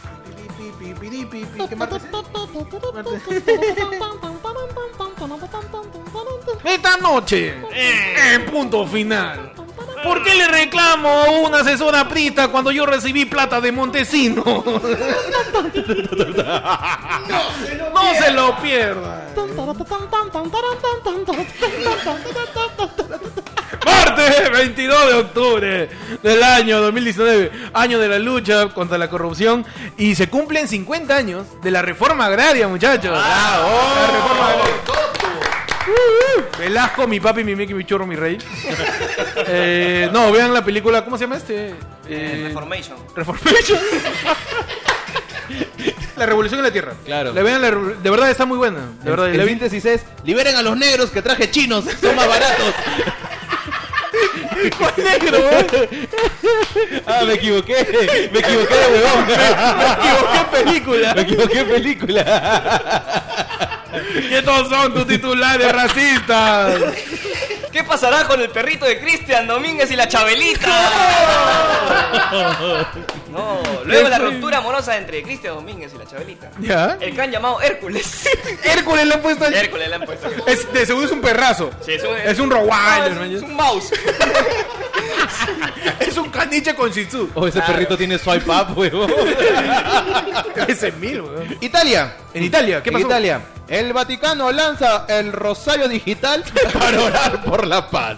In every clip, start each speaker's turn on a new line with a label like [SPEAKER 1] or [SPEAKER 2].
[SPEAKER 1] pi, pi, pi, di, pi, pi, ¿Qué martes es? Esta noche, en punto final. ¿Por qué le reclamo a una asesora prista cuando yo recibí plata de Montesino? No se lo pierda. Martes 22 de octubre del año 2019, año de la lucha contra la corrupción y se cumplen 50 años de la reforma agraria, muchachos.
[SPEAKER 2] Ah,
[SPEAKER 1] Ah,
[SPEAKER 2] oh.
[SPEAKER 1] La reforma agraria. Velasco, mi papi, mi Mickey, mi chorro, mi rey. Eh, no, vean la película, ¿cómo se llama este? Eh,
[SPEAKER 3] Reformation.
[SPEAKER 1] Reformation. la revolución en la tierra.
[SPEAKER 2] Claro.
[SPEAKER 1] La vean, la re- de verdad está muy buena. De verdad, la
[SPEAKER 2] La
[SPEAKER 1] vi-
[SPEAKER 2] síntesis es, liberen a los negros que traje chinos, son más baratos.
[SPEAKER 1] ¿Cuál negro, eh?
[SPEAKER 2] Ah, me equivoqué, me equivoqué de huevón.
[SPEAKER 1] Equivoqué película.
[SPEAKER 2] Me equivoqué de película.
[SPEAKER 1] Y estos son tus titulares racistas.
[SPEAKER 3] ¿Qué pasará con el perrito de Cristian Domínguez y la Chabelita? No, luego la ruptura amorosa entre Cristian Domínguez y la Chabelita.
[SPEAKER 1] ¿Ya?
[SPEAKER 3] El can llamado Hércules.
[SPEAKER 1] Hércules le han puesto al-
[SPEAKER 3] Hércules le han puesto.
[SPEAKER 1] Es- de seguro es un perrazo.
[SPEAKER 3] Sí, es un-
[SPEAKER 1] es un
[SPEAKER 3] Ah,
[SPEAKER 1] Rottweiler,
[SPEAKER 3] es,
[SPEAKER 1] man.
[SPEAKER 3] es un mouse.
[SPEAKER 1] Es un caniche con shih tzu.
[SPEAKER 2] O Oh, ese perrito tiene swipe up, huevón.
[SPEAKER 1] Ese mil, weón.
[SPEAKER 2] Italia.
[SPEAKER 1] En Italia, ¿qué
[SPEAKER 2] En
[SPEAKER 1] pasó?
[SPEAKER 2] Italia. El Vaticano lanza el rosario digital para orar por la paz.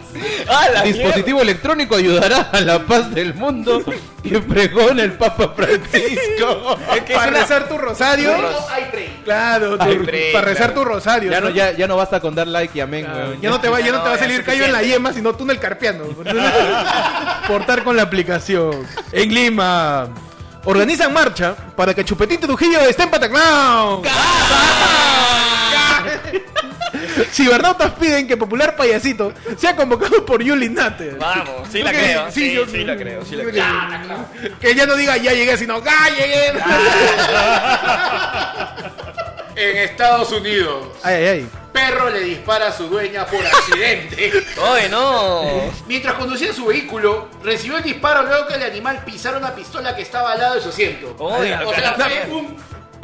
[SPEAKER 3] ¡Ah, la
[SPEAKER 2] Dispositivo electrónico ayudará a la paz del mundo que pregona el Papa Francisco.
[SPEAKER 3] mierda! ¿Qué es
[SPEAKER 1] Para
[SPEAKER 3] una-
[SPEAKER 1] rezar tu rosario. Claro, tu-
[SPEAKER 2] Ay, pre-
[SPEAKER 1] para rezar
[SPEAKER 3] claro.
[SPEAKER 1] tu rosario.
[SPEAKER 2] Ya no,
[SPEAKER 1] ¿no?
[SPEAKER 2] ya, ya no basta con dar like y amén,
[SPEAKER 1] Ah,
[SPEAKER 2] weón.
[SPEAKER 1] Ya no te va, ya no te va a
[SPEAKER 3] ya
[SPEAKER 1] salir
[SPEAKER 3] es
[SPEAKER 1] callo en la yema, sino tú en el carpiano. Portar con la aplicación. En Lima. Organizan marcha para que Chupetito Trujillo esté en Pataclown. Cibernautas piden que popular payasito sea convocado por Yuli Natter.
[SPEAKER 3] Vamos, sí la
[SPEAKER 1] Ok,
[SPEAKER 3] creo.
[SPEAKER 1] sí,
[SPEAKER 3] Sí,
[SPEAKER 1] yo-
[SPEAKER 3] sí la creo. Sí la creo.
[SPEAKER 1] Que ya no diga ya llegué, sino ya llegué.
[SPEAKER 4] En Estados Unidos,
[SPEAKER 1] Ay, ay, ay.
[SPEAKER 4] perro le dispara a su dueña por accidente.
[SPEAKER 3] Oye, no.
[SPEAKER 4] Mientras conducía su vehículo, recibió el disparo luego que el animal pisara una pistola que estaba al lado de su asiento.
[SPEAKER 1] Oh,
[SPEAKER 3] Oye,
[SPEAKER 4] o sea, fue un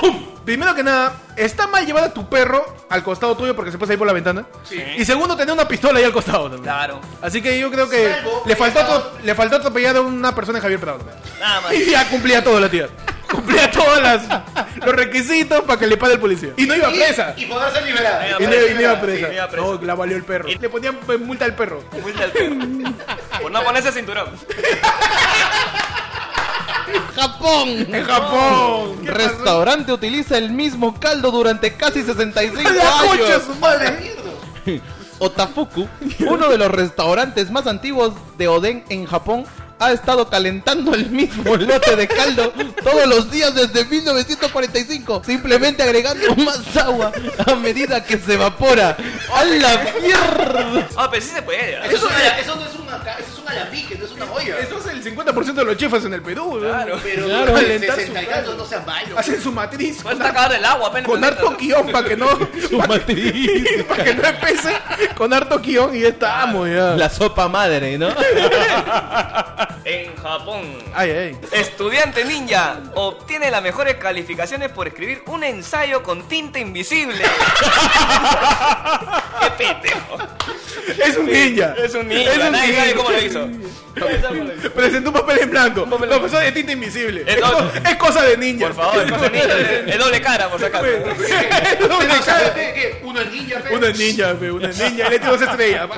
[SPEAKER 1] Primero que nada, está mal llevar a tu perro al costado tuyo porque se puede salir por la ventana.
[SPEAKER 4] Sí.
[SPEAKER 1] Y segundo, tener una pistola ahí al costado también.
[SPEAKER 3] Claro.
[SPEAKER 1] Así que yo creo que
[SPEAKER 4] Salvo
[SPEAKER 1] le faltó,
[SPEAKER 4] esa-
[SPEAKER 1] atro- le faltó atropellar a una persona de Javier Prado.
[SPEAKER 3] Nada más.
[SPEAKER 1] Y ya cumplía todo la tía. Cumplía todos los requisitos para que le pague el policía. Y no iba presa.
[SPEAKER 4] Y, y poder ser liberada.
[SPEAKER 1] Y no, y no iba presa.
[SPEAKER 3] Sí, no iba presa.
[SPEAKER 1] No, la valió el perro. Le ponían eh, multa al perro.
[SPEAKER 3] Multa al perro. Por no ponerse cinturón.
[SPEAKER 2] Japón.
[SPEAKER 1] En Japón. ¿Qué pasó?
[SPEAKER 2] Restaurante utiliza el mismo caldo durante casi 65
[SPEAKER 1] La concha de
[SPEAKER 2] años.
[SPEAKER 1] su madre.
[SPEAKER 2] Otafuku, uno de los restaurantes más antiguos de Oden en Japón, ha estado calentando el mismo lote de caldo todos los días desde 1945, simplemente agregando más agua a medida que se evapora. ¡A la mierda!
[SPEAKER 3] Ah, pero sí se puede. ¿verdad?
[SPEAKER 4] Eso, no es- eso no es una ca- eso es un alambique, no es una olla.
[SPEAKER 1] Eso es el 50% de los chefas en el Perú. ¿no?
[SPEAKER 3] Claro.
[SPEAKER 4] Pero
[SPEAKER 1] Claro.
[SPEAKER 4] el
[SPEAKER 1] Calentar su
[SPEAKER 4] 60 y
[SPEAKER 1] caldo.
[SPEAKER 4] tantos no sean malos.
[SPEAKER 1] Hacen su matriz.
[SPEAKER 3] Puedes acabar el agua, apenas.
[SPEAKER 1] Con harto guión para que no. Para que, pa' que no empece. Con harto guión y ah, ya estamos ya.
[SPEAKER 2] La sopa madre, ¿no?
[SPEAKER 3] En Japón.
[SPEAKER 1] Ay, ay.
[SPEAKER 3] Estudiante ninja obtiene las mejores calificaciones por escribir un ensayo con tinta invisible. ¡Qué pendejo!
[SPEAKER 1] Es un ninja.
[SPEAKER 3] Es un ninja.
[SPEAKER 1] Es un
[SPEAKER 3] Nadie
[SPEAKER 1] ninja.
[SPEAKER 3] sabe cómo lo hizo. Nadie sabe cómo lo hizo.
[SPEAKER 1] Presentó un papel en blanco.
[SPEAKER 3] papel en
[SPEAKER 1] Profesor de tinta invisible.
[SPEAKER 3] Es
[SPEAKER 1] Es, co-
[SPEAKER 3] doble.
[SPEAKER 1] es cosa de ninja.
[SPEAKER 3] Por favor,
[SPEAKER 1] Es
[SPEAKER 3] no seas
[SPEAKER 1] cosa
[SPEAKER 3] ninja,
[SPEAKER 1] de-
[SPEAKER 3] es doble cara, por si acaso.
[SPEAKER 1] Es doble
[SPEAKER 4] Pero ¿sabes
[SPEAKER 1] cara.
[SPEAKER 4] qué? ¿Qué? Uno es ninja, pero...
[SPEAKER 1] Uno es ninja, pe, uno es ninja, le tiro dos estrellas.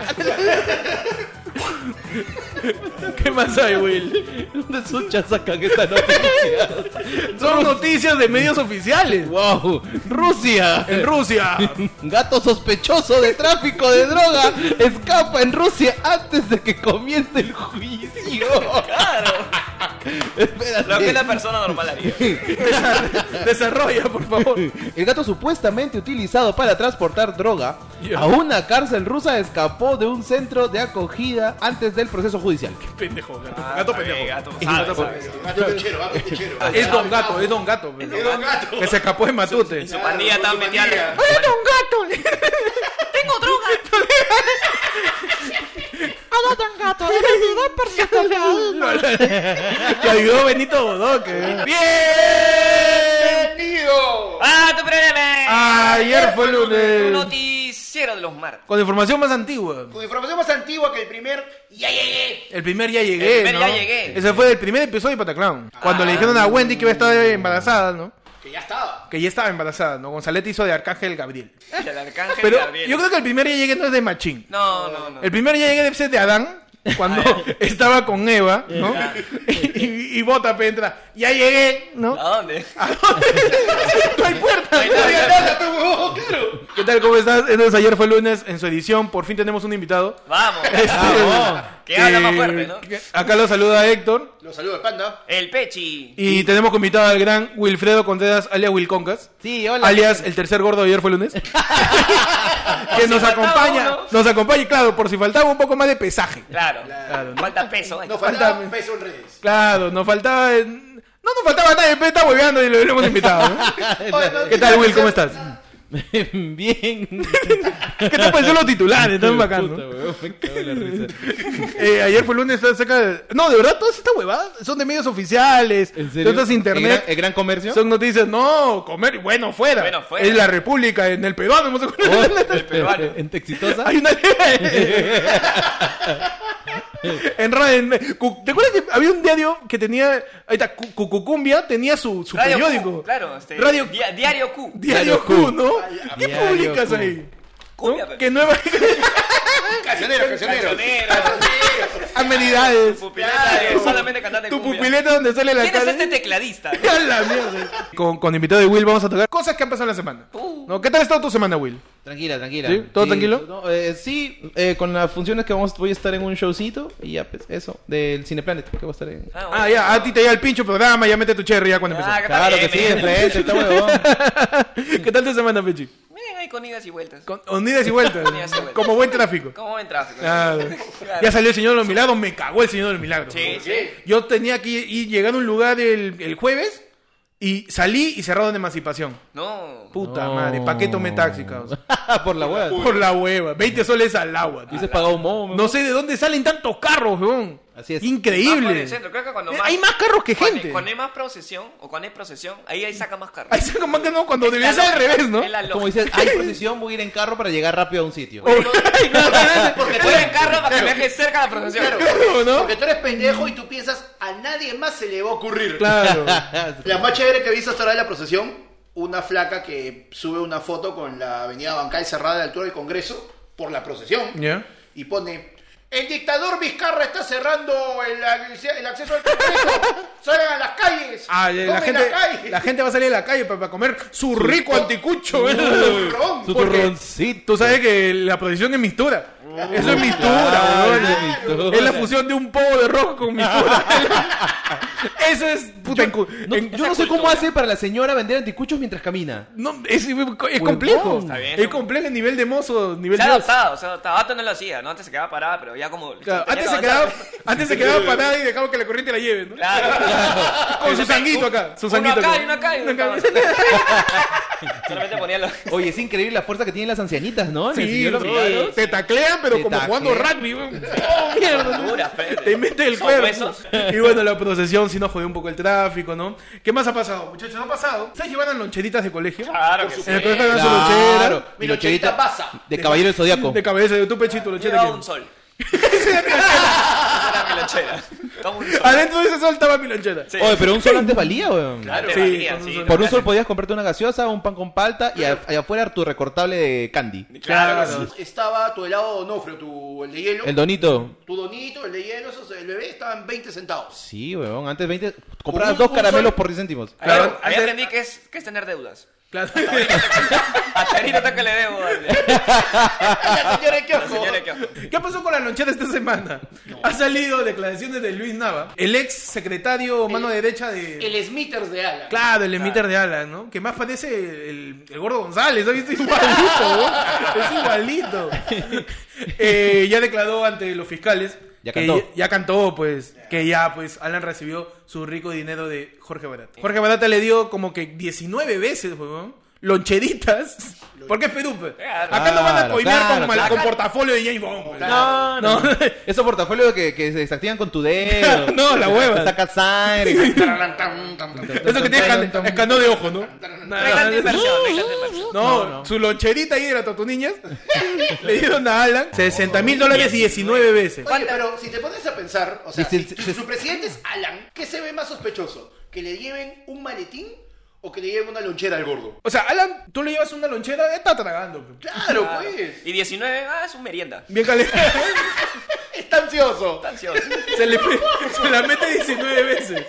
[SPEAKER 1] ¿Qué más hay, Will?
[SPEAKER 2] ¿Dónde sucha sacan esta noticia?
[SPEAKER 1] Son noticias de medios oficiales.
[SPEAKER 2] ¡Wow! ¡Rusia!
[SPEAKER 1] En Rusia.
[SPEAKER 2] Gato sospechoso de tráfico de droga escapa en Rusia antes de que comience el juicio.
[SPEAKER 3] Claro. Lo que la
[SPEAKER 2] Espérate.
[SPEAKER 3] persona normal haría.
[SPEAKER 1] Desa- Desarrolla, por favor.
[SPEAKER 2] El gato supuestamente utilizado para transportar droga
[SPEAKER 1] Ya.
[SPEAKER 2] a una cárcel rusa escapó de un centro de acogida antes del proceso judicial.
[SPEAKER 1] Pendejo, gato. Gato pendejo.
[SPEAKER 3] Eh, Gato, sabe, sabe.
[SPEAKER 4] Gato pechero, gato pechero.
[SPEAKER 1] Es don gato, es don gato. pe.
[SPEAKER 4] Es don gato.
[SPEAKER 1] Que se escapó de Matute.
[SPEAKER 3] Su pandilla tan
[SPEAKER 4] Pandilla.
[SPEAKER 3] metida.
[SPEAKER 1] ¡Era un gato! ¡Tengo droga! ¡Hola, don gato! ¡Eres mi personalidad! Lo ayudó Benito Bodoque. ¡Bien!
[SPEAKER 4] Julio.
[SPEAKER 3] ¡Ah, tu problema!
[SPEAKER 1] Ayer fue lunes.
[SPEAKER 3] Tu noticiero de los martes.
[SPEAKER 1] Con información más antigua.
[SPEAKER 4] Tu información más antigua que el primer. ¡Ya, ya, ya!
[SPEAKER 1] El primer ya llegué.
[SPEAKER 3] El primer
[SPEAKER 1] ¿no?
[SPEAKER 3] ya llegué. Ah.
[SPEAKER 1] Ese fue el primer episodio de Pataclown. Cuando le dijeron a Wendy que iba a estar embarazada, ¿no?
[SPEAKER 4] Que ya estaba.
[SPEAKER 1] Que ya estaba embarazada, ¿no? Gonzalete hizo de Arcángel Gabriel.
[SPEAKER 3] El arcángel
[SPEAKER 1] Pero
[SPEAKER 3] Gabriel.
[SPEAKER 1] yo creo que el primer ya llegué no es de Machín.
[SPEAKER 3] No, no, no.
[SPEAKER 1] El primer ya llegué debe ser de Adán. Cuando estaba con Eva, ¿no? y, y Bota pe, entra. Ya llegué, ¿no?
[SPEAKER 3] ¿A dónde?
[SPEAKER 1] no hay puerta.
[SPEAKER 4] No había nada, tu huevón, claro.
[SPEAKER 1] ¿Qué tal? ¿Cómo estás? Entonces ayer fue lunes en su edición. Por fin tenemos un invitado.
[SPEAKER 3] Vamos.
[SPEAKER 1] Este,
[SPEAKER 3] Que habla más fuerte, ¿no?
[SPEAKER 1] que- Acá lo saluda Héctor.
[SPEAKER 4] Los saludos de Panda.
[SPEAKER 3] El Pechi.
[SPEAKER 1] Y tenemos como invitado al gran Wilfredo Contreras, alias Wilconcas.
[SPEAKER 2] Sí, hola.
[SPEAKER 1] Alias el tercer gordo de ayer fue lunes. que
[SPEAKER 3] si
[SPEAKER 1] nos
[SPEAKER 3] faltaba
[SPEAKER 1] acompaña,
[SPEAKER 3] uno.
[SPEAKER 1] nos acompaña, y claro, por si faltaba un poco más de pesaje.
[SPEAKER 3] Claro.
[SPEAKER 4] Claro.
[SPEAKER 3] Falta peso. eh.
[SPEAKER 4] Nos faltaba
[SPEAKER 1] Falta-
[SPEAKER 4] peso en redes.
[SPEAKER 1] Claro, nos faltaba. eh, No nos faltaba nadie, pero está hueveando y lo, lo hemos invitado. ¿no?
[SPEAKER 4] Oye, no,
[SPEAKER 1] Eh, ¿Qué tal, Will?
[SPEAKER 4] pareció-
[SPEAKER 1] ¿Cómo estás?
[SPEAKER 2] Bien.
[SPEAKER 1] ¿Qué te pareció los titulares? Están bacán, ¿no?
[SPEAKER 2] Puta, weón, me cago en la risa.
[SPEAKER 1] Eh, ayer fue lunes, está cerca de... No, de verdad, todas estas huevadas son de medios oficiales,
[SPEAKER 2] ¿En
[SPEAKER 1] de
[SPEAKER 2] serio?
[SPEAKER 1] otras
[SPEAKER 2] ¿El gran,
[SPEAKER 1] internet.
[SPEAKER 2] el gran comercio?
[SPEAKER 1] Son noticias, no, comer, y bueno, fuera.
[SPEAKER 3] Bueno, fuera.
[SPEAKER 1] Es la República, en el peruano, hemos
[SPEAKER 2] Oh,
[SPEAKER 3] El peruano.
[SPEAKER 2] ¿En Texitosa?
[SPEAKER 1] Hay una en radio. en- cu- ¿Te acuerdas que había un diario que tenía. Ahí está, Cu- Cucucumbia tenía su, su
[SPEAKER 3] Radio
[SPEAKER 1] periódico.
[SPEAKER 3] Q, claro. este,
[SPEAKER 1] Radio-
[SPEAKER 3] dia- diario Q.
[SPEAKER 1] Diario
[SPEAKER 2] Diario
[SPEAKER 1] Q,
[SPEAKER 2] Q.
[SPEAKER 1] ¿no? ¿Qué
[SPEAKER 2] Diario
[SPEAKER 1] publicas
[SPEAKER 2] Q.
[SPEAKER 1] ahí?
[SPEAKER 3] Cumbia, pues.
[SPEAKER 1] ¿No?
[SPEAKER 3] pe.
[SPEAKER 1] Que nuevas
[SPEAKER 4] Cancionero, cancionero.
[SPEAKER 3] Cancionero.
[SPEAKER 1] amenidades.
[SPEAKER 3] Pupileta,
[SPEAKER 4] Claro.
[SPEAKER 3] solamente cantante
[SPEAKER 1] Tu
[SPEAKER 3] cumbia.
[SPEAKER 1] pupileta donde sale la
[SPEAKER 3] ¿Quién es
[SPEAKER 1] cara.
[SPEAKER 3] este tecladista?
[SPEAKER 1] A la mierda. Con, con invitado de Will vamos a tocar cosas que han pasado en la semana.
[SPEAKER 3] Uh.
[SPEAKER 1] ¿No? ¿Qué tal ha estado tu semana, Will?
[SPEAKER 2] Tranquila, tranquila.
[SPEAKER 1] ¿Sí? ¿Todo tranquilo?
[SPEAKER 2] no, eh, sí, eh, con las funciones que vamos, voy a estar en un showcito y ya, pues, eso, del Cineplanet, que voy a estar en...
[SPEAKER 1] Ah, ya, a ti te llega el pincho programa, ya mete tu cherry ya cuando
[SPEAKER 3] Ah,
[SPEAKER 1] empezó.
[SPEAKER 2] Claro que sí, de frente, está huevón.
[SPEAKER 1] ¿Qué tal tu semana, Pechi?
[SPEAKER 3] Miren ahí con idas y vueltas.
[SPEAKER 1] Con unidas y vueltas.
[SPEAKER 3] Unidas y vueltas.
[SPEAKER 1] Como buen tráfico.
[SPEAKER 3] ¿Cómo va en tráfico?
[SPEAKER 1] Claro.
[SPEAKER 3] Claro.
[SPEAKER 1] Ya salió el Señor de los Milagros, me cagó el Señor de los Milagros.
[SPEAKER 3] Sí,
[SPEAKER 4] ¿Por
[SPEAKER 3] sí.
[SPEAKER 4] qué?
[SPEAKER 1] Yo tenía que ir, llegar a un lugar el, el jueves y salí y cerrado en Emancipación.
[SPEAKER 3] No.
[SPEAKER 1] Puta
[SPEAKER 2] No.
[SPEAKER 1] madre, ¿para qué tomé taxi, cabrón?
[SPEAKER 2] Por la hueá.
[SPEAKER 1] Por la hueva, 20 soles al agua. tío.
[SPEAKER 2] Dices pagado un momo.
[SPEAKER 1] No sé de dónde salen tantos carros, weón.
[SPEAKER 2] Así es.
[SPEAKER 3] Más por
[SPEAKER 1] Increíble.
[SPEAKER 3] el centro, creo que cuando
[SPEAKER 1] Eh, Hay más carros que
[SPEAKER 3] cuando-
[SPEAKER 1] gente.
[SPEAKER 3] Cuando hay más procesión, o cuando hay procesión, ahí, ahí saca más carros.
[SPEAKER 1] Ahí se más que no, cuando debería
[SPEAKER 3] Es la
[SPEAKER 1] ser al
[SPEAKER 3] lógica,
[SPEAKER 1] revés, ¿no?
[SPEAKER 3] es la
[SPEAKER 2] Como
[SPEAKER 3] lógica.
[SPEAKER 2] dices, hay procesión, voy a ir en carro para llegar rápido a un sitio.
[SPEAKER 4] Porque tú
[SPEAKER 3] Voy
[SPEAKER 4] eres
[SPEAKER 3] en carro para que
[SPEAKER 4] claro.
[SPEAKER 3] me deje cerca la procesión.
[SPEAKER 1] Claro, ¿no?
[SPEAKER 4] Porque tú eres pendejo y tú piensas a nadie más se le va a ocurrir.
[SPEAKER 1] Claro.
[SPEAKER 4] La más chévere que he visto hasta ahora de la procesión, una flaca que sube una foto con la avenida Bancal cerrada a la altura del Congreso por la procesión
[SPEAKER 1] Ya.
[SPEAKER 4] y pone, el dictador Vizcarra está cerrando el, el acceso al Congreso, salgan a las calles,
[SPEAKER 1] Ah, ya, la
[SPEAKER 4] tomen
[SPEAKER 1] gente,
[SPEAKER 4] las calles".
[SPEAKER 1] la gente va a salir a la calle para, comer su rico anticucho. ¿eh?
[SPEAKER 4] Su turrón,
[SPEAKER 2] Su
[SPEAKER 4] porque-
[SPEAKER 2] turroncito.
[SPEAKER 1] Tú sabes que la procesión es mistura. Eso es mistura,
[SPEAKER 2] Claro,
[SPEAKER 1] weón.
[SPEAKER 2] es mistura.
[SPEAKER 1] Es la fusión de un poco de rojo con mistura. Eso es puta encu-
[SPEAKER 2] No,
[SPEAKER 1] en-
[SPEAKER 2] yo no sé cómo hace para la señora vender anticuchos mientras camina.
[SPEAKER 1] no, es, es complejo.
[SPEAKER 2] Está
[SPEAKER 3] bien.
[SPEAKER 1] Es complejo el nivel de mozo, nivel
[SPEAKER 3] Se ha
[SPEAKER 1] de
[SPEAKER 3] adaptado, se ha adaptado. Antes no lo hacía, ¿no? Antes se quedaba parada, pero ya como.
[SPEAKER 1] Claro,
[SPEAKER 3] tenía
[SPEAKER 1] antes,
[SPEAKER 3] que
[SPEAKER 1] se quedaba,
[SPEAKER 3] avanzar.
[SPEAKER 1] antes se quedaba parada y dejaba que la corriente la lleve, ¿no?
[SPEAKER 3] Claro.
[SPEAKER 1] Con su sanguito acá. Su
[SPEAKER 3] Uno
[SPEAKER 1] sanguito
[SPEAKER 3] acá y uno acá y uno acá. Solamente ponía los.
[SPEAKER 2] Oye, es increíble la fuerza que tienen las ancianitas, ¿no? En el
[SPEAKER 1] Sí,
[SPEAKER 2] Señor de los
[SPEAKER 1] bro,
[SPEAKER 2] Milagros.
[SPEAKER 1] te taclean, pero
[SPEAKER 2] Te
[SPEAKER 1] como jugando
[SPEAKER 2] taclean.
[SPEAKER 1] rugby. weón. Oh, mierda.
[SPEAKER 3] Dura, frente.
[SPEAKER 1] Te mete el
[SPEAKER 3] Son
[SPEAKER 1] cuerpo.
[SPEAKER 3] huesos.
[SPEAKER 1] Y bueno, la procesión sí nos jodió un poco el tráfico, ¿no? ¿Qué más ha pasado, muchachos? ¿No ha pasado? ¿Ustedes llevaron loncheritas de colegio?
[SPEAKER 3] Claro que
[SPEAKER 1] En el
[SPEAKER 3] Ah, sí.
[SPEAKER 1] colegio había su
[SPEAKER 2] Claro.
[SPEAKER 1] lonchera.
[SPEAKER 4] Mi loncherita pasa.
[SPEAKER 2] De Caballero del Zodíaco.
[SPEAKER 1] De cabeza, de tu pechito, lonchera.
[SPEAKER 3] Ah, Llevaba
[SPEAKER 1] que-
[SPEAKER 3] un sol. Esa era mi lonchera. Toma un sol.
[SPEAKER 1] Adentro de ese sol estaba mi lonchera.
[SPEAKER 3] Sí.
[SPEAKER 2] Oye, pero un sol antes valía, weón.
[SPEAKER 3] Claro,
[SPEAKER 1] Ah, Sí,
[SPEAKER 3] valía,
[SPEAKER 1] con un
[SPEAKER 3] sí,
[SPEAKER 1] sol.
[SPEAKER 2] Por un
[SPEAKER 3] claro.
[SPEAKER 2] sol podías comprarte una gaseosa, un pan con palta y a- allá afuera tu recortable de candy.
[SPEAKER 3] Claro.
[SPEAKER 4] Estaba tu helado Onofrio, tu, el de hielo,
[SPEAKER 2] El donito.
[SPEAKER 4] tu donito, el de hielo, esos- el bebé, estaban 20 centavos.
[SPEAKER 2] Sí, weón. Antes 20. Comprabas
[SPEAKER 4] Un-
[SPEAKER 2] dos
[SPEAKER 4] un
[SPEAKER 2] caramelos
[SPEAKER 4] sol.
[SPEAKER 2] por 10 céntimos.
[SPEAKER 3] Ahí-
[SPEAKER 1] Claro,
[SPEAKER 3] Ahí
[SPEAKER 1] antes-
[SPEAKER 3] aprendí que es que es tener deudas.
[SPEAKER 1] Claro.
[SPEAKER 3] A Charito que le debo. dale.
[SPEAKER 4] La señora de
[SPEAKER 3] La
[SPEAKER 4] kiosco.
[SPEAKER 3] señora que-
[SPEAKER 1] ¿Qué pasó con la lonchera esta semana? Ha salido declaraciones de Luis Nava, el ex secretario mano
[SPEAKER 3] Eh,
[SPEAKER 1] derecha de...
[SPEAKER 4] El Smithers de Ala.
[SPEAKER 1] Claro, el emitter de alas, ¿no? Que más parece el, el gordo González, ¿no? Es igualito, ¿no? Es igualito. Eh, ya declaró ante los fiscales.
[SPEAKER 2] Ya
[SPEAKER 1] que
[SPEAKER 2] cantó.
[SPEAKER 1] ya, ya cantó, pues, que ya, pues, Alan recibió su rico dinero de Jorge Barata. Jorge Barata le dio como que 19 veces, weón, loncheritas. Porque es Perú. pe. Acá no van a
[SPEAKER 2] Claro,
[SPEAKER 1] coinar
[SPEAKER 2] claro,
[SPEAKER 1] con, mal-
[SPEAKER 2] claro.
[SPEAKER 1] con portafolio de James Bond. pe.
[SPEAKER 2] No, no.
[SPEAKER 1] Ah, No.
[SPEAKER 2] Esos portafolios que, que se desactivan con tu dedo.
[SPEAKER 1] No, la hueva.
[SPEAKER 2] Te Saca sangre.
[SPEAKER 1] Eso que tiene escan- escaneo de ojo, ¿no?
[SPEAKER 3] No hay tanta inversión, no hay tanta inversión.
[SPEAKER 1] No, su loncherita ahí de la Totoniñas le dieron a Alan 60 mil dólares 19 veces.
[SPEAKER 4] Oye, pero si te pones a pensar, o sea,
[SPEAKER 2] Sí,
[SPEAKER 4] si,
[SPEAKER 2] sí,
[SPEAKER 4] si
[SPEAKER 2] sí.
[SPEAKER 4] su presidente es Alan, ¿qué se ve más sospechoso? ¿Que le lleven un maletín o que le lleven una lonchera al gordo?
[SPEAKER 1] O sea, Alan, tú le llevas una lonchera, está tragando. pe.
[SPEAKER 4] Claro, pues.
[SPEAKER 3] Y 19, ah, es un merienda.
[SPEAKER 1] Bien calentado.
[SPEAKER 4] Está ansioso.
[SPEAKER 3] Ansioso.
[SPEAKER 1] Se, le, se la mete 19 veces.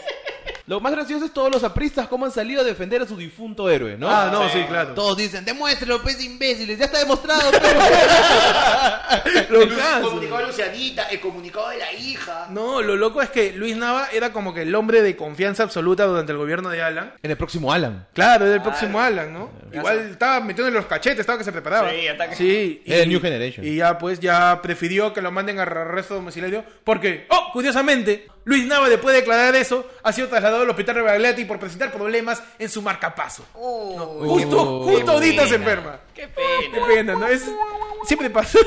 [SPEAKER 2] Lo más gracioso es todos los apristas cómo han salido a defender a su difunto héroe, ¿no?
[SPEAKER 1] Ah, no, sí, claro.
[SPEAKER 2] Todos dicen, demuéstralo, pez imbéciles, ya está demostrado. pe".
[SPEAKER 1] Lo
[SPEAKER 4] El
[SPEAKER 1] caso.
[SPEAKER 4] comunicado de Lucianita, el comunicado de la hija.
[SPEAKER 1] No, lo loco es que Luis Nava era como que el hombre de confianza absoluta durante el gobierno de Alan.
[SPEAKER 2] en el próximo Alan.
[SPEAKER 1] Claro, era el próximo Alan, ¿no? Igual estaba metiéndole los cachetes, estaba que se preparaba.
[SPEAKER 3] Sí, ataque.
[SPEAKER 1] Sí.
[SPEAKER 2] Era el New Generation.
[SPEAKER 1] Y ya, pues, ya prefirió que lo manden a arresto domiciliario porque, oh, curiosamente, Luis Nava, después de declarar eso, ha sido trasladado al hospital de Bagliati por presentar problemas en su marcapaso.
[SPEAKER 3] Uy,
[SPEAKER 1] justo,
[SPEAKER 2] qué
[SPEAKER 1] justo ahorita
[SPEAKER 3] pena.
[SPEAKER 1] se enferma.
[SPEAKER 3] qué
[SPEAKER 1] Qué
[SPEAKER 3] pena.
[SPEAKER 1] pena, ¿no? Es... Siempre pasa.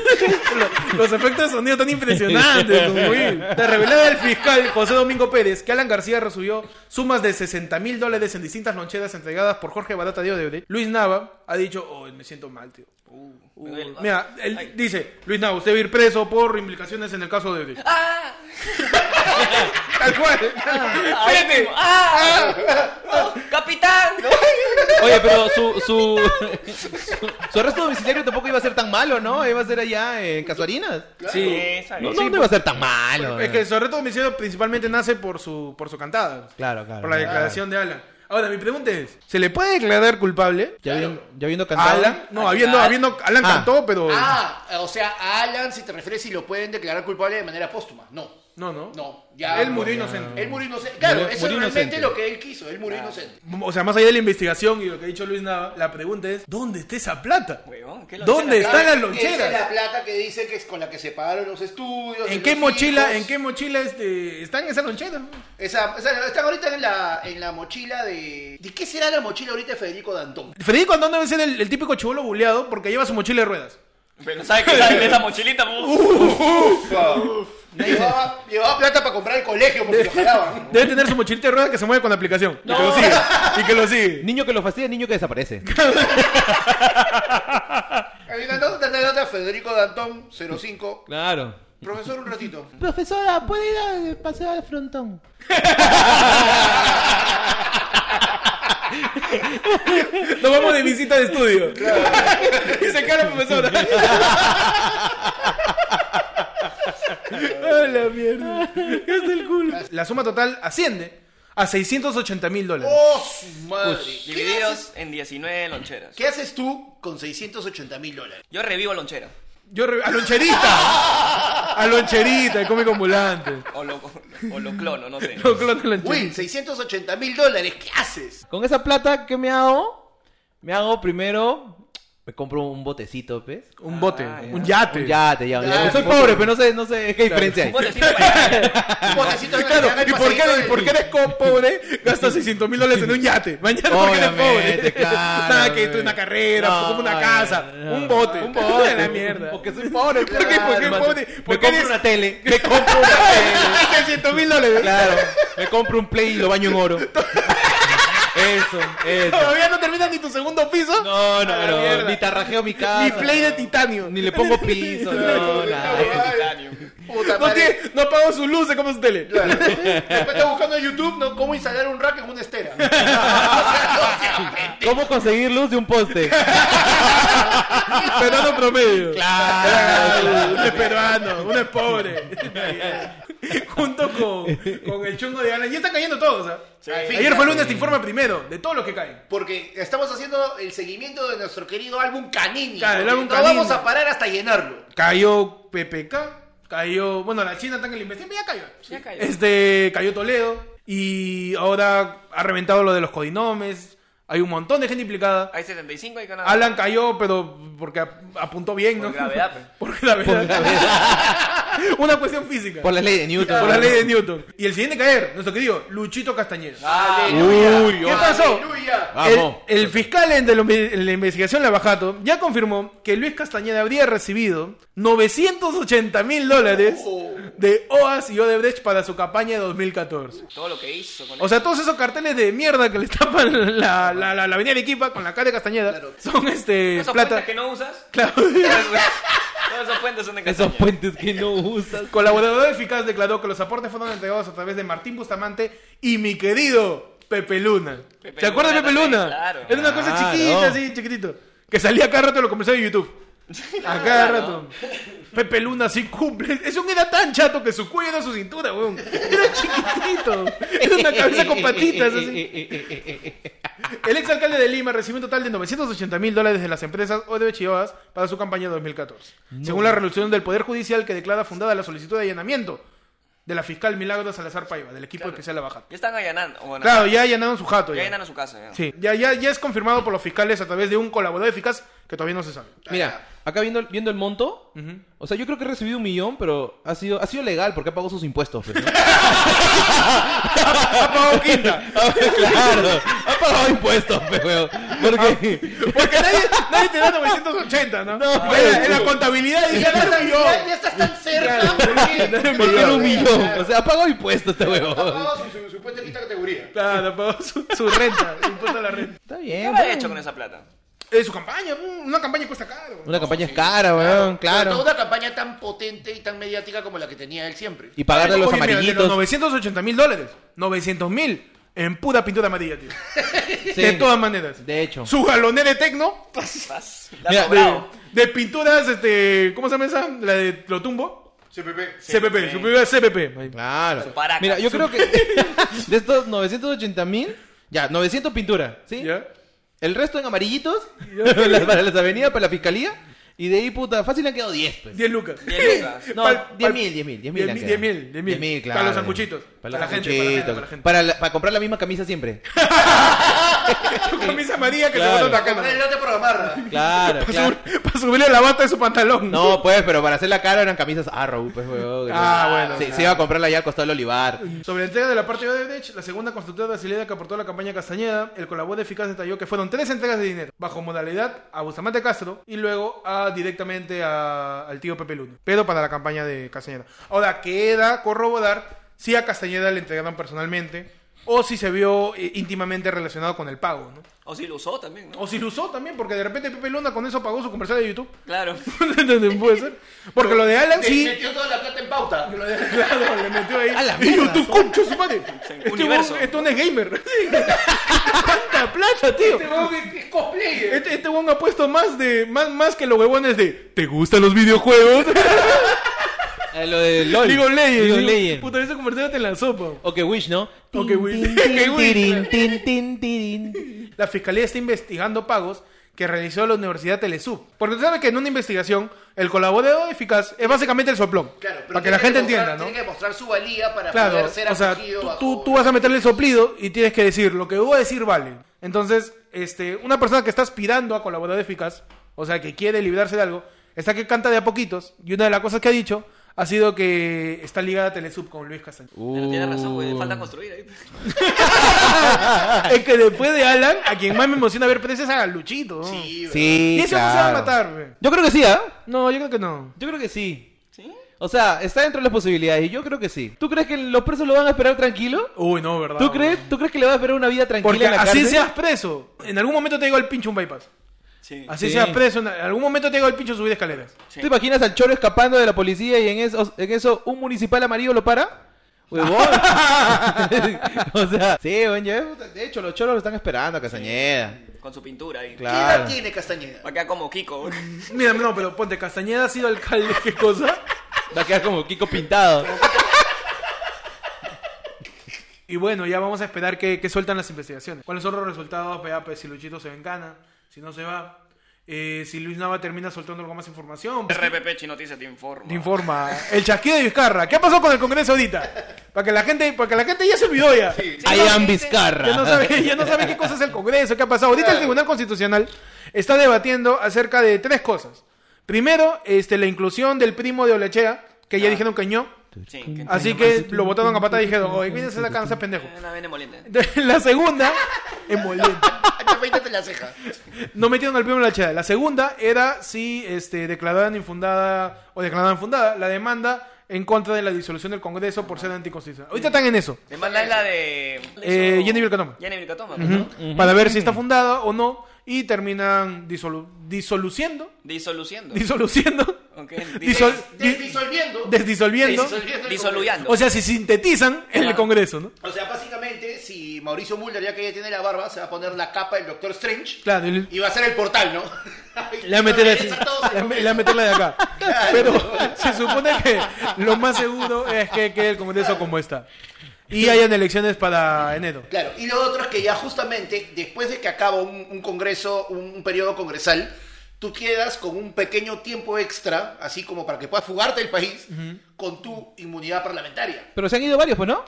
[SPEAKER 1] Lo- Los efectos de sonido tan impresionantes. como ir. La revelada del fiscal José Domingo Pérez que Alan García recibió sumas de 60 mil dólares en distintas loncheras entregadas por Jorge Barata de Odebrecht. Luis Nava ha dicho, oh, me siento mal, tío.
[SPEAKER 3] Me duele.
[SPEAKER 1] Mira, él dice, Luis Nava, usted va a ir preso por implicaciones en el caso de Odebrecht.
[SPEAKER 3] Ah,
[SPEAKER 1] Tal cual. Fíjate.
[SPEAKER 3] ah, ah, oh, capitán.
[SPEAKER 2] Oye, pero su, su, su, su arresto domiciliario tampoco iba a ser tan malo, ¿no? Iba a ser allá en Casuarinas.
[SPEAKER 1] Sí.
[SPEAKER 3] está
[SPEAKER 2] No,
[SPEAKER 3] bien.
[SPEAKER 2] no, no iba a ser tan malo.
[SPEAKER 1] Es que el reto homicidio principalmente nace por su, por su cantada.
[SPEAKER 2] Claro, claro.
[SPEAKER 1] Por la
[SPEAKER 2] claro.
[SPEAKER 1] declaración de Alan. Ahora, mi pregunta es, ¿se le puede declarar culpable?
[SPEAKER 2] Ya, habiendo, ya habiendo
[SPEAKER 1] A
[SPEAKER 2] cantado.
[SPEAKER 1] Alan, no,
[SPEAKER 3] Ah,
[SPEAKER 1] habiendo,
[SPEAKER 3] claro.
[SPEAKER 1] habiendo, Alan
[SPEAKER 2] Ah.
[SPEAKER 1] cantó, pero...
[SPEAKER 4] Ah, o sea, a Alan, si te refieres si lo pueden declarar culpable de manera póstuma. No.
[SPEAKER 1] No, no.
[SPEAKER 4] No, ya.
[SPEAKER 1] Él murió Ah. inocente.
[SPEAKER 4] Él murió inocente. Claro,
[SPEAKER 2] Murió-
[SPEAKER 4] eso
[SPEAKER 2] murió
[SPEAKER 4] es realmente
[SPEAKER 2] inocente.
[SPEAKER 4] lo que él quiso. Él murió inocente.
[SPEAKER 1] O sea, más allá de la investigación y lo que ha dicho Luis Nava, la pregunta es, ¿dónde está esa plata?
[SPEAKER 3] Huevón, ¿qué lonchera?
[SPEAKER 1] ¿Dónde están las
[SPEAKER 4] Claro, Esa es la
[SPEAKER 1] loncheras?
[SPEAKER 4] plata que dice que es con la que se pagaron los estudios. de
[SPEAKER 1] ¿En qué
[SPEAKER 4] los
[SPEAKER 1] mochila,
[SPEAKER 4] hijos.
[SPEAKER 1] en qué mochila este, están esas loncheras?
[SPEAKER 4] Esa, esa- están ahorita en la, en la mochila de. ¿De qué será la mochila ahorita de Federico Dantón?
[SPEAKER 1] Federico Andón debe ser el, el típico chivolo buleado porque lleva su mochila de ruedas.
[SPEAKER 3] Pero ¿sabes qué sale de esa mochilita? uf?
[SPEAKER 4] Llevaba, llevaba plata para comprar el colegio porque lo jalaban.
[SPEAKER 1] Debe tener su mochilita de ruedas que se mueve con la aplicación. Y que lo sigue. Y que lo sigue.
[SPEAKER 2] Niño que lo fastidia, niño que desaparece.
[SPEAKER 4] Hay una nota, una nota, Federico Dantón, 05.
[SPEAKER 2] Claro.
[SPEAKER 4] Profesor, un ratito.
[SPEAKER 2] Profesora, ¿puede ir al paseo al frontón?
[SPEAKER 1] Nos vamos de visita de estudio. y se cae la profesora. ¡A la mierda! Hasta el culo. La suma total asciende a 680 mil dólares.
[SPEAKER 4] ¡Oh, su madre! ¿Qué, haces,
[SPEAKER 3] Divididos en 19 loncheras.
[SPEAKER 4] qué haces tú con 680 mil dólares?
[SPEAKER 3] Yo revivo lonchera.
[SPEAKER 1] Yo re- ¡A loncherita! ¡A loncherita! El cómico ambulante.
[SPEAKER 3] O lo, o lo clono, no sé.
[SPEAKER 1] No, clon de
[SPEAKER 4] Win,
[SPEAKER 1] loncherita.
[SPEAKER 4] 680 mil dólares, ¿qué haces?
[SPEAKER 2] Con esa plata, ¿qué me hago? Me hago primero. Me compro un botecito, ¿ves?
[SPEAKER 1] Un bote,
[SPEAKER 3] Ah, ya.
[SPEAKER 1] un yate.
[SPEAKER 2] Un yate, ya. un
[SPEAKER 4] Claro.
[SPEAKER 2] yate. Soy pobre, pero no sé, no sé qué diferencia hay.
[SPEAKER 3] Un botecito para-
[SPEAKER 4] Un botecito de
[SPEAKER 1] Claro,
[SPEAKER 4] Navidad en el
[SPEAKER 1] ¿y por qué,
[SPEAKER 4] paseíto
[SPEAKER 1] y por qué eres co- pobre? Gastas 600 mil dólares en un yate. Mañana, ¿por qué eres pobre?
[SPEAKER 2] Obviamente, claro.
[SPEAKER 1] Nada, que tú una carrera,
[SPEAKER 2] No,
[SPEAKER 1] como una
[SPEAKER 2] no,
[SPEAKER 1] casa,
[SPEAKER 2] no.
[SPEAKER 1] un bote.
[SPEAKER 2] Un bote.
[SPEAKER 1] De la mierda.
[SPEAKER 2] Porque soy pobre.
[SPEAKER 1] ¿Por qué-
[SPEAKER 2] claro,
[SPEAKER 1] por qué
[SPEAKER 2] hermano.
[SPEAKER 1] pobre?
[SPEAKER 2] Me
[SPEAKER 1] Porque
[SPEAKER 2] compro
[SPEAKER 1] eres-
[SPEAKER 2] una tele. Me compro una tele.
[SPEAKER 1] 600 mil dólares.
[SPEAKER 2] Claro. Me compro un play y lo baño en oro. Eso, eso.
[SPEAKER 1] Todavía no terminas ni tu segundo piso.
[SPEAKER 2] No,
[SPEAKER 1] A la
[SPEAKER 2] no, no.
[SPEAKER 1] mierda.
[SPEAKER 2] Ni tarrajeo mi casa.
[SPEAKER 1] Ni play de titanio.
[SPEAKER 2] Ni le pongo piso. No, nada.
[SPEAKER 4] Puta
[SPEAKER 1] No,
[SPEAKER 4] madre.
[SPEAKER 1] tiene, no pago su luz, se come su tele.
[SPEAKER 4] Claro. Después está buscando en YouTube ¿no? cómo instalar un rack en una estera.
[SPEAKER 2] ¿Cómo conseguir luz de un poste?
[SPEAKER 1] Peruano promedio.
[SPEAKER 2] Claro.
[SPEAKER 1] Uno es peruano, uno es pobre. Junto con, con el chungo de Alan. Y están cayendo todos. ¿ah?
[SPEAKER 4] Al fin,
[SPEAKER 1] Ayer
[SPEAKER 4] ya.
[SPEAKER 1] fue lunes, te informa primero de todos los que caen.
[SPEAKER 4] Porque estamos haciendo el seguimiento de nuestro querido álbum Canini.
[SPEAKER 1] Claro, el
[SPEAKER 4] porque
[SPEAKER 1] álbum
[SPEAKER 4] no
[SPEAKER 1] Canini.
[SPEAKER 4] vamos a parar hasta llenarlo.
[SPEAKER 1] Cayó PPK, cayó. Bueno, la China está en el imbécil, pero ya cayó.
[SPEAKER 3] Ya cayó.
[SPEAKER 1] Este, cayó Toledo. Y ahora ha reventado lo de los codinomes. Hay un montón de gente implicada.
[SPEAKER 3] Hay 75, hay Canadá.
[SPEAKER 1] Alan cayó, pero porque ap- apuntó bien,
[SPEAKER 3] Por
[SPEAKER 1] ¿no?
[SPEAKER 3] gravedad, pues.
[SPEAKER 1] Por gravedad.
[SPEAKER 2] Por la, ley-
[SPEAKER 1] Una cuestión física.
[SPEAKER 2] por la ley de Newton.
[SPEAKER 1] Por la ley de Newton. Y el siguiente caer, nuestro querido Luchito Castañeda.
[SPEAKER 4] Aleluya.
[SPEAKER 2] Uy,
[SPEAKER 1] Ah, ¿Qué pasó?
[SPEAKER 4] Aleluya.
[SPEAKER 2] Ah, Vamos.
[SPEAKER 1] El, el fiscal en, de lo- en la investigación Lavajato ya confirmó que Luis Castañeda habría recibido 980 mil dólares
[SPEAKER 2] Oh.
[SPEAKER 1] de OAS y Odebrecht para su campaña de 2014.
[SPEAKER 3] Todo lo que hizo con
[SPEAKER 1] O sea, todos esos carteles de mierda que le tapan la, la, la, la avenida Arequipa con la cara de Castañeda
[SPEAKER 4] Claro.
[SPEAKER 1] son este
[SPEAKER 3] esos
[SPEAKER 1] plata.
[SPEAKER 3] puentes que no usas.
[SPEAKER 1] Claro.
[SPEAKER 3] Todos esos puentes son de
[SPEAKER 2] Esos
[SPEAKER 3] Castañeda.
[SPEAKER 2] puentes que no usas.
[SPEAKER 1] Colaborador eficaz declaró que los aportes fueron entregados a través de Martín Bustamante y mi querido Pepe Luna.
[SPEAKER 3] Pepe
[SPEAKER 1] ¿Se acuerdan de
[SPEAKER 3] Luna
[SPEAKER 1] Pepe
[SPEAKER 3] también,
[SPEAKER 1] Luna?
[SPEAKER 3] claro.
[SPEAKER 1] Era una cosa
[SPEAKER 2] Claro.
[SPEAKER 1] chiquita, así, chiquitito. Que salía cada rato en los comerciales de YouTube. A cada rato. Pepe Luna sí cumple. Es un era tan chato que su cuello era su cintura, weón. Era chiquitito. Era una cabeza con patitas,
[SPEAKER 2] Eh,
[SPEAKER 1] así. El exalcalde de Lima recibió un total de 980 mil dólares de las empresas Odebrecht y OAS para su campaña 2014, según la resolución del Poder Judicial que declara fundada la solicitud de allanamiento de la fiscal Milagro Salazar Paiva, del equipo especial La Baja.
[SPEAKER 3] Ya están allanando. o Bueno,
[SPEAKER 1] Claro, ya allanaron su jato.
[SPEAKER 3] ya
[SPEAKER 1] Ya,
[SPEAKER 3] allanaron su casa. Ya.
[SPEAKER 1] Sí, ya, ya, ya es confirmado por los fiscales a través de un colaborador eficaz que todavía no se sabe.
[SPEAKER 2] eh, Mira, acá viendo, el- viendo el monto,
[SPEAKER 1] Ujú.
[SPEAKER 2] o sea, yo creo que he recibido un millón, pero ha sido, ha sido legal porque ha pagado sus impuestos. pues, ¿no?
[SPEAKER 1] Ha pagado quinta.
[SPEAKER 2] claro, ha pagado impuestos, pues, weón. Porque,
[SPEAKER 1] Porque nadie, nadie te da 980, ¿no?
[SPEAKER 2] No,
[SPEAKER 1] Era-
[SPEAKER 2] pero-
[SPEAKER 1] en la contabilidad dice,
[SPEAKER 4] Ya estás
[SPEAKER 1] "Ganaste
[SPEAKER 4] tan-
[SPEAKER 1] un
[SPEAKER 4] Ya
[SPEAKER 1] millón".
[SPEAKER 4] ya estás tan cerca.
[SPEAKER 1] Ah,
[SPEAKER 4] ¿por
[SPEAKER 2] porque
[SPEAKER 4] qué?
[SPEAKER 2] era un millón. O sea, ha pagado impuestos este weón.
[SPEAKER 4] Apagado su- su- su puesto en quinta categoría.
[SPEAKER 1] Claro, pagó su, su renta, su impuesto a la renta.
[SPEAKER 2] Está
[SPEAKER 3] ¿Qué
[SPEAKER 2] bien,
[SPEAKER 3] habrá
[SPEAKER 2] weón.
[SPEAKER 3] hecho con esa plata?
[SPEAKER 1] Eh, su campaña, una campaña cuesta caro.
[SPEAKER 2] Una campaña es cara, weón,
[SPEAKER 4] Sobre todo
[SPEAKER 2] claro.
[SPEAKER 4] una campaña tan potente y tan mediática como la que tenía él siempre.
[SPEAKER 2] Y pagarle a los
[SPEAKER 1] Oye, mira, de los
[SPEAKER 2] amarillitos.
[SPEAKER 1] 980 mil dólares, 900 mil en pura pintura amarilla, tío.
[SPEAKER 2] Sí.
[SPEAKER 1] De todas maneras.
[SPEAKER 2] De hecho.
[SPEAKER 1] Su galoné de tecno,
[SPEAKER 3] Vas, la
[SPEAKER 2] Mira,
[SPEAKER 1] de,
[SPEAKER 3] sobrado.
[SPEAKER 1] de pinturas, este, ¿cómo se llama esa? La de lo tumbo.
[SPEAKER 4] CPP.
[SPEAKER 1] CPP, su primera CPP.
[SPEAKER 2] Claro.
[SPEAKER 3] Paracas.
[SPEAKER 2] Mira, yo creo que de estos 980 mil, ya, 900 pintura, ¿sí?
[SPEAKER 1] ¿Ya?
[SPEAKER 2] El resto en amarillitos,
[SPEAKER 1] Ya.
[SPEAKER 2] la- para las avenidas, para la fiscalía, y de ahí, puta, fácil le han quedado 10, pues.
[SPEAKER 1] 10 lucas.
[SPEAKER 3] 10 lucas.
[SPEAKER 2] No,
[SPEAKER 1] Pal-
[SPEAKER 2] 10
[SPEAKER 1] pal-
[SPEAKER 2] mil, 10 mil, 10 mil. han
[SPEAKER 1] 10 mil,
[SPEAKER 2] quedado.
[SPEAKER 1] 10 mil, 10
[SPEAKER 2] 10
[SPEAKER 1] mil.
[SPEAKER 2] mil,
[SPEAKER 1] Para los
[SPEAKER 2] claro.
[SPEAKER 1] sanguchitos.
[SPEAKER 2] Para los
[SPEAKER 1] la gente, para la gente,
[SPEAKER 2] sanguchitos.
[SPEAKER 1] para la gente.
[SPEAKER 2] Para la- para comprar la misma camisa siempre.
[SPEAKER 1] Su camisa amarilla que
[SPEAKER 2] Claro.
[SPEAKER 1] se botó
[SPEAKER 4] Como el
[SPEAKER 1] acá.
[SPEAKER 4] lote por amarra.
[SPEAKER 2] Claro,
[SPEAKER 1] Para,
[SPEAKER 2] claro.
[SPEAKER 1] subir- para subirle la bata de su pantalón.
[SPEAKER 2] No, pues, pero para hacer la cara eran camisas Arrow, pues, weón.
[SPEAKER 1] Ah, bueno,
[SPEAKER 2] Se, se
[SPEAKER 1] claro.
[SPEAKER 2] iba a comprarla ya al costado del Olivar.
[SPEAKER 1] Sobre la entrega de la parte de Odebrecht, la segunda constructora brasileña que aportó la campaña Castañeda, el colaborador eficaz detalló que fueron tres entregas de dinero, bajo modalidad a Bustamante Castro y luego a, directamente a- al tío Pepe Luna, pero para la campaña de Castañeda. Ahora, queda corroborar si a Castañeda le entregaron personalmente o si se vio eh, íntimamente relacionado con el pago, ¿no?
[SPEAKER 3] O si lo usó también, ¿no?
[SPEAKER 1] O si lo usó también, porque de repente Pepe Luna con eso pagó su comercial de YouTube.
[SPEAKER 3] Claro.
[SPEAKER 1] Puede ser. Porque lo de Alan
[SPEAKER 4] Le
[SPEAKER 1] sí...
[SPEAKER 4] Eh, Metió toda la plata en pauta.
[SPEAKER 1] Claro, le metió ahí.
[SPEAKER 2] A la
[SPEAKER 1] y
[SPEAKER 2] mierda,
[SPEAKER 1] YouTube, concha su madre. Este
[SPEAKER 3] Universo.
[SPEAKER 1] weón- Este weón es gamer. Sí. Tanta plata, tío.
[SPEAKER 4] Este huevón es- es cosplayer.
[SPEAKER 1] Este, este weón ha puesto más de más, más que los huevones de ¿Te gustan los videojuegos?
[SPEAKER 2] Eh, lo de LOL.
[SPEAKER 1] Digo Legends.
[SPEAKER 2] League of
[SPEAKER 1] digo,
[SPEAKER 2] Legends.
[SPEAKER 1] Puta, ese convertirte en la sopa.
[SPEAKER 2] O que Wish, ¿no?
[SPEAKER 1] O que Wish.
[SPEAKER 2] Tin,
[SPEAKER 1] Que Wish,
[SPEAKER 2] tirin,
[SPEAKER 1] claro.
[SPEAKER 2] tin, tin, tirin.
[SPEAKER 1] La fiscalía está investigando pagos que realizó la Universidad Telesub. Porque tú sabes que en una investigación, el colaborador eficaz es básicamente el soplón.
[SPEAKER 4] Claro, pero
[SPEAKER 1] para que
[SPEAKER 4] tiene
[SPEAKER 1] la gente
[SPEAKER 4] demostrar-
[SPEAKER 1] entienda, ¿no?
[SPEAKER 4] Tiene que demostrar su valía para
[SPEAKER 1] Claro,
[SPEAKER 4] poder ser
[SPEAKER 1] o sea,
[SPEAKER 4] acogido
[SPEAKER 1] tú,
[SPEAKER 4] bajo-
[SPEAKER 1] tú- tú vas a meterle el soplido y tienes que decir, lo que voy a decir vale. Entonces, este, una persona que está aspirando a colaborador eficaz, o sea, que quiere librarse de algo, está que canta de a poquitos, y una de las cosas que ha dicho ha sido que está ligada a Telesub con Luis Castaño.
[SPEAKER 3] Pero tiene razón, güey. Falta construir ahí.
[SPEAKER 1] es que después de Alan, a quien más me emociona ver preso es a Luchito. ¿no?
[SPEAKER 4] Sí,
[SPEAKER 2] Sí,
[SPEAKER 1] Y eso no se va a
[SPEAKER 2] claro.
[SPEAKER 1] matar, güey.
[SPEAKER 2] Yo creo que sí, ¿ah?
[SPEAKER 1] No, yo creo que no.
[SPEAKER 2] Yo creo que sí.
[SPEAKER 3] ¿Sí?
[SPEAKER 2] O sea, está dentro de las posibilidades. Y yo creo que sí. ¿Tú crees que los presos lo van a esperar tranquilo?
[SPEAKER 1] Uy, no, ¿verdad?
[SPEAKER 2] ¿Tú
[SPEAKER 1] güey?
[SPEAKER 2] crees? ¿Tú crees que le va a esperar una vida tranquila
[SPEAKER 1] Porque
[SPEAKER 2] en la
[SPEAKER 1] así
[SPEAKER 2] cárcel?
[SPEAKER 1] seas preso, en algún momento te digo el pincho un bypass.
[SPEAKER 3] Sí.
[SPEAKER 1] Así
[SPEAKER 2] Sí.
[SPEAKER 1] seas preso, en algún momento te digo el pincho subir escaleras.
[SPEAKER 3] Sí.
[SPEAKER 2] ¿Tú te imaginas al choro escapando de la policía y en eso, en eso un municipal amarillo lo para? Huevón. o sea, sí, weón, ya- de hecho los choros lo están esperando a Casañeda.
[SPEAKER 3] Con su pintura ahí.
[SPEAKER 4] ¿Qué edad
[SPEAKER 2] Claro.
[SPEAKER 4] tiene Castañeda?
[SPEAKER 3] Va a quedar como Kiko, güey.
[SPEAKER 1] Mira, no, pero ponte, Castañeda ha sido alcalde, ¿qué cosa?
[SPEAKER 2] Va a quedar como Kiko pintado.
[SPEAKER 1] Y bueno, ya vamos a esperar que, que sueltan las investigaciones. ¿Cuáles son los resultados? Vea, pues, si Luchito se va en cana, si no se va. Eh, si Luis Nava termina soltando algo más información, pues,
[SPEAKER 3] RPP Chinoticia te informa.
[SPEAKER 1] te informa. El chasquido de Vizcarra. ¿Qué pasó con el Congreso ahorita? Para que la gente, para que la gente ya se olvidó ya.
[SPEAKER 4] Sí.
[SPEAKER 3] Sí,
[SPEAKER 2] I
[SPEAKER 3] no,
[SPEAKER 2] am
[SPEAKER 3] sí, sí.
[SPEAKER 2] Vizcarra.
[SPEAKER 1] Ya no sabe, ya no sabe qué cosa es el Congreso, qué ha pasado. Ahorita el Tribunal Constitucional está debatiendo acerca de tres cosas. Primero, este, la inclusión del primo de Olechea, que ya dijeron que no.
[SPEAKER 3] Sí, que-
[SPEAKER 1] Así que lo botaron a patada y dijeron, oye, cuídense la cansa, pendejo.
[SPEAKER 3] Una vena
[SPEAKER 1] Eh,
[SPEAKER 3] moliente.
[SPEAKER 1] La segunda, emoliente.
[SPEAKER 4] Afeítate la ceja.
[SPEAKER 1] No metieron al primo de Olechea. La segunda era si este, declaraban infundada o declaraban fundada la demanda en contra de la disolución del Congreso por ser anticonstitucional. Ahorita están en eso.
[SPEAKER 3] Le manda es la de.
[SPEAKER 1] Eh, Jenny Vilcatoma.
[SPEAKER 3] Jenny Vilcatoma, pues, ¿no?
[SPEAKER 1] Para ver si está fundada o no. Y terminan disolu- disoluciendo
[SPEAKER 3] Disoluciendo.
[SPEAKER 1] disoluciendo,
[SPEAKER 3] Ok,
[SPEAKER 1] disol-
[SPEAKER 4] Des-
[SPEAKER 1] di-
[SPEAKER 4] Disolviendo.
[SPEAKER 1] desdisolviendo.
[SPEAKER 4] Disolviendo el
[SPEAKER 3] Disoluyando.
[SPEAKER 1] O sea, si sintetizan en el
[SPEAKER 3] Claro.
[SPEAKER 1] Congreso, ¿no?
[SPEAKER 4] O sea, básicamente, si Mauricio Mulder, ya que ya tiene la barba, se va a poner la capa del Doctor Strange
[SPEAKER 1] Claro, el-
[SPEAKER 4] y va a ser el portal, ¿no?
[SPEAKER 1] le va a meter así,
[SPEAKER 4] Regresa todos al
[SPEAKER 1] le va a me-
[SPEAKER 4] Congreso.
[SPEAKER 1] le va a meter la de acá. Pero se supone que lo más seguro es que quede el Congreso como está. Y hayan elecciones para enero.
[SPEAKER 4] Claro, y lo otro es que ya justamente después de que acaba un, un congreso, un, un periodo congresal, tú quedas con un pequeño tiempo extra, así como para que puedas fugarte del país con tu inmunidad parlamentaria.
[SPEAKER 2] Pero se han ido varios, pues, ¿no?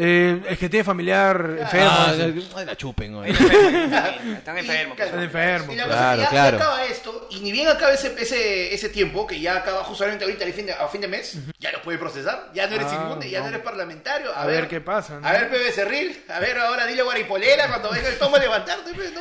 [SPEAKER 1] Eh, es que tiene familiar enfermo.
[SPEAKER 2] Ah,
[SPEAKER 1] así.
[SPEAKER 2] ay, la chupen, güey.
[SPEAKER 3] Están
[SPEAKER 4] Y,
[SPEAKER 3] enfermos. pues.
[SPEAKER 4] claro,
[SPEAKER 1] Están enfermos,
[SPEAKER 4] Y la
[SPEAKER 2] claro.
[SPEAKER 4] cosa es que ya,
[SPEAKER 2] Claro,
[SPEAKER 4] ya
[SPEAKER 2] claro.
[SPEAKER 4] acaba esto, y ni bien acaba ese, ese, ese tiempo, que ya acaba justamente ahorita el fin de- a fin de mes, ya lo puede procesar, ya no eres
[SPEAKER 1] Ah,
[SPEAKER 4] inmune, ya no.
[SPEAKER 1] no.
[SPEAKER 4] eres parlamentario. A,
[SPEAKER 1] A ver qué pasa, ¿no?
[SPEAKER 4] A ver, Pepe Cerril, a ver, ahora dile a Guaripolera cuando venga el tomo a levantarte, pues, ¿no?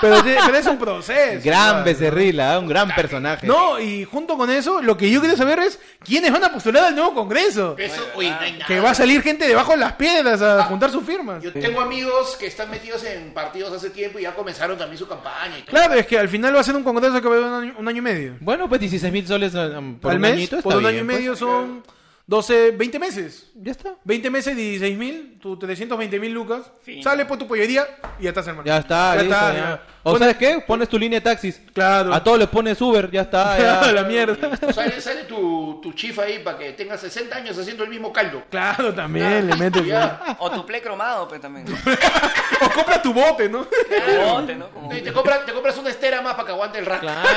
[SPEAKER 1] Pero, te- pero es un proceso.
[SPEAKER 2] Gran
[SPEAKER 1] claro.
[SPEAKER 2] becerrila, ¿eh? un gran personaje.
[SPEAKER 1] No, y junto con eso, lo que yo quiero saber es quiénes van a postular al nuevo Congreso.
[SPEAKER 4] Eso, oye, no hay nada.
[SPEAKER 1] Que va a salir gente debajo de las piedras a juntar sus firmas.
[SPEAKER 4] Yo tengo amigos que están metidos en partidos hace tiempo y ya comenzaron también su campaña. Y todo.
[SPEAKER 1] Claro, es que al final va a ser un congreso que va a durar un año, un año y medio.
[SPEAKER 2] Bueno, pues 16 mil soles um, por
[SPEAKER 1] al
[SPEAKER 2] un
[SPEAKER 1] mes,
[SPEAKER 2] añito está
[SPEAKER 1] por un año
[SPEAKER 2] bien,
[SPEAKER 1] y medio son 12, 20 meses.
[SPEAKER 2] pues. Ya está.
[SPEAKER 1] 20 meses, 16 mil, tu 320 mil lucas.
[SPEAKER 3] Fin.
[SPEAKER 1] Sale por tu pollería y ya estás, hermano.
[SPEAKER 2] Ya está, listo,
[SPEAKER 1] está,
[SPEAKER 2] ya.
[SPEAKER 1] ya.
[SPEAKER 2] O
[SPEAKER 1] Pon-
[SPEAKER 2] sabes qué, pones tu línea de taxis.
[SPEAKER 1] Claro.
[SPEAKER 2] A todos les pones Uber, ya está. ya.
[SPEAKER 1] la mierda.
[SPEAKER 4] Sale, sale tu, tu chifa ahí para que tengas 60 años haciendo el mismo caldo.
[SPEAKER 1] Claro, también le metes.
[SPEAKER 4] Ya.
[SPEAKER 3] O tu play cromado, pues también.
[SPEAKER 1] O compra tu bote, ¿no?
[SPEAKER 3] Bote, ¿no? Como-
[SPEAKER 4] Y Te, compras, te compras una estera más para que aguante el rack.
[SPEAKER 2] Claro.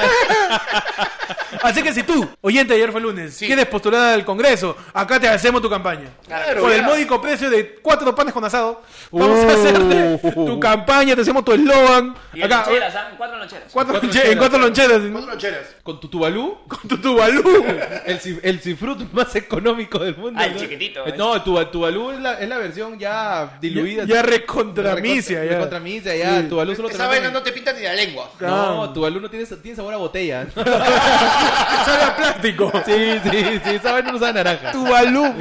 [SPEAKER 1] Así que si tú, oyente, ayer fue lunes, quieres postular al congreso, acá te hacemos tu campaña.
[SPEAKER 4] Claro,
[SPEAKER 1] Por
[SPEAKER 4] ya.
[SPEAKER 1] el módico precio de cuatro panes con asado, vamos a hacerte
[SPEAKER 2] Uh.
[SPEAKER 1] tu campaña, te hacemos tu eslogan.
[SPEAKER 3] Y
[SPEAKER 1] Acá,
[SPEAKER 3] loncheras, ¿ah? Cuatro loncheras.
[SPEAKER 1] cuatro, lonche- en cuatro loncheras. ¿no?
[SPEAKER 4] Cuatro loncheras.
[SPEAKER 2] Con tu tubalú,
[SPEAKER 1] Con tu tubalú.
[SPEAKER 2] el, ci- el cifrut más económico del mundo.
[SPEAKER 3] Ah, el
[SPEAKER 2] ¿no?
[SPEAKER 3] chiquitito,
[SPEAKER 2] Eh,
[SPEAKER 3] ¿eh?
[SPEAKER 2] No, tu tubalú es la, es la versión ya diluida.
[SPEAKER 1] Ya recontramicia,
[SPEAKER 2] Recontra-
[SPEAKER 1] ya.
[SPEAKER 2] recontramicia, ya. Tubalú solo te
[SPEAKER 4] Esa
[SPEAKER 2] lo
[SPEAKER 4] vaina
[SPEAKER 2] ponen-
[SPEAKER 4] no te pinta ni la lengua.
[SPEAKER 2] No, Tubalú no tiene, tiene sabor a botella.
[SPEAKER 1] Sabe a plástico.
[SPEAKER 2] sí, sí, sí, esa vaina no sabe a naranja.
[SPEAKER 1] Tubalú.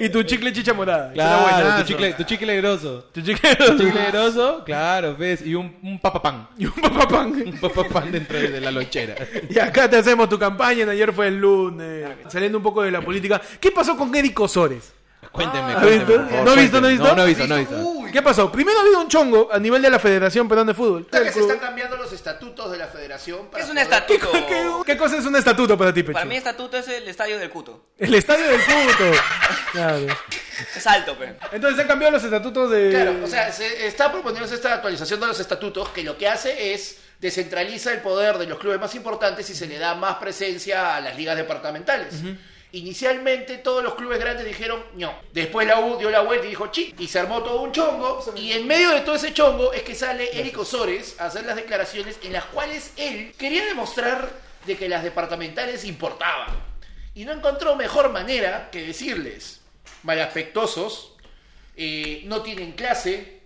[SPEAKER 1] y tu chicle chicha morada. Era
[SPEAKER 2] Claro,
[SPEAKER 1] buenazo.
[SPEAKER 2] tu chicle, tu chicle grosso.
[SPEAKER 1] Tu chicle.
[SPEAKER 2] Tu chicle grosso, claro, ves, y un, un papapán.
[SPEAKER 1] y un papapán.
[SPEAKER 2] Un papapán dentro de la lonchera.
[SPEAKER 1] Y acá te hacemos tu campaña, en ayer fue el lunes. Saliendo un poco de la política. ¿Qué pasó con Eric Osores?
[SPEAKER 2] Cuénteme,
[SPEAKER 1] Ah,
[SPEAKER 2] cuénteme,
[SPEAKER 1] ¿visto?
[SPEAKER 2] por favor,
[SPEAKER 1] ¿No ha visto,
[SPEAKER 2] cuénteme.
[SPEAKER 1] no ha visto?
[SPEAKER 2] No, no he visto, no he visto.
[SPEAKER 4] Uy,
[SPEAKER 1] ¿Qué pasó? Primero ha habido un chongo a nivel de la Federación Perdón de Fútbol.
[SPEAKER 4] puta que se
[SPEAKER 1] Club.
[SPEAKER 4] están cambiando los estatutos de la federación.
[SPEAKER 3] ¿Qué
[SPEAKER 4] para
[SPEAKER 3] es un
[SPEAKER 4] poder-
[SPEAKER 1] ¿Qué,
[SPEAKER 3] estatuto?
[SPEAKER 1] co- qué- qué cosa es un estatuto para ti, Pecho?
[SPEAKER 3] Para mí, estatuto es el estadio del cuto.
[SPEAKER 1] El estadio del puto. Claro.
[SPEAKER 3] Es alto, pues. pe.
[SPEAKER 1] Entonces han cambiado los estatutos de.
[SPEAKER 4] Claro, o sea, se está proponiéndose esta actualización de los estatutos que lo que hace es descentraliza el poder de los clubes más importantes y se le da más presencia a las ligas departamentales. Inicialmente todos los clubes grandes dijeron no. Después la U dio la vuelta y dijo chi. Y se armó todo un chongo. Y en medio de todo ese chongo es que sale Eric Osores a hacer las declaraciones en las cuales él quería demostrar de que las departamentales importaban. Y no encontró mejor manera que decirles, malaspectosos, eh, no tienen clase,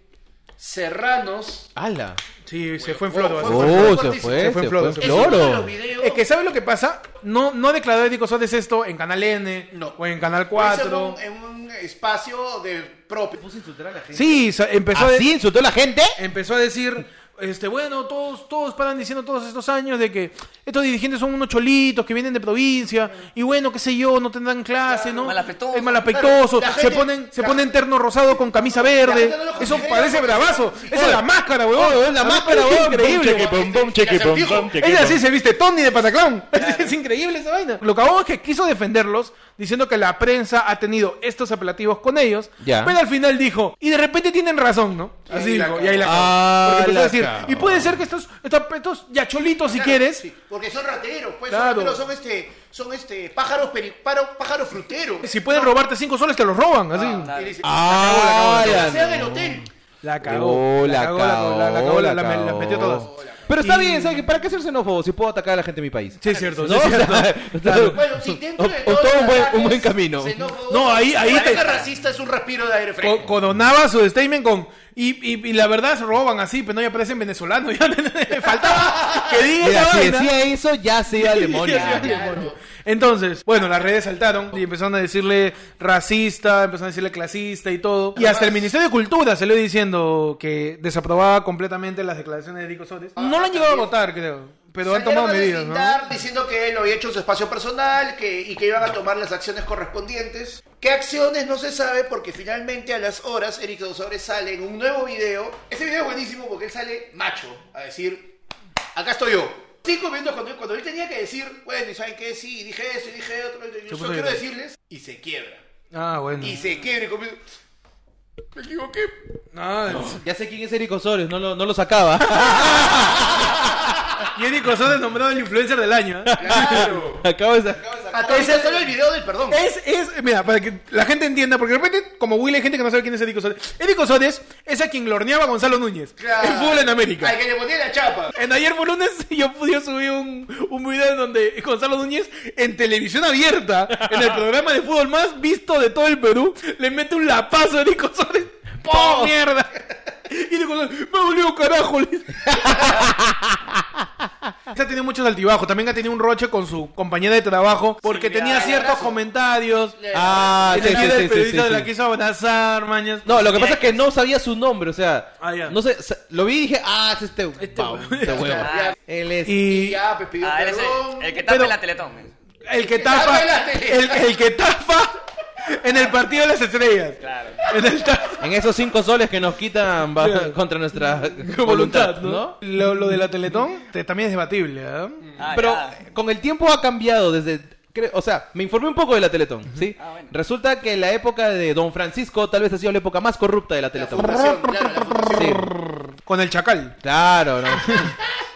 [SPEAKER 4] serranos.
[SPEAKER 2] ¡Hala!
[SPEAKER 1] Sí, se fue en
[SPEAKER 4] Bueno,
[SPEAKER 1] floro.
[SPEAKER 4] fue-
[SPEAKER 1] así.
[SPEAKER 2] ¡Oh, se
[SPEAKER 4] fuertísimo.
[SPEAKER 2] fue!
[SPEAKER 1] Se
[SPEAKER 2] ¡Se
[SPEAKER 1] fue
[SPEAKER 2] fue
[SPEAKER 1] en
[SPEAKER 2] en
[SPEAKER 1] floro, se fue en
[SPEAKER 4] Es uno de los
[SPEAKER 2] floro!
[SPEAKER 4] videos-
[SPEAKER 1] Es que ¿sabes lo que pasa? No, no declaró Eric Osores esto en Canal N
[SPEAKER 4] No.
[SPEAKER 1] o en Canal
[SPEAKER 4] Lo hizo
[SPEAKER 1] 4.
[SPEAKER 4] En un, en un espacio de propio.
[SPEAKER 1] Sí, sa- empezó a de-
[SPEAKER 2] ¿Así insultó a la gente?
[SPEAKER 1] empezó a decir, este, bueno, todos, todos paran diciendo todos estos años de que estos dirigentes son unos cholitos que vienen de provincia y bueno, qué sé yo, no tendrán clase, ¿no?
[SPEAKER 3] malaspectoso.
[SPEAKER 1] Es malaspectoso,
[SPEAKER 4] Claro, la
[SPEAKER 1] se
[SPEAKER 4] gente-
[SPEAKER 1] ponen, se
[SPEAKER 4] la-
[SPEAKER 1] ponen terno rosado con camisa verde,
[SPEAKER 4] gente no lo
[SPEAKER 1] eso
[SPEAKER 4] considera
[SPEAKER 1] parece
[SPEAKER 4] porque-
[SPEAKER 1] bravazo,
[SPEAKER 4] Sí.
[SPEAKER 1] esa es la máscara, weón,
[SPEAKER 2] Oye, es la
[SPEAKER 1] A mí
[SPEAKER 2] máscara,
[SPEAKER 1] me parece
[SPEAKER 2] weón.
[SPEAKER 1] increíble.
[SPEAKER 2] Oh, Cheque, pum, pum,
[SPEAKER 4] cheque, pum, pum,
[SPEAKER 1] Es así, se viste Tony de Pataclown. es increíble esa vaina. Lo que hago es que quiso defenderlos diciendo que la prensa ha tenido estos apelativos con ellos.
[SPEAKER 2] Ya.
[SPEAKER 1] Pero al final dijo, y de repente tienen razón, ¿no?
[SPEAKER 4] Y ahí
[SPEAKER 1] Así
[SPEAKER 4] la
[SPEAKER 1] dijo,
[SPEAKER 4] cagó.
[SPEAKER 1] y ahí la cagó.
[SPEAKER 2] Ah,
[SPEAKER 1] Porque empezó a
[SPEAKER 2] la
[SPEAKER 1] decir,
[SPEAKER 2] Claro.
[SPEAKER 1] Y puede ser que estos, estos, estos yacholitos, si
[SPEAKER 4] Claro,
[SPEAKER 1] quieres,
[SPEAKER 4] sí, porque son rateros, pues.
[SPEAKER 1] Claro.
[SPEAKER 4] Son, rateros, son este, son este, pájaros, peri- paro- pájaros fruteros.
[SPEAKER 1] si pueden robarte cinco soles, te los roban. Así.
[SPEAKER 4] Ah, y dicen,
[SPEAKER 2] Ah,
[SPEAKER 4] "Se
[SPEAKER 2] ya
[SPEAKER 4] hacían
[SPEAKER 2] no.
[SPEAKER 4] el hotel.
[SPEAKER 1] La cagó.
[SPEAKER 2] Oh, la
[SPEAKER 1] la- la- la
[SPEAKER 2] cagó, la
[SPEAKER 1] la- la- la
[SPEAKER 2] cagó.
[SPEAKER 1] metió todas.
[SPEAKER 2] Pero está
[SPEAKER 1] Y-
[SPEAKER 2] bien, ¿sabes qué? ¿Para qué ser xenófobo si puedo atacar a la gente de mi país?
[SPEAKER 1] Sí, es cierto.
[SPEAKER 2] ¿No?
[SPEAKER 1] sí, es cierto.
[SPEAKER 2] O sea,
[SPEAKER 1] Claro.
[SPEAKER 4] Bueno, si dentro
[SPEAKER 2] O-
[SPEAKER 4] de
[SPEAKER 2] o
[SPEAKER 4] todos
[SPEAKER 2] todo
[SPEAKER 4] los
[SPEAKER 2] un buen- un
[SPEAKER 4] ataques
[SPEAKER 2] buen camino.
[SPEAKER 4] xenófobos,
[SPEAKER 1] No, ahí- ahí
[SPEAKER 4] la
[SPEAKER 1] te-
[SPEAKER 4] guerra racista es un respiro de aire
[SPEAKER 1] Co-
[SPEAKER 4] fresco.
[SPEAKER 1] Codonaba su statement con. Y, y, y la verdad se roban así, pero no ya parecen venezolanos. Ya faltaba que diga
[SPEAKER 2] Mira,
[SPEAKER 1] esa
[SPEAKER 2] si
[SPEAKER 1] vaina.
[SPEAKER 2] decía eso, ya se iba al demonio.
[SPEAKER 1] Ya, ya, demonio. Entonces, bueno, las redes saltaron y empezaron a decirle racista, empezaron a decirle clasista y todo. Y hasta el Ministerio de Cultura salió diciendo que desaprobaba completamente las declaraciones de Dico Sotis. No lo han llegado a votar, creo, pero han tomado
[SPEAKER 4] Salieron a
[SPEAKER 1] medidas, ¿no?
[SPEAKER 4] deslindar Diciendo que él lo había hecho en su espacio personal que, y que iban a tomar las acciones correspondientes. ¿Qué acciones? No se sabe porque finalmente a las horas Eric Dosores sale en un nuevo video. Este video es buenísimo porque él sale macho a decir, acá estoy yo. Cinco minutos cuando, cuando él tenía que decir, bueno, ¿y saben qué? Sí, dije eso, y dije otro, y yo
[SPEAKER 1] puso
[SPEAKER 4] solo
[SPEAKER 1] a
[SPEAKER 4] quiero
[SPEAKER 1] llorar.
[SPEAKER 4] decirles. Y se quiebra.
[SPEAKER 1] Ah, bueno.
[SPEAKER 4] Y se quiebra y comienza, Me equivoqué.
[SPEAKER 1] Ah, es-
[SPEAKER 2] Ya sé quién es Eric Osores, no lo, no lo sacaba.
[SPEAKER 1] y Eric Osorio nombrado el influencer del año. ¿eh?
[SPEAKER 4] Claro.
[SPEAKER 2] Acabo de sacar.
[SPEAKER 4] Actualiza solo el video del perdón.
[SPEAKER 1] Es, es, mira, para que la gente entienda, porque de repente, como Will, hay gente que no sabe quién es Edico Sodes. Edico Sodes es a quien glorneaba a Gonzalo Núñez.
[SPEAKER 4] Claro.
[SPEAKER 1] En fútbol en América.
[SPEAKER 4] Al que le ponía la chapa.
[SPEAKER 1] En ayer por lunes yo pude subir un, un video en donde Gonzalo Núñez en televisión abierta, en el programa de fútbol más visto de todo el Perú, le mete un lapazo a Nico Suárez.
[SPEAKER 4] Oh.
[SPEAKER 1] ¡Po, mierda! Y Nico Suárez, me volvió carajo. le dice. Ha tenido muchos altibajos, también ha tenido un roche con su compañera de trabajo porque
[SPEAKER 3] mira,
[SPEAKER 1] tenía
[SPEAKER 3] el
[SPEAKER 1] ciertos
[SPEAKER 4] abrazo.
[SPEAKER 1] comentarios.
[SPEAKER 2] Ah,
[SPEAKER 1] Eh, En
[SPEAKER 2] sí, sí,
[SPEAKER 1] el video
[SPEAKER 2] sí,
[SPEAKER 1] del
[SPEAKER 2] sí,
[SPEAKER 1] periodista
[SPEAKER 2] sí,
[SPEAKER 1] de la
[SPEAKER 2] sí.
[SPEAKER 1] quiso abrazar, mañas.
[SPEAKER 2] No, lo que pasa es que no sabía su nombre, o sea,
[SPEAKER 1] Ah, ya.
[SPEAKER 2] no sé, sa- lo vi y dije, ah, es este,
[SPEAKER 1] Este
[SPEAKER 2] pavo,
[SPEAKER 1] huevón.
[SPEAKER 2] este huevón.
[SPEAKER 4] Ah.
[SPEAKER 2] Él es
[SPEAKER 4] Y
[SPEAKER 1] Y
[SPEAKER 4] ya, pues pidió
[SPEAKER 3] Ah, eres
[SPEAKER 4] perdón.
[SPEAKER 3] el, el que tapa
[SPEAKER 1] Pero-
[SPEAKER 3] la teletón. eh.
[SPEAKER 1] El que
[SPEAKER 4] tapa
[SPEAKER 1] tapa.
[SPEAKER 4] en la tele.
[SPEAKER 1] El, el que tapa en el partido de las estrellas.
[SPEAKER 3] Claro.
[SPEAKER 1] En el tapa.
[SPEAKER 2] en esos cinco soles que nos quitan va-
[SPEAKER 1] Claro.
[SPEAKER 2] contra nuestra
[SPEAKER 1] Voluntad,
[SPEAKER 2] voluntad,
[SPEAKER 1] ¿no?
[SPEAKER 2] ¿no?
[SPEAKER 1] Lo, lo de la Teletón te- también es debatible, ¿ah?
[SPEAKER 3] Ah,
[SPEAKER 2] Pero
[SPEAKER 3] ya.
[SPEAKER 2] con el tiempo ha cambiado desde... cre- O sea, me informé un poco de la Teletón, ¿sí?
[SPEAKER 3] Ah, bueno.
[SPEAKER 2] Resulta que la época de Don Francisco tal vez ha sido la época más corrupta de la
[SPEAKER 4] La
[SPEAKER 2] Teletón.
[SPEAKER 4] fundación, claro, la fundación.
[SPEAKER 2] Sí.
[SPEAKER 1] Con el chacal.
[SPEAKER 2] Claro, no.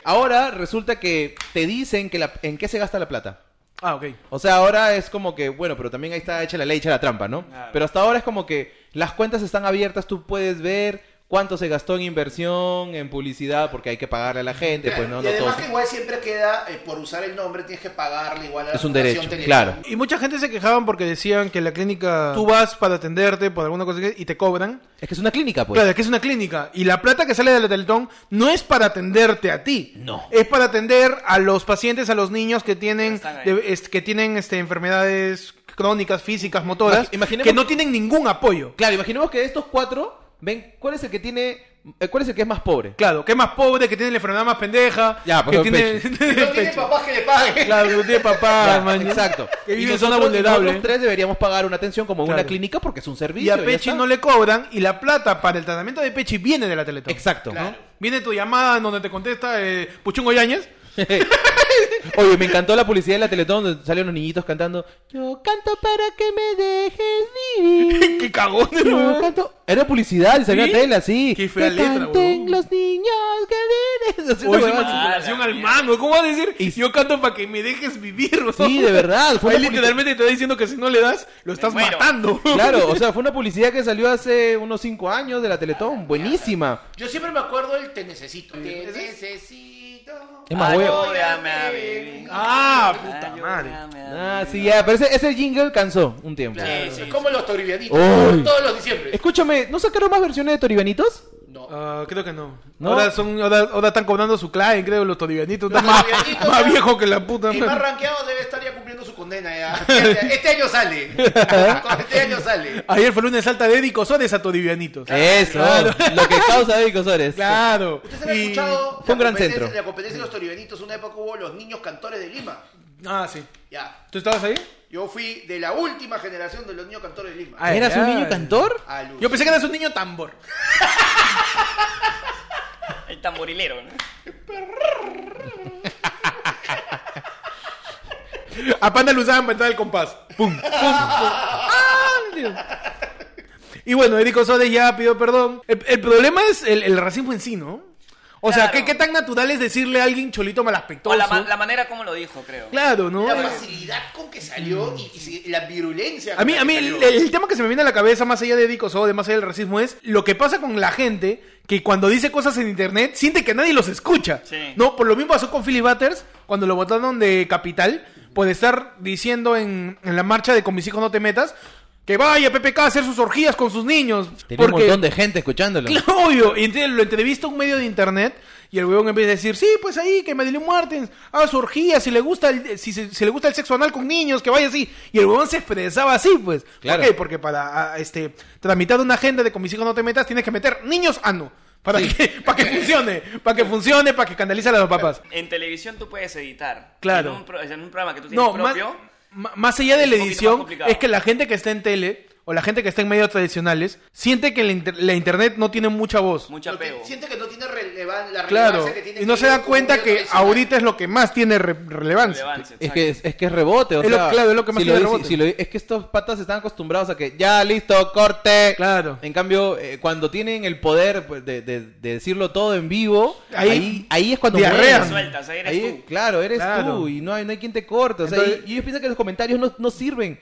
[SPEAKER 2] Ahora resulta que te dicen que la- en qué se gasta la plata.
[SPEAKER 1] Ah, ok.
[SPEAKER 2] O sea, ahora es como que, bueno, pero también ahí está hecha la ley, hecha la trampa, ¿no?
[SPEAKER 3] Claro.
[SPEAKER 2] Pero hasta ahora es como que las cuentas están abiertas, tú puedes ver cuánto se gastó en inversión, en publicidad, porque hay que pagarle a la gente, pues no,
[SPEAKER 4] y
[SPEAKER 2] no
[SPEAKER 4] además
[SPEAKER 2] todos.
[SPEAKER 4] que igual siempre queda, eh, por usar el nombre, tienes que pagarle igual a la
[SPEAKER 2] Es un
[SPEAKER 4] Fundación
[SPEAKER 2] derecho,
[SPEAKER 4] Teletón.
[SPEAKER 2] claro.
[SPEAKER 1] Y mucha gente se quejaban porque decían que la clínica tú vas para atenderte por alguna cosa que- y te cobran.
[SPEAKER 2] Es que es una clínica, pues.
[SPEAKER 1] Claro, es que es una clínica y la plata que sale de la Teletón no es para atenderte a ti.
[SPEAKER 2] No.
[SPEAKER 1] Es para atender a los pacientes, a los niños que tienen
[SPEAKER 3] Están ahí.
[SPEAKER 1] de- est- que tienen este enfermedades crónicas, físicas, motoras,
[SPEAKER 2] Imag- imaginemos-
[SPEAKER 1] que no tienen ningún apoyo.
[SPEAKER 2] Claro, imaginemos que de estos cuatro, ven, ¿cuál es el que tiene, eh, cuál es el que es más pobre?
[SPEAKER 1] Claro, que es más pobre, que tiene la enfermedad más pendeja,
[SPEAKER 2] Ya, pues,
[SPEAKER 1] que
[SPEAKER 2] el
[SPEAKER 1] tiene,
[SPEAKER 4] Y No tiene
[SPEAKER 1] pecho.
[SPEAKER 4] papás que le paguen.
[SPEAKER 1] Claro, que no tiene papá,
[SPEAKER 2] Ya,
[SPEAKER 1] man.
[SPEAKER 2] exacto.
[SPEAKER 1] Que vive
[SPEAKER 2] Y
[SPEAKER 1] en zona
[SPEAKER 2] nosotros- y
[SPEAKER 1] vulnerable.
[SPEAKER 2] Nosotros tres deberíamos pagar una atención como
[SPEAKER 1] Claro.
[SPEAKER 2] una clínica porque es un
[SPEAKER 1] Y
[SPEAKER 2] servicio.
[SPEAKER 1] a
[SPEAKER 2] ya
[SPEAKER 1] Pechi
[SPEAKER 2] está.
[SPEAKER 1] no le cobran y la plata para el tratamiento de Pechi viene de la Teletón.
[SPEAKER 2] Exacto.
[SPEAKER 1] ¿no? Viene tu llamada en donde te contesta eh, Puchungo Yáñez.
[SPEAKER 2] Oye, me encantó la publicidad de la Teletón donde salieron los niñitos cantando Yo canto para que me dejes vivir.
[SPEAKER 1] ¡Qué cagón!
[SPEAKER 2] Yo canto. Era publicidad y salió
[SPEAKER 1] ¿Sí?
[SPEAKER 2] la tele así.
[SPEAKER 1] Qué fea
[SPEAKER 2] Que
[SPEAKER 1] letra,
[SPEAKER 2] canten
[SPEAKER 1] huevón.
[SPEAKER 2] los niños que vienen. Así, una
[SPEAKER 1] Uy, es
[SPEAKER 2] huevada.
[SPEAKER 3] Ah,
[SPEAKER 1] manipulación
[SPEAKER 3] la
[SPEAKER 1] al
[SPEAKER 3] mierda.
[SPEAKER 1] mango. ¿Cómo vas a decir?
[SPEAKER 2] Y-
[SPEAKER 1] Yo canto para que me dejes vivir. ¿no?
[SPEAKER 2] Sí, de verdad, fue
[SPEAKER 1] Ahí
[SPEAKER 2] una publicidad.
[SPEAKER 1] literalmente te está diciendo que si no le das, lo estás
[SPEAKER 3] muero.
[SPEAKER 1] matando.
[SPEAKER 2] Claro, o sea, fue una publicidad que salió hace unos 5 años de la Teletón. Buenísima.
[SPEAKER 4] Yo siempre me acuerdo del te necesito. Te necesito.
[SPEAKER 2] Es más huevo.
[SPEAKER 3] Ayúdame a vivir.
[SPEAKER 1] Ah, puta madre.
[SPEAKER 3] Ayúdame a vivir.
[SPEAKER 2] Ah, sí, ya, pero ese, ese jingle cansó un tiempo.
[SPEAKER 4] Claro,
[SPEAKER 3] Sí, sí,
[SPEAKER 4] como los toribianitos.
[SPEAKER 2] Uy.
[SPEAKER 4] Todos los diciembre.
[SPEAKER 2] Escúchame, ¿no sacaron más versiones de Toribenitos?
[SPEAKER 4] No.
[SPEAKER 1] Ah, creo que no.
[SPEAKER 2] ¿No?
[SPEAKER 1] Ahora son, ahora, ahora están cobrando su client, creo, los toribianitos.
[SPEAKER 4] Los
[SPEAKER 1] Están más,
[SPEAKER 4] toribianitos,
[SPEAKER 1] más
[SPEAKER 4] ¿no?
[SPEAKER 1] viejo que la puta
[SPEAKER 4] Y más
[SPEAKER 1] madre.
[SPEAKER 4] rankeado debe estar ya cumpliendo su condena ya. Este año sale. Este año sale.
[SPEAKER 1] Ayer fue lunes alta de Eddie Cosones a toribianitos.
[SPEAKER 2] Eso, lo que causa de Cosores.
[SPEAKER 1] Claro.
[SPEAKER 4] ¿Ustedes han
[SPEAKER 1] Y-
[SPEAKER 4] escuchado? la
[SPEAKER 2] Fue un gran
[SPEAKER 4] competencia-
[SPEAKER 2] centro.
[SPEAKER 4] La competencia de los toribianitos. Una época hubo los niños cantores de Lima.
[SPEAKER 1] Ah, sí.
[SPEAKER 4] Ya.
[SPEAKER 1] ¿Tú estabas ahí?
[SPEAKER 4] Yo fui de la última generación de los niños cantores de Lima.
[SPEAKER 1] Ay,
[SPEAKER 2] ¿Eras un niño cantor?
[SPEAKER 4] Alucin-
[SPEAKER 1] Yo pensé que eras un niño tambor.
[SPEAKER 3] El tamborilero, ¿no?
[SPEAKER 1] A Panda lo usaban para entrar al compás. Pum, pum, pum. ¡Ah! Dios. Y bueno, Eric Osodes ya pidió perdón. El, el problema es el, el racismo en sí, ¿no? O sea,
[SPEAKER 3] Claro.
[SPEAKER 1] ¿qué, qué tan natural es decirle a alguien cholito malaspectoso?
[SPEAKER 3] O la, ma- la manera como lo dijo, creo.
[SPEAKER 1] Claro, ¿no?
[SPEAKER 4] La
[SPEAKER 1] Eh,
[SPEAKER 4] facilidad con que salió y, y si- la virulencia.
[SPEAKER 1] A mí,
[SPEAKER 4] con
[SPEAKER 1] a mí
[SPEAKER 4] que
[SPEAKER 1] el,
[SPEAKER 4] salió.
[SPEAKER 1] el tema que se me viene a la cabeza, más allá de Dico Sode, más allá del racismo, es lo que pasa con la gente que cuando dice cosas en internet siente que nadie los escucha.
[SPEAKER 3] Sí.
[SPEAKER 1] No, por lo mismo pasó con Philly Butters cuando lo votaron de Capital por estar diciendo en, en la marcha de Con mis hijos no te metas que vaya PPK a hacer sus orgías con sus niños.
[SPEAKER 2] Tenía un montón de gente escuchándolo.
[SPEAKER 1] Obvio, y entonces lo entrevista un medio de internet y el huevón empieza a decir, sí, pues ahí, que Madeline Martens haga su orgía, si le gusta el, si, se- si le gusta el sexo anal con niños, que vaya así. Y el huevón se expresaba así, pues.
[SPEAKER 2] Claro.
[SPEAKER 1] ¿Por qué? Porque para ah, este tramitar una agenda de con mis hijos no te metas, tienes que meter niños ano. Para, que, para que funcione, para que funcione, para que canalice a los papás.
[SPEAKER 3] En televisión tú puedes editar.
[SPEAKER 1] Claro.
[SPEAKER 3] En un, pro- en un programa que tú tienes
[SPEAKER 1] No, más,
[SPEAKER 3] propio.
[SPEAKER 1] ma- más allá de
[SPEAKER 3] es
[SPEAKER 1] la
[SPEAKER 3] un poquito más
[SPEAKER 1] edición,
[SPEAKER 3] complicado.
[SPEAKER 1] es que la gente que está en tele o la gente que está en medios tradicionales siente que la, inter- la internet no tiene mucha voz.
[SPEAKER 3] Mucha
[SPEAKER 4] No ti-
[SPEAKER 3] pego.
[SPEAKER 4] siente que no tiene relevan- la
[SPEAKER 1] Claro,
[SPEAKER 4] relevancia que tiene
[SPEAKER 1] y no
[SPEAKER 4] que
[SPEAKER 1] se
[SPEAKER 4] tiene
[SPEAKER 1] dan
[SPEAKER 4] un
[SPEAKER 1] cuenta
[SPEAKER 4] medio
[SPEAKER 1] que
[SPEAKER 4] tradicional.
[SPEAKER 1] ahorita es lo que más tiene re- relevancia.
[SPEAKER 3] Relevancia,
[SPEAKER 2] Es
[SPEAKER 3] exacto.
[SPEAKER 2] que es, es que es rebote, o
[SPEAKER 1] Es lo-
[SPEAKER 2] sea,
[SPEAKER 1] claro, es lo que más
[SPEAKER 2] si lo
[SPEAKER 1] tiene
[SPEAKER 2] dice-
[SPEAKER 1] rebote.
[SPEAKER 2] si lo- es que estos patas están acostumbrados a que ya listo, corte.
[SPEAKER 1] Claro.
[SPEAKER 2] En cambio, eh, cuando tienen el poder pues, de, de- de decirlo todo en vivo,
[SPEAKER 1] Ahí-
[SPEAKER 2] ahí, ahí, es cuando
[SPEAKER 1] diarrea.
[SPEAKER 2] mueren.
[SPEAKER 3] Sueltas, ahí eres tú.
[SPEAKER 2] Claro, eres
[SPEAKER 1] Claro.
[SPEAKER 2] tú y no hay, no hay quien te corte. O sea,
[SPEAKER 1] Entonces-
[SPEAKER 2] y, y ellos piensan que los comentarios no, no sirven.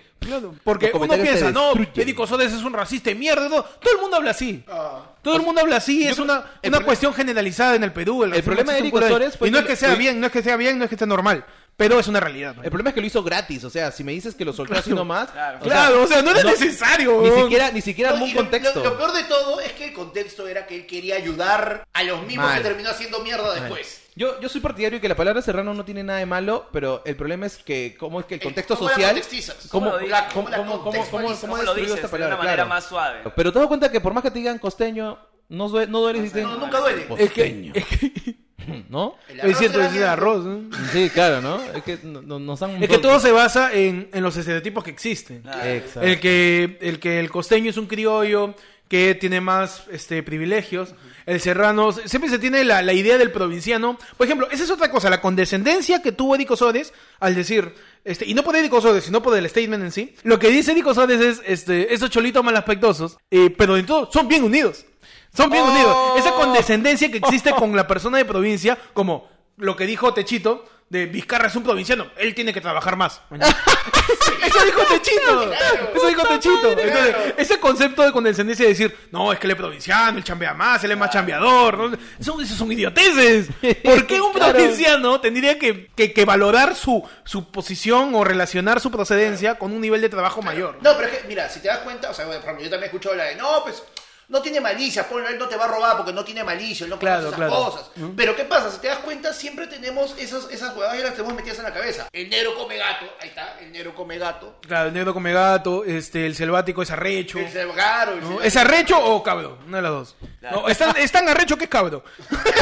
[SPEAKER 1] Porque
[SPEAKER 2] Los
[SPEAKER 1] uno
[SPEAKER 2] comentarios
[SPEAKER 1] piensa,
[SPEAKER 2] te
[SPEAKER 1] no,
[SPEAKER 2] destruyen.
[SPEAKER 1] Médico Sodes es un racista de mierda. Todo, todo el mundo habla así.
[SPEAKER 4] Ah.
[SPEAKER 1] Todo el mundo habla así. Es una, una
[SPEAKER 2] problema-
[SPEAKER 1] cuestión generalizada en el Perú. El,
[SPEAKER 2] El
[SPEAKER 1] racismo
[SPEAKER 2] problema de
[SPEAKER 1] existe un
[SPEAKER 2] Eric
[SPEAKER 1] culo
[SPEAKER 2] Osores fue
[SPEAKER 1] Y no
[SPEAKER 2] que
[SPEAKER 1] es que
[SPEAKER 2] le-
[SPEAKER 1] sea
[SPEAKER 2] le-
[SPEAKER 1] bien, no es que sea bien, no es que esté normal. Pero es una realidad.
[SPEAKER 2] El problema es que lo hizo gratis, o sea, si me dices que lo soltó así nomás,
[SPEAKER 3] Claro.
[SPEAKER 2] o sea,
[SPEAKER 1] Claro, o sea, no era necesario.
[SPEAKER 2] ni
[SPEAKER 1] weón.
[SPEAKER 2] siquiera ni siquiera
[SPEAKER 4] No,
[SPEAKER 2] armó
[SPEAKER 4] y
[SPEAKER 2] un
[SPEAKER 4] lo-
[SPEAKER 2] contexto.
[SPEAKER 4] Lo, lo peor de todo es que el contexto era que él quería ayudar a los mismos
[SPEAKER 2] Mal.
[SPEAKER 4] que terminó haciendo mierda después.
[SPEAKER 2] Yo, yo soy partidario de que la palabra serrano no tiene nada de malo, pero el problema es que cómo es que el
[SPEAKER 4] El-
[SPEAKER 2] contexto
[SPEAKER 4] Eh, ¿cómo la
[SPEAKER 2] social,
[SPEAKER 4] contextizas?
[SPEAKER 2] cómo,
[SPEAKER 3] ¿Cómo
[SPEAKER 4] la-
[SPEAKER 2] cómo, cómo,
[SPEAKER 4] cómo la
[SPEAKER 2] cómo- cómo-
[SPEAKER 4] contextualizas?
[SPEAKER 2] cómo
[SPEAKER 4] ¿Cómo
[SPEAKER 2] ha
[SPEAKER 3] lo
[SPEAKER 2] destruido
[SPEAKER 3] dices?
[SPEAKER 2] esta
[SPEAKER 3] De una
[SPEAKER 2] palabra.
[SPEAKER 3] manera
[SPEAKER 2] Claro.
[SPEAKER 3] más suave.
[SPEAKER 2] Pero te das cuenta que por más que te digan costeño, no duele, no duele si te
[SPEAKER 4] No,
[SPEAKER 2] dicen
[SPEAKER 4] nunca duele.
[SPEAKER 1] Es
[SPEAKER 2] costeño,
[SPEAKER 1] que-
[SPEAKER 2] ¿no?
[SPEAKER 4] El arroz
[SPEAKER 1] Es cierto,
[SPEAKER 4] era
[SPEAKER 1] es el
[SPEAKER 4] mierda.
[SPEAKER 1] arroz. ¿no?
[SPEAKER 2] Sí, claro, ¿no? Es que no- no- nos han
[SPEAKER 1] Es que todo se basa en, en los estereotipos que existen.
[SPEAKER 3] Ah,
[SPEAKER 2] Exacto.
[SPEAKER 1] El que, el que el costeño es un criollo que tiene más este, privilegios. El serrano, siempre se tiene la, la idea del provinciano. Por ejemplo, esa es otra cosa, la condescendencia que tuvo Edico Sodes al decir, este, y no por Edico Sodes, sino por el statement en sí. Lo que dice Edico Sodes es, este, estos cholitos malaspectosos, eh, pero en todo, son bien unidos. Son bien
[SPEAKER 2] Oh.
[SPEAKER 1] unidos. Esa condescendencia que existe con la persona de provincia, como lo que dijo Techito, de Vizcarra es un provinciano, él tiene que trabajar más. Eso dijo Techito. Eso dijo Techito. Entonces, ese concepto de condescendencia de decir, no, es que él es provinciano, él chambea más, él es más chambeador. ¿no? Son, esos son idioteces. ¿Por qué un
[SPEAKER 2] Claro.
[SPEAKER 1] provinciano tendría que, que- que valorar su, su posición o relacionar su procedencia con un nivel de trabajo mayor?
[SPEAKER 4] No, pero es que, mira, si te das cuenta, o sea, bueno, por ejemplo, yo también he escuchado la de, no, pues, no tiene malicia, ponlo, él no te va a robar porque no tiene malicia, él no
[SPEAKER 1] Claro,
[SPEAKER 4] conoce esas
[SPEAKER 1] claro.
[SPEAKER 4] cosas. Pero, ¿qué pasa? Si te das cuenta, siempre tenemos esas, esas huevadas y las tenemos metidas en la cabeza. El negro come gato, ahí está, el negro come gato.
[SPEAKER 1] Claro, el negro come gato, este, el selvático es arrecho.
[SPEAKER 4] El cebgaro, el
[SPEAKER 1] ¿no?
[SPEAKER 4] cebgaro.
[SPEAKER 1] ¿Es arrecho o cabro? Una de las dos. No, es, tan, es tan arrecho que es cabro. Eh,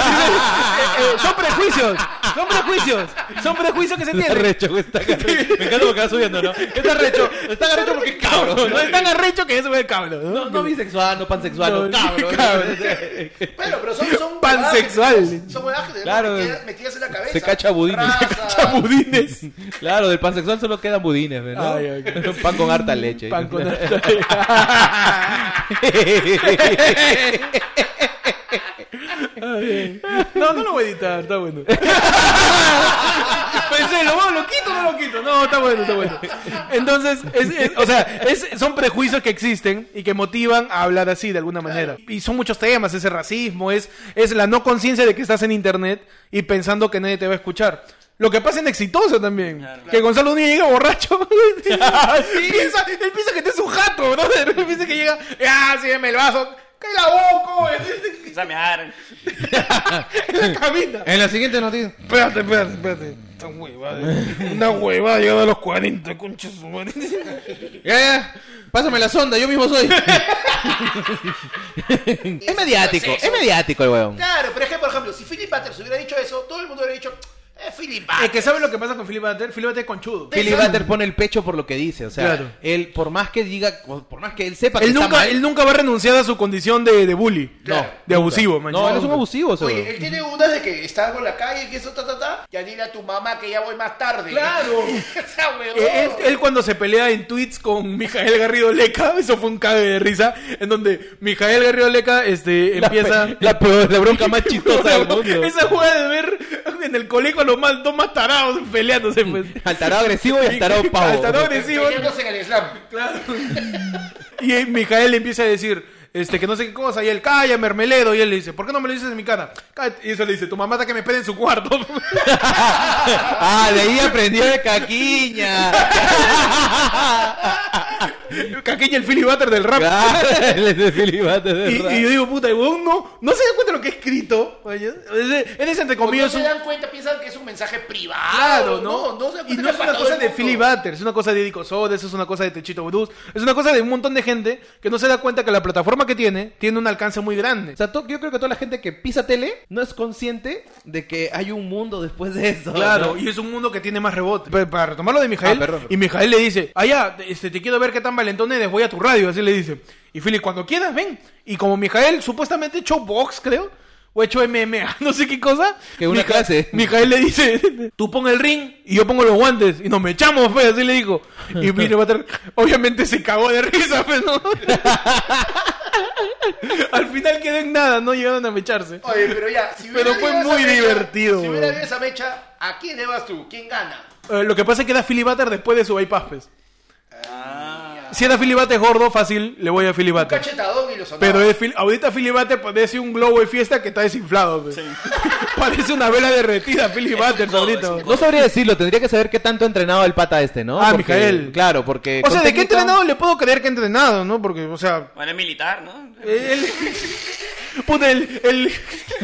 [SPEAKER 1] eh, son prejuicios. Son prejuicios. Son prejuicios que se
[SPEAKER 2] Está
[SPEAKER 1] tienen.
[SPEAKER 2] recho, güey, está arrecho. Me encanta porque va subiendo, ¿no? Está recho, está recho porque es cabrón.
[SPEAKER 1] No es tan arrecho que eso es cabro. ¿no?
[SPEAKER 2] No, no bisexual, no
[SPEAKER 1] No,
[SPEAKER 2] pansexual, no, cabrón.
[SPEAKER 1] cabrón.
[SPEAKER 4] Pero, pero son, son
[SPEAKER 1] Pansexual.
[SPEAKER 4] huevadas que- Son huevadas que tenemos
[SPEAKER 2] Claro.
[SPEAKER 4] metidas, metidas en la cabeza.
[SPEAKER 2] Se cacha budines. Se
[SPEAKER 4] Raza,
[SPEAKER 1] Chamudines.
[SPEAKER 2] Claro, del pansexual solo quedan budines, ¿no?
[SPEAKER 1] Ay, ay,
[SPEAKER 2] Pan con harta leche.
[SPEAKER 1] Pan con No, no lo voy a editar, está bueno. Pensé, ¿lo, lo quito o no lo quito? No, está bueno, está bueno. Entonces, es- es- o sea, es- son prejuicios que existen y que motivan a hablar así de alguna manera. Y son muchos temas, ese racismo, es, es la no conciencia de que estás en internet y pensando que nadie te va a escuchar. Lo que pasa en exitoso también. Que Gonzalo Núñez llega borracho. Piensa- él piensa que este es un jato, ¿no? Él piensa que llega, ah, sígueme el vaso, cae la boca,
[SPEAKER 3] O sea, me agarran.
[SPEAKER 1] en la camina.
[SPEAKER 2] En la siguiente noticia.
[SPEAKER 1] Espérate, espérate, espérate. Esta huevada. eh. Una huevada llegada a los 40, concha su madre.
[SPEAKER 2] Eh, Pásame la sonda, yo mismo soy. es mediático, es mediático el weón.
[SPEAKER 4] Claro, pero es que, por ejemplo, si Philip Butters hubiera dicho eso, todo el mundo hubiera dicho, Es Philip
[SPEAKER 1] Ah, Es
[SPEAKER 4] Batter.
[SPEAKER 1] que ¿sabes lo que pasa con Philip Butter? Philip Butter es conchudo.
[SPEAKER 2] Philly Butter pone el pecho por lo que dice, o sea,
[SPEAKER 1] Claro.
[SPEAKER 2] él por más que diga, por más que él sepa que
[SPEAKER 1] Él
[SPEAKER 2] está
[SPEAKER 1] nunca,
[SPEAKER 2] mal,
[SPEAKER 1] él nunca va a renunciar a su condición de, de bully.
[SPEAKER 4] Claro.
[SPEAKER 1] De abusivo, man.
[SPEAKER 2] no, él es un abusivo, seguro.
[SPEAKER 4] Oye, él tiene unas de que está con la calle, que eso, ta, ta, ta. Ya dile a tu mamá que ya voy más tarde.
[SPEAKER 1] Claro.
[SPEAKER 4] o sea, huevón.
[SPEAKER 1] Eh, Él, él cuando se pelea en tweets con Mijael Garrido Leca, eso fue un cague de risa, en donde Mijael Garrido Leca este,
[SPEAKER 2] La pe-
[SPEAKER 1] empieza...
[SPEAKER 2] la peor, la bronca más chistosa del mundo.
[SPEAKER 1] Esa jugada de ver en el colegio a los más, dos más tarados peleándose. Pues.
[SPEAKER 2] Al tarado agresivo y al tarado pavo.
[SPEAKER 1] Al tarado agresivo.
[SPEAKER 4] Peleándose en el slam.
[SPEAKER 1] Claro. Y eh, Mijael le empieza a decir, este, que no sé qué cosa, y él, calla, mermeledo, y él le dice, ¿por qué no me lo dices en mi cara? Cállate. Y eso le dice, tu mamá está que me espere en su cuarto.
[SPEAKER 2] ah, de ahí aprendió de caquiña.
[SPEAKER 1] Caqueña el Philly Butter del rap.
[SPEAKER 2] Él es de Philly Butter, de
[SPEAKER 1] Y,
[SPEAKER 2] verdad.
[SPEAKER 1] y yo digo, puta, el huevón no, no se da cuenta de lo que he escrito. vaya. Es, es entre
[SPEAKER 4] Como no
[SPEAKER 1] comillas
[SPEAKER 4] se
[SPEAKER 1] un...
[SPEAKER 4] dan cuenta, piensan que es un mensaje privado.
[SPEAKER 1] Claro, ¿no?
[SPEAKER 4] No, no se dan
[SPEAKER 1] y
[SPEAKER 4] cuenta
[SPEAKER 1] no
[SPEAKER 4] que
[SPEAKER 1] es
[SPEAKER 4] para
[SPEAKER 1] una
[SPEAKER 4] todo el
[SPEAKER 1] cosa de
[SPEAKER 4] mundo.
[SPEAKER 1] Philly Butter, es una cosa de Dico Soda, eso es una cosa de Techito Bruce, es una cosa de un montón de gente que no se da cuenta que la plataforma que tiene tiene un alcance muy grande.
[SPEAKER 2] O sea, to- yo creo que toda la gente que pisa tele no es consciente de que hay un mundo después de eso.
[SPEAKER 1] Claro,
[SPEAKER 2] ¿no?
[SPEAKER 1] y es un mundo que tiene más rebote. Pero para retomar lo de Mijael,
[SPEAKER 2] Ah, perdón, perdón.
[SPEAKER 1] y Mijael le dice, allá, este, te quiero ver qué tan valentón eres, voy a tu radio, así le dice. Y Philip, cuando quieras, ven. Y como Mijael supuestamente echó box, creo, o echó MMA, no sé qué cosa.
[SPEAKER 2] Que una clase.
[SPEAKER 1] Mijael le dice, tú pon el ring y yo pongo los guantes. Y nos me echamos, pues, así le dijo. Y Philip Butter, obviamente se cagó de risa, pues, ¿no? Al final quedó en nada, no llegaron a mecharse.
[SPEAKER 4] Oye, pero ya, si
[SPEAKER 1] Pero
[SPEAKER 4] hubiera
[SPEAKER 1] fue
[SPEAKER 4] habido esa
[SPEAKER 1] muy
[SPEAKER 4] mecha,
[SPEAKER 1] divertido,
[SPEAKER 4] Si hubiera
[SPEAKER 1] weón.
[SPEAKER 4] habido esa mecha, ¿a quién le vas tú? ¿Quién gana?
[SPEAKER 1] Eh, lo que pasa es que da Philly Butter después de su bypass, pues. Si era Philly Butter gordo, fácil, le voy a Philly
[SPEAKER 4] Un
[SPEAKER 1] Butter.
[SPEAKER 4] cachetadón y lo sonaba.
[SPEAKER 1] Pero es Phil- ahorita Philly Butter parece un globo de fiesta que está desinflado, pues. parece una vela derretida, Philly Butter,
[SPEAKER 3] codo,
[SPEAKER 1] ahorita.
[SPEAKER 3] es un
[SPEAKER 2] No sabría decirlo, tendría que saber qué tanto ha entrenado el pata este, ¿no?
[SPEAKER 1] Ah,
[SPEAKER 2] Porque-
[SPEAKER 1] Mijael.
[SPEAKER 2] Claro, porque.
[SPEAKER 1] O
[SPEAKER 2] con
[SPEAKER 1] sea, ¿de qué
[SPEAKER 2] técnica-
[SPEAKER 1] entrenado le puedo creer que ha entrenado, no? Porque, o sea,
[SPEAKER 3] Bueno, es militar, ¿no?
[SPEAKER 1] él... Puta, el, el, el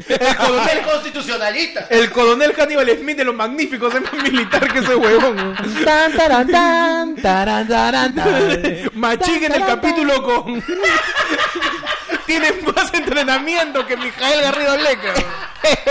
[SPEAKER 4] Coronel
[SPEAKER 1] coronel...
[SPEAKER 4] constitucionalista.
[SPEAKER 1] El coronel Hannibal Smith de los magníficos es más militar que ese huevón. ¿no?
[SPEAKER 2] Tan, taran, tan, taran, taran, tan.
[SPEAKER 1] Machín en el capítulo con. Tiene más entrenamiento que Mijael Garrido Leca.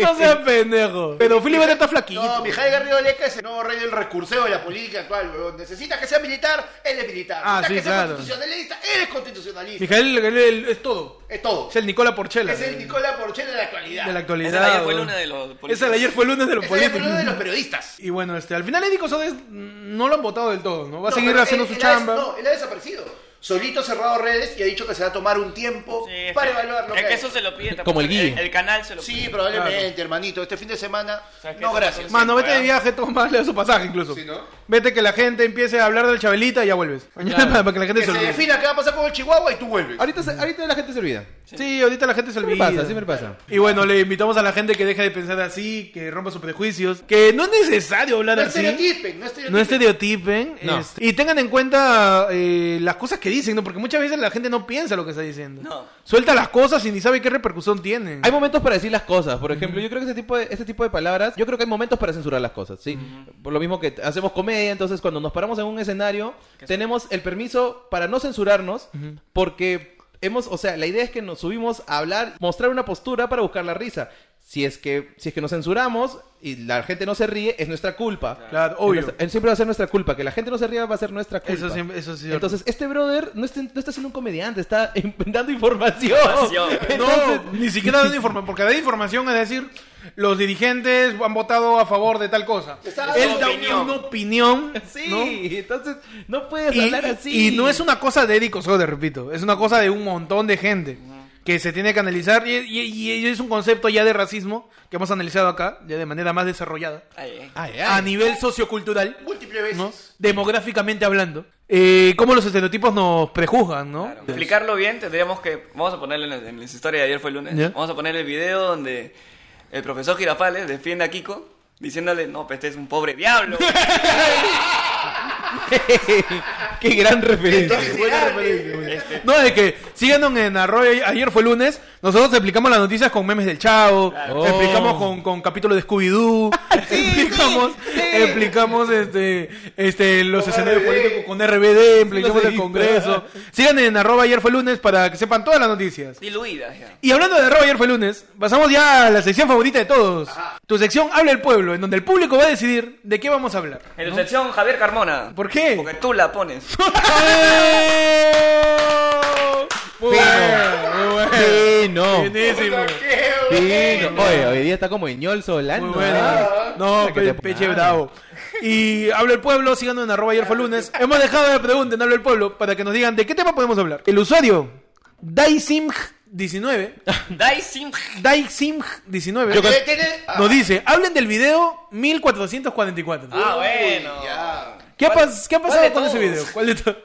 [SPEAKER 1] No seas pendejo. Pero Philip Butter está
[SPEAKER 4] No,
[SPEAKER 1] flaquito.
[SPEAKER 4] Mijael Garrido Leca es el nuevo rey del recurseo de la política actual, weón. Necesita que sea militar, él es militar.
[SPEAKER 1] Ah,
[SPEAKER 4] Necesita
[SPEAKER 1] sí,
[SPEAKER 4] que
[SPEAKER 1] claro.
[SPEAKER 4] sea constitucionalista, él es constitucionalista.
[SPEAKER 1] Mijael Garrido es todo.
[SPEAKER 4] Es todo.
[SPEAKER 1] Es el Nicola Porchela.
[SPEAKER 4] Es el Nicola Porchela de la actualidad.
[SPEAKER 1] de la actualidad.
[SPEAKER 3] Esa de ayer fue
[SPEAKER 1] weón.
[SPEAKER 3] lunes de los
[SPEAKER 1] Esa
[SPEAKER 3] políticos.
[SPEAKER 1] de ayer fue lunes de los
[SPEAKER 4] Es el
[SPEAKER 1] políticos.
[SPEAKER 4] Nicola de los periodistas.
[SPEAKER 1] Y bueno, este, al final Edico Sodes mm, no lo han votado del todo, ¿no? Va a
[SPEAKER 4] No,
[SPEAKER 1] seguir
[SPEAKER 4] pero
[SPEAKER 1] haciendo
[SPEAKER 4] él-
[SPEAKER 1] su
[SPEAKER 4] él ha des-
[SPEAKER 1] chamba.
[SPEAKER 4] no, él ha desaparecido. Solito ha cerrado redes y ha dicho que se va a tomar un tiempo
[SPEAKER 3] Sí, es
[SPEAKER 4] para
[SPEAKER 3] que-
[SPEAKER 4] evaluar lo
[SPEAKER 3] Es
[SPEAKER 4] que
[SPEAKER 3] que
[SPEAKER 4] ha
[SPEAKER 3] eso
[SPEAKER 4] hecho.
[SPEAKER 3] se lo piden.
[SPEAKER 2] Como el Guille.
[SPEAKER 3] El, canal se lo pide.
[SPEAKER 4] Sí, probablemente, hermanito. Este fin de semana.
[SPEAKER 3] sea, que
[SPEAKER 4] No,
[SPEAKER 3] eso-
[SPEAKER 4] gracias.
[SPEAKER 3] Ma-
[SPEAKER 1] Mano, vete de
[SPEAKER 3] weón.
[SPEAKER 1] viaje, toma, le da su pasaje incluso.
[SPEAKER 4] Sí, ¿no?
[SPEAKER 1] Vete que la gente empiece a hablar del Chabelita y ya vuelves. Para que la gente
[SPEAKER 4] Que
[SPEAKER 1] se
[SPEAKER 4] se
[SPEAKER 1] olvide.
[SPEAKER 4] defina qué va a pasar con el Chihuahua y tú vuelves.
[SPEAKER 2] Ahorita, se- ahorita la gente se olvida.
[SPEAKER 1] Sí, ahorita la gente se
[SPEAKER 2] Siempre
[SPEAKER 1] olvida.
[SPEAKER 2] pasa, siempre pasa.
[SPEAKER 1] Y bueno, le invitamos a la gente que deje de pensar así, que rompa sus prejuicios, que no es necesario hablar
[SPEAKER 4] No
[SPEAKER 1] así.
[SPEAKER 4] estereotipen, no estereotipen.
[SPEAKER 1] No estereotipen.
[SPEAKER 2] No.
[SPEAKER 1] este, y tengan en cuenta eh, las cosas que dicen, ¿no? Porque muchas veces la gente no piensa lo que está diciendo.
[SPEAKER 3] No.
[SPEAKER 1] Suelta las cosas y ni sabe qué repercusión tienen.
[SPEAKER 2] Hay momentos para decir las cosas, por ejemplo, yo creo que ese tipo de, ese tipo de palabras, yo creo que hay momentos para censurar las cosas, ¿sí? Por lo mismo que hacemos comedia, entonces cuando nos paramos en un escenario, tenemos el permiso para no censurarnos, porque hemos, o sea, la idea es que nos subimos a hablar, mostrar una postura para buscar la risa. Si es que, si es que nos censuramos y la gente no se ríe, es nuestra culpa.
[SPEAKER 1] Claro,
[SPEAKER 2] Es
[SPEAKER 1] obvio.
[SPEAKER 2] nuestra- siempre va a ser nuestra culpa. Que la gente no se ría va a ser nuestra culpa.
[SPEAKER 1] Eso siempre- eso es cierto.
[SPEAKER 2] Entonces, este brother no, está- no está siendo un comediante, está dando información.
[SPEAKER 3] Información.
[SPEAKER 1] No,
[SPEAKER 2] Entonces-
[SPEAKER 1] ni siquiera dan información, porque dar información es decir, los dirigentes han votado a favor de tal cosa.
[SPEAKER 4] Está dando
[SPEAKER 1] Él da
[SPEAKER 3] opinión.
[SPEAKER 1] una opinión.
[SPEAKER 2] Sí,
[SPEAKER 1] ¿no?
[SPEAKER 2] entonces no puedes
[SPEAKER 1] Y,
[SPEAKER 2] hablar así.
[SPEAKER 1] y no es una cosa de Eric Osorio, repito, es una cosa de un montón de gente que se tiene que analizar y, y- y es un concepto ya de racismo que hemos analizado acá, ya de manera más desarrollada,
[SPEAKER 3] Ay, ay.
[SPEAKER 2] Ay,
[SPEAKER 1] a
[SPEAKER 2] ay.
[SPEAKER 1] nivel sociocultural,
[SPEAKER 4] Múltiples veces.
[SPEAKER 1] ¿no? demográficamente hablando, eh, cómo los estereotipos nos prejuzgan, ¿no?
[SPEAKER 3] Para Explicarlo bien, tendríamos que. Vamos a ponerle en la, en la historia de ayer fue el lunes.
[SPEAKER 1] Ya.
[SPEAKER 3] Vamos a poner el video donde el profesor Girafales defiende a Kiko diciéndole: No, pues este es un pobre diablo.
[SPEAKER 2] Qué gran referencia.
[SPEAKER 4] Entonces,
[SPEAKER 1] Buena
[SPEAKER 4] grande.
[SPEAKER 1] referencia, güey. No, de que síganos en arroyo. Ayer fue lunes. Nosotros explicamos las noticias con memes del chavo.
[SPEAKER 2] Oh.
[SPEAKER 1] Explicamos con, con capítulos de Scooby-Doo. explicamos explicamos este, este, los
[SPEAKER 4] Con
[SPEAKER 1] escenarios
[SPEAKER 4] RBD.
[SPEAKER 1] políticos con RBD. Explicamos
[SPEAKER 2] Los
[SPEAKER 1] el
[SPEAKER 2] edita.
[SPEAKER 1] Congreso. Sigan en arroba ayer fue lunes para que sepan todas las noticias.
[SPEAKER 3] Diluida ya.
[SPEAKER 1] Y hablando de arroba ayer fue lunes, pasamos ya a la sección favorita de todos. Tu sección Habla el Pueblo, en donde el público va a decidir de qué vamos a hablar.
[SPEAKER 3] En tu sección, Javier Carmona.
[SPEAKER 1] ¿Por qué?
[SPEAKER 3] Porque tú la pones.
[SPEAKER 1] Muy bueno, muy bueno.
[SPEAKER 2] Sí, no.
[SPEAKER 3] Este
[SPEAKER 1] Buenísimo.
[SPEAKER 2] Sí, no. Oye, hoy día está como Ñol Solano.
[SPEAKER 1] Muy
[SPEAKER 2] ¿ah?
[SPEAKER 1] bueno. No,
[SPEAKER 2] que te-
[SPEAKER 1] pe- Peche Bravo. Y Habla el Pueblo, síganos en arroba ayer fue lunes. Hemos dejado de preguntar en Habla el Pueblo para que nos digan de qué tema podemos hablar. El usuario, Daisimg19,
[SPEAKER 3] Dai Sim.
[SPEAKER 1] Daisimg19,
[SPEAKER 2] Yo creo-
[SPEAKER 4] Tiene-
[SPEAKER 1] nos dice, hablen del video 1444.
[SPEAKER 3] Ah, bueno.
[SPEAKER 4] Ya.
[SPEAKER 1] ¿Qué, ha pas- qué ha pasado
[SPEAKER 3] cuál de
[SPEAKER 1] con ese
[SPEAKER 3] todos?
[SPEAKER 1] video? ¿Cuál de to-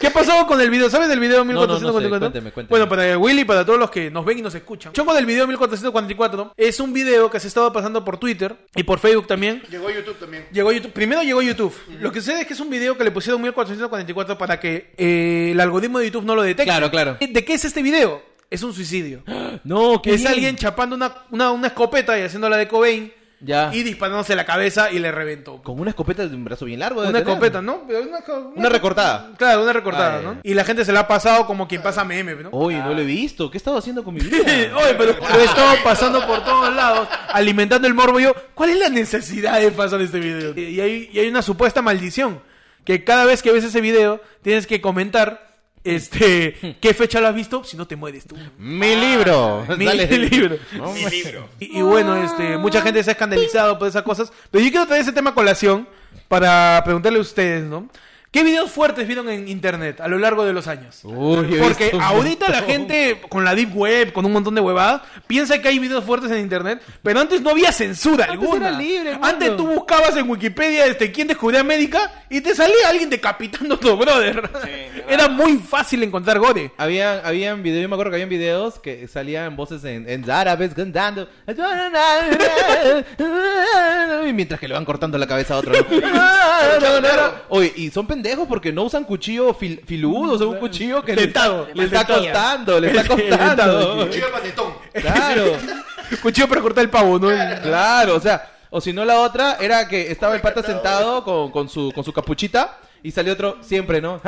[SPEAKER 1] ¿Qué ha pasado con el video? ¿Sabes del video
[SPEAKER 2] no, no sé,
[SPEAKER 1] 1444?
[SPEAKER 2] cuénteme, cuénteme.
[SPEAKER 1] Bueno, para Willy, para todos los que nos ven y nos escuchan. Chongo del video 1444 es un video que se ha estado pasando por Twitter y por Facebook también.
[SPEAKER 4] Llegó YouTube también.
[SPEAKER 1] Llegó YouTube. Primero llegó YouTube. Lo que sucede es que es un video que le pusieron 1444 para que eh, el algoritmo de YouTube no lo detecte.
[SPEAKER 2] Claro, claro.
[SPEAKER 1] ¿De qué es este video? Es un suicidio.
[SPEAKER 2] No, que
[SPEAKER 1] es alguien chapando una, una, una escopeta y haciéndola de Cobain
[SPEAKER 2] Ya.
[SPEAKER 1] y disparándose la cabeza y le reventó.
[SPEAKER 2] Con una escopeta de un brazo bien largo. debe
[SPEAKER 1] Una
[SPEAKER 2] tener.
[SPEAKER 1] escopeta, ¿no? Pero Una, una-
[SPEAKER 2] Una recortada.
[SPEAKER 1] Claro, una recortada,
[SPEAKER 2] Ah,
[SPEAKER 1] ¿no?
[SPEAKER 2] ya.
[SPEAKER 1] Y la gente se la ha pasado como quien pasa meme, ¿no?
[SPEAKER 2] Oye, no lo he visto. ¿Qué he estado haciendo con mi vida?
[SPEAKER 1] Ah. Oye, pero lo he estado pasando por todos lados, alimentando el morbo. Y Yo, ¿cuál es la necesidad de pasar este video? Y y hay, y hay una supuesta maldición, que cada vez que ves ese video, tienes que comentar este qué fecha lo has visto, si no te mueres tú.
[SPEAKER 2] Mi libro.
[SPEAKER 1] Mi
[SPEAKER 2] Sale-
[SPEAKER 1] libro.
[SPEAKER 2] No,
[SPEAKER 5] Mi libro.
[SPEAKER 1] Y, y bueno, este,
[SPEAKER 2] Ah.
[SPEAKER 1] mucha gente se ha escandalizado por esas cosas. Pero yo quiero traer ese tema a colación para preguntarle a ustedes, ¿no? ¿Qué videos fuertes vieron en internet a lo largo de los años?
[SPEAKER 2] Uy, he
[SPEAKER 1] Porque
[SPEAKER 2] visto un
[SPEAKER 1] ahorita la
[SPEAKER 2] montón.
[SPEAKER 1] gente con la deep web, con un montón de huevadas, piensa que hay videos fuertes en internet, pero antes no había censura
[SPEAKER 2] Antes
[SPEAKER 1] alguna.
[SPEAKER 2] era libre, hermano.
[SPEAKER 1] antes tú buscabas en Wikipedia este quién descubría América y te salía alguien decapitando tu brother. Era muy fácil encontrar gore.
[SPEAKER 2] Habían, habían videos, yo me acuerdo que habían videos que salían voces en, en árabes cantando. Y mientras que le van cortando la cabeza a otro. ¿no? Oye, y son pendejos porque no usan cuchillo fil- filudo, o sea, un cuchillo que le
[SPEAKER 1] Dentado,
[SPEAKER 2] está, le está
[SPEAKER 1] dentado.
[SPEAKER 2] costando, le está
[SPEAKER 1] Dentado,
[SPEAKER 2] costando.
[SPEAKER 4] Cuchillo de panetón.
[SPEAKER 2] Claro,
[SPEAKER 1] Cuchillo para cortar el pavo, ¿no?
[SPEAKER 2] claro, o sea, o si no la otra era que estaba el pata sentado con, con su, con su capuchita. Y salió otro, siempre, ¿no?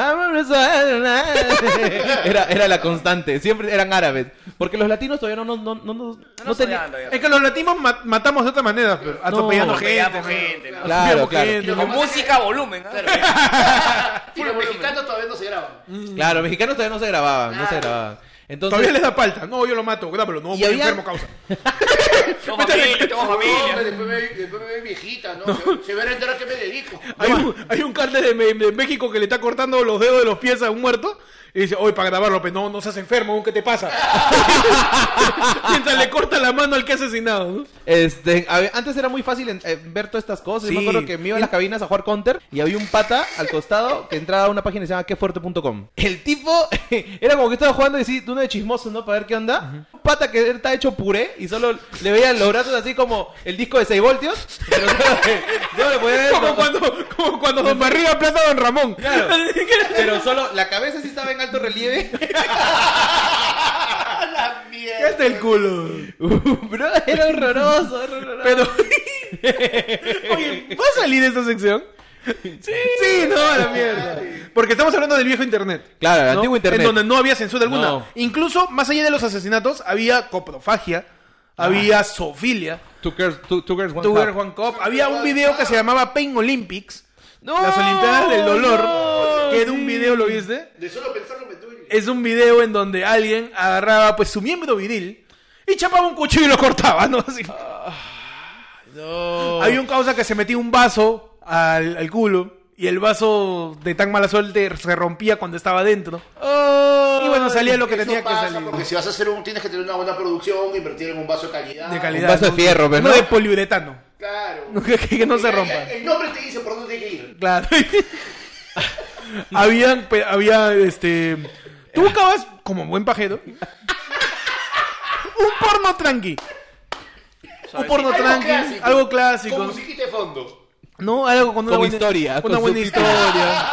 [SPEAKER 2] Era, era la constante, siempre eran árabes. Porque los latinos todavía no, no, no, no, no,
[SPEAKER 3] No estoy
[SPEAKER 2] teni-
[SPEAKER 3] dando ya.
[SPEAKER 1] Es que los latinos ma- matamos de otra manera, pero atropellando
[SPEAKER 2] No,
[SPEAKER 1] gente.
[SPEAKER 3] atropellamos pues, gente,
[SPEAKER 1] ¿no?
[SPEAKER 3] ¿no?
[SPEAKER 2] Claro,
[SPEAKER 1] Atropellamos
[SPEAKER 2] claro.
[SPEAKER 1] gente,
[SPEAKER 3] Con
[SPEAKER 1] ¿no?
[SPEAKER 3] música a volumen. ¿ah?
[SPEAKER 4] Y los mexicanos todavía no se
[SPEAKER 1] Mm.
[SPEAKER 4] graban.
[SPEAKER 2] Claro, los mexicanos todavía no se grababan, no se grababan. Entonces,
[SPEAKER 1] Todavía les da palta. No, yo lo mato, grábalo, no,
[SPEAKER 2] Y
[SPEAKER 1] por
[SPEAKER 2] había-
[SPEAKER 1] enfermo causa.
[SPEAKER 3] Somos familia, somos
[SPEAKER 4] Hombre,
[SPEAKER 3] familia.
[SPEAKER 4] después me, después me ven viejita, ¿no? Se, se van a enterar que me dedico.
[SPEAKER 1] Hay un, hay un cartel de, Me- de México que le está cortando los dedos de los pies a un muerto y dice, oye, para grabarlo, pero no, no seas enfermo, ¿qué te pasa? Mientras le corta la mano al que ha asesinado, ¿no?
[SPEAKER 2] este, a ver, antes era muy fácil en- eh, ver todas estas cosas. Yo
[SPEAKER 1] Sí.
[SPEAKER 2] me acuerdo que me iba a las cabinas a jugar counter y había un pata al costado que entraba a una página que se llama quefuerte.com. El tipo era como que estaba jugando y decía, tú no de chismoso, ¿no? Para ver qué onda. Un pata que está hecho puré y solo le veían los brazos así como el disco de 6 voltios. Pero, yo le podía ver-
[SPEAKER 1] Como cuando, como cuando Don Barriga aplasta a Don Ramón.
[SPEAKER 2] Claro. Pero solo la cabeza sí estaba en alto relieve.
[SPEAKER 4] ¡A la
[SPEAKER 1] ¿Qué
[SPEAKER 4] mierda!
[SPEAKER 1] Este es el culo?
[SPEAKER 2] Bro, era horroroso, era horroroso.
[SPEAKER 1] Pero... Oye, ¿va a salir esta sección? Sí. Sí, no, a la mierda. Porque estamos hablando del viejo internet.
[SPEAKER 2] Claro, el
[SPEAKER 1] ¿no?
[SPEAKER 2] antiguo internet.
[SPEAKER 1] En donde no había censura alguna.
[SPEAKER 2] No.
[SPEAKER 1] Incluso, más allá de los asesinatos, había coprofagia,
[SPEAKER 2] Ah.
[SPEAKER 1] había zoofilia,
[SPEAKER 2] Two girls, two, two girls, one
[SPEAKER 1] Tuber
[SPEAKER 2] cup.
[SPEAKER 1] Juan Cop. Había un video que se llamaba Pain Olympics,
[SPEAKER 2] No,
[SPEAKER 1] las Olimpiadas del Dolor,
[SPEAKER 2] no,
[SPEAKER 1] que era un
[SPEAKER 2] sí.
[SPEAKER 1] video, ¿lo viste?
[SPEAKER 4] De solo pensarlo me duele.
[SPEAKER 1] Es un video en donde alguien agarraba pues su miembro viril y chapaba un cuchillo y lo cortaba, ¿no? Así.
[SPEAKER 4] Ah,
[SPEAKER 1] Había un causa que se metía un vaso al, al culo y el vaso de tan mala suerte se rompía cuando estaba dentro. Y bueno, salía lo que
[SPEAKER 4] Eso
[SPEAKER 1] tenía que
[SPEAKER 4] pasa
[SPEAKER 1] salir.
[SPEAKER 4] Porque si vas a hacer un, tienes que tener una buena producción, invertir en un vaso de calidad.
[SPEAKER 1] De calidad.
[SPEAKER 2] Un vaso de
[SPEAKER 1] ¿no?
[SPEAKER 2] fierro, pero
[SPEAKER 1] Uno
[SPEAKER 2] no.
[SPEAKER 1] de poliuretano.
[SPEAKER 4] Claro.
[SPEAKER 1] Que, que no se
[SPEAKER 4] El-
[SPEAKER 1] rompa.
[SPEAKER 4] El nombre te dice por dónde tiene que ir.
[SPEAKER 1] Claro. Habían, pe- había, este... Tú buscabas, como buen pajero, un porno tranqui. Un porno
[SPEAKER 4] Algo
[SPEAKER 1] tranqui,
[SPEAKER 4] clásico.
[SPEAKER 1] algo clásico.
[SPEAKER 4] Con musiquita de fondo.
[SPEAKER 1] No, algo con una
[SPEAKER 2] Con
[SPEAKER 1] buena
[SPEAKER 2] historia,
[SPEAKER 1] Una
[SPEAKER 2] con
[SPEAKER 1] buena
[SPEAKER 2] subtítulos.
[SPEAKER 1] historia.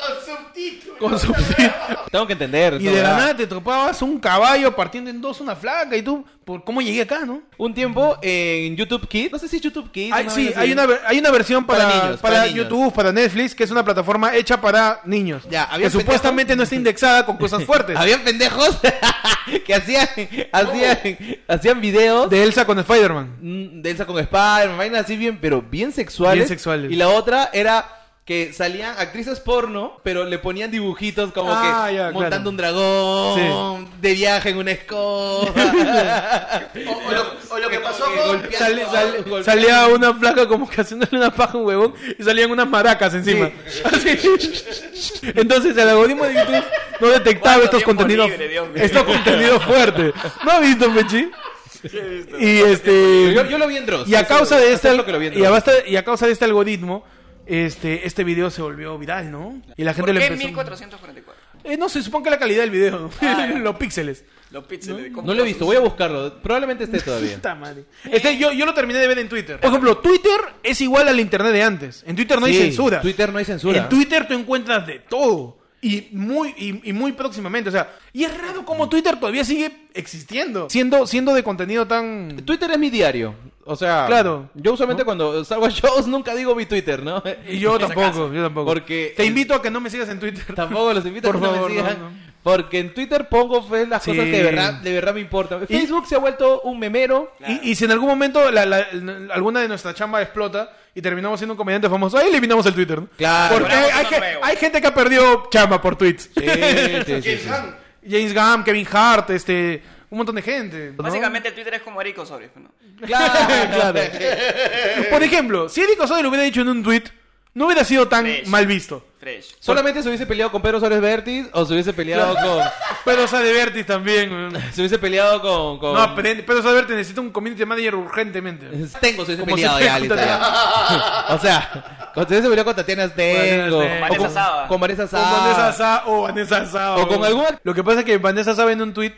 [SPEAKER 4] Con subtítulos.
[SPEAKER 1] con subtítulos.
[SPEAKER 2] Tengo que entender.
[SPEAKER 1] Y
[SPEAKER 2] ¿no?
[SPEAKER 1] de la
[SPEAKER 2] ¿verdad?
[SPEAKER 1] nada te topabas un caballo partiendo en dos una flaca y tú, ¿por cómo llegué acá, no?
[SPEAKER 2] Un tiempo en YouTube Kids. No sé si es YouTube Kids.
[SPEAKER 1] Hay, sí,
[SPEAKER 2] vaina así.
[SPEAKER 1] hay una, ver- hay una versión para,
[SPEAKER 2] Para
[SPEAKER 1] para,
[SPEAKER 2] niños, para niños.
[SPEAKER 1] YouTube, para Netflix, que es una plataforma hecha para niños.
[SPEAKER 2] Ya,
[SPEAKER 1] que
[SPEAKER 2] había pendejos.
[SPEAKER 1] supuestamente no está indexada con cosas fuertes.
[SPEAKER 2] Habían pendejos que hacían, hacían, hacían videos
[SPEAKER 1] Oh. De Elsa con Spider-Man.
[SPEAKER 2] mm, de Elsa con Spider-Man, vainas así bien, pero bien sexuales.
[SPEAKER 1] Bien sexuales.
[SPEAKER 2] Y la otra era que salían actrices porno, pero le ponían dibujitos como
[SPEAKER 1] Ah,
[SPEAKER 2] que
[SPEAKER 1] ya, claro.
[SPEAKER 2] montando un dragón, de viaje en una escoba.
[SPEAKER 4] O, o lo, o lo que pasó
[SPEAKER 2] Que
[SPEAKER 4] con.
[SPEAKER 2] golpeando,
[SPEAKER 1] Sale- sale-
[SPEAKER 2] golpeando.
[SPEAKER 1] salía una flaca como que haciéndole una paja a un huevón y salían unas maracas encima. Así. Entonces el algoritmo de YouTube no detectaba
[SPEAKER 3] ¿Cuánto
[SPEAKER 1] estos
[SPEAKER 3] tiempo
[SPEAKER 1] contenidos,
[SPEAKER 3] libre, Dios mío?
[SPEAKER 1] estos contenidos fuertes. ¿No ha visto, Pechi? Y
[SPEAKER 2] Pero
[SPEAKER 1] este...
[SPEAKER 2] Yo, yo lo vi en Dross.
[SPEAKER 1] y a
[SPEAKER 2] eso-
[SPEAKER 1] causa de
[SPEAKER 2] eso
[SPEAKER 1] este
[SPEAKER 2] es lo que lo vi en
[SPEAKER 1] y a,
[SPEAKER 2] Dross.
[SPEAKER 1] basta- y a causa de este algoritmo este este video se volvió viral no y la gente
[SPEAKER 3] ¿Por
[SPEAKER 1] le
[SPEAKER 3] qué
[SPEAKER 1] empezó
[SPEAKER 3] 1444?
[SPEAKER 1] Eh, no se supone que la calidad del video
[SPEAKER 3] Ah, ya.
[SPEAKER 1] los píxeles
[SPEAKER 3] Los píxeles. de
[SPEAKER 2] No lo he visto, voy a buscarlo. Probablemente esté todavía.
[SPEAKER 1] Puta madre. Este, yo, yo lo terminé de ver en Twitter. Por ejemplo, Twitter es igual al internet de antes. En Twitter no hay
[SPEAKER 2] Sí,
[SPEAKER 1] censura.
[SPEAKER 2] Twitter no hay censura.
[SPEAKER 1] En Twitter tú encuentras de todo. Y muy, y, y muy próximamente. O sea, y es raro como Twitter todavía sigue existiendo. Siendo, siendo de contenido tan.
[SPEAKER 2] Twitter es mi diario. O sea,
[SPEAKER 1] Claro.
[SPEAKER 2] yo usualmente cuando salgo a shows nunca digo mi Twitter, ¿no?
[SPEAKER 1] Y yo tampoco, yo tampoco.
[SPEAKER 2] Porque
[SPEAKER 1] Te
[SPEAKER 2] en-
[SPEAKER 1] invito a que no me sigas en Twitter.
[SPEAKER 2] Tampoco los invito
[SPEAKER 1] Por
[SPEAKER 2] a que no
[SPEAKER 1] favor,
[SPEAKER 2] me
[SPEAKER 1] no,
[SPEAKER 2] sigan.
[SPEAKER 1] no.
[SPEAKER 2] Porque en Twitter pongo pues, las
[SPEAKER 1] Sí.
[SPEAKER 2] cosas que de verdad, de verdad me importan.
[SPEAKER 1] Y-
[SPEAKER 2] Facebook se ha vuelto un memero.
[SPEAKER 1] Y, y si en algún momento la- la- la- alguna de nuestra chamba explota y terminamos siendo un comediante famoso, ahí eliminamos el Twitter. ¿no?
[SPEAKER 2] Claro.
[SPEAKER 1] Porque hay, hay
[SPEAKER 3] Bravo,
[SPEAKER 1] que-
[SPEAKER 3] bravo.
[SPEAKER 1] hay gente que ha perdido chamba por tweets.
[SPEAKER 2] Sí, sí, sí,
[SPEAKER 4] James
[SPEAKER 2] sí.
[SPEAKER 4] Gunn.
[SPEAKER 1] James Gunn, Kevin Hart, este, un montón de gente. ¿no?
[SPEAKER 3] Básicamente el Twitter es como Eric Osorio. ¿no?
[SPEAKER 2] Claro, claro.
[SPEAKER 1] Por ejemplo, si Eric Osorio lo hubiera dicho en un tweet, no hubiera sido tan
[SPEAKER 3] Fresh.
[SPEAKER 1] mal visto.
[SPEAKER 3] Fresh.
[SPEAKER 2] Solamente se hubiese peleado con Pedro Suárez Vértiz o se hubiese peleado con.
[SPEAKER 1] Pedro Sadeberti también. weón.
[SPEAKER 2] Se hubiese peleado con. con-
[SPEAKER 1] No, aprende- Pedro Sadeberti necesita un community manager urgentemente.
[SPEAKER 2] Tengo, se hubiese
[SPEAKER 1] Como
[SPEAKER 2] peleado
[SPEAKER 1] si-
[SPEAKER 2] ya, listo, ya. O sea, con- se hubiese peleado con Tatiana Stengo.
[SPEAKER 1] Con Vanessa
[SPEAKER 2] o con-
[SPEAKER 3] Saba.
[SPEAKER 2] Con Vanessa
[SPEAKER 1] O
[SPEAKER 2] Saba.
[SPEAKER 1] Vanessa Sa o Vanessa Sa- oh.
[SPEAKER 2] O con algún-
[SPEAKER 1] Lo que pasa es que Vanessa sabe en un tweet,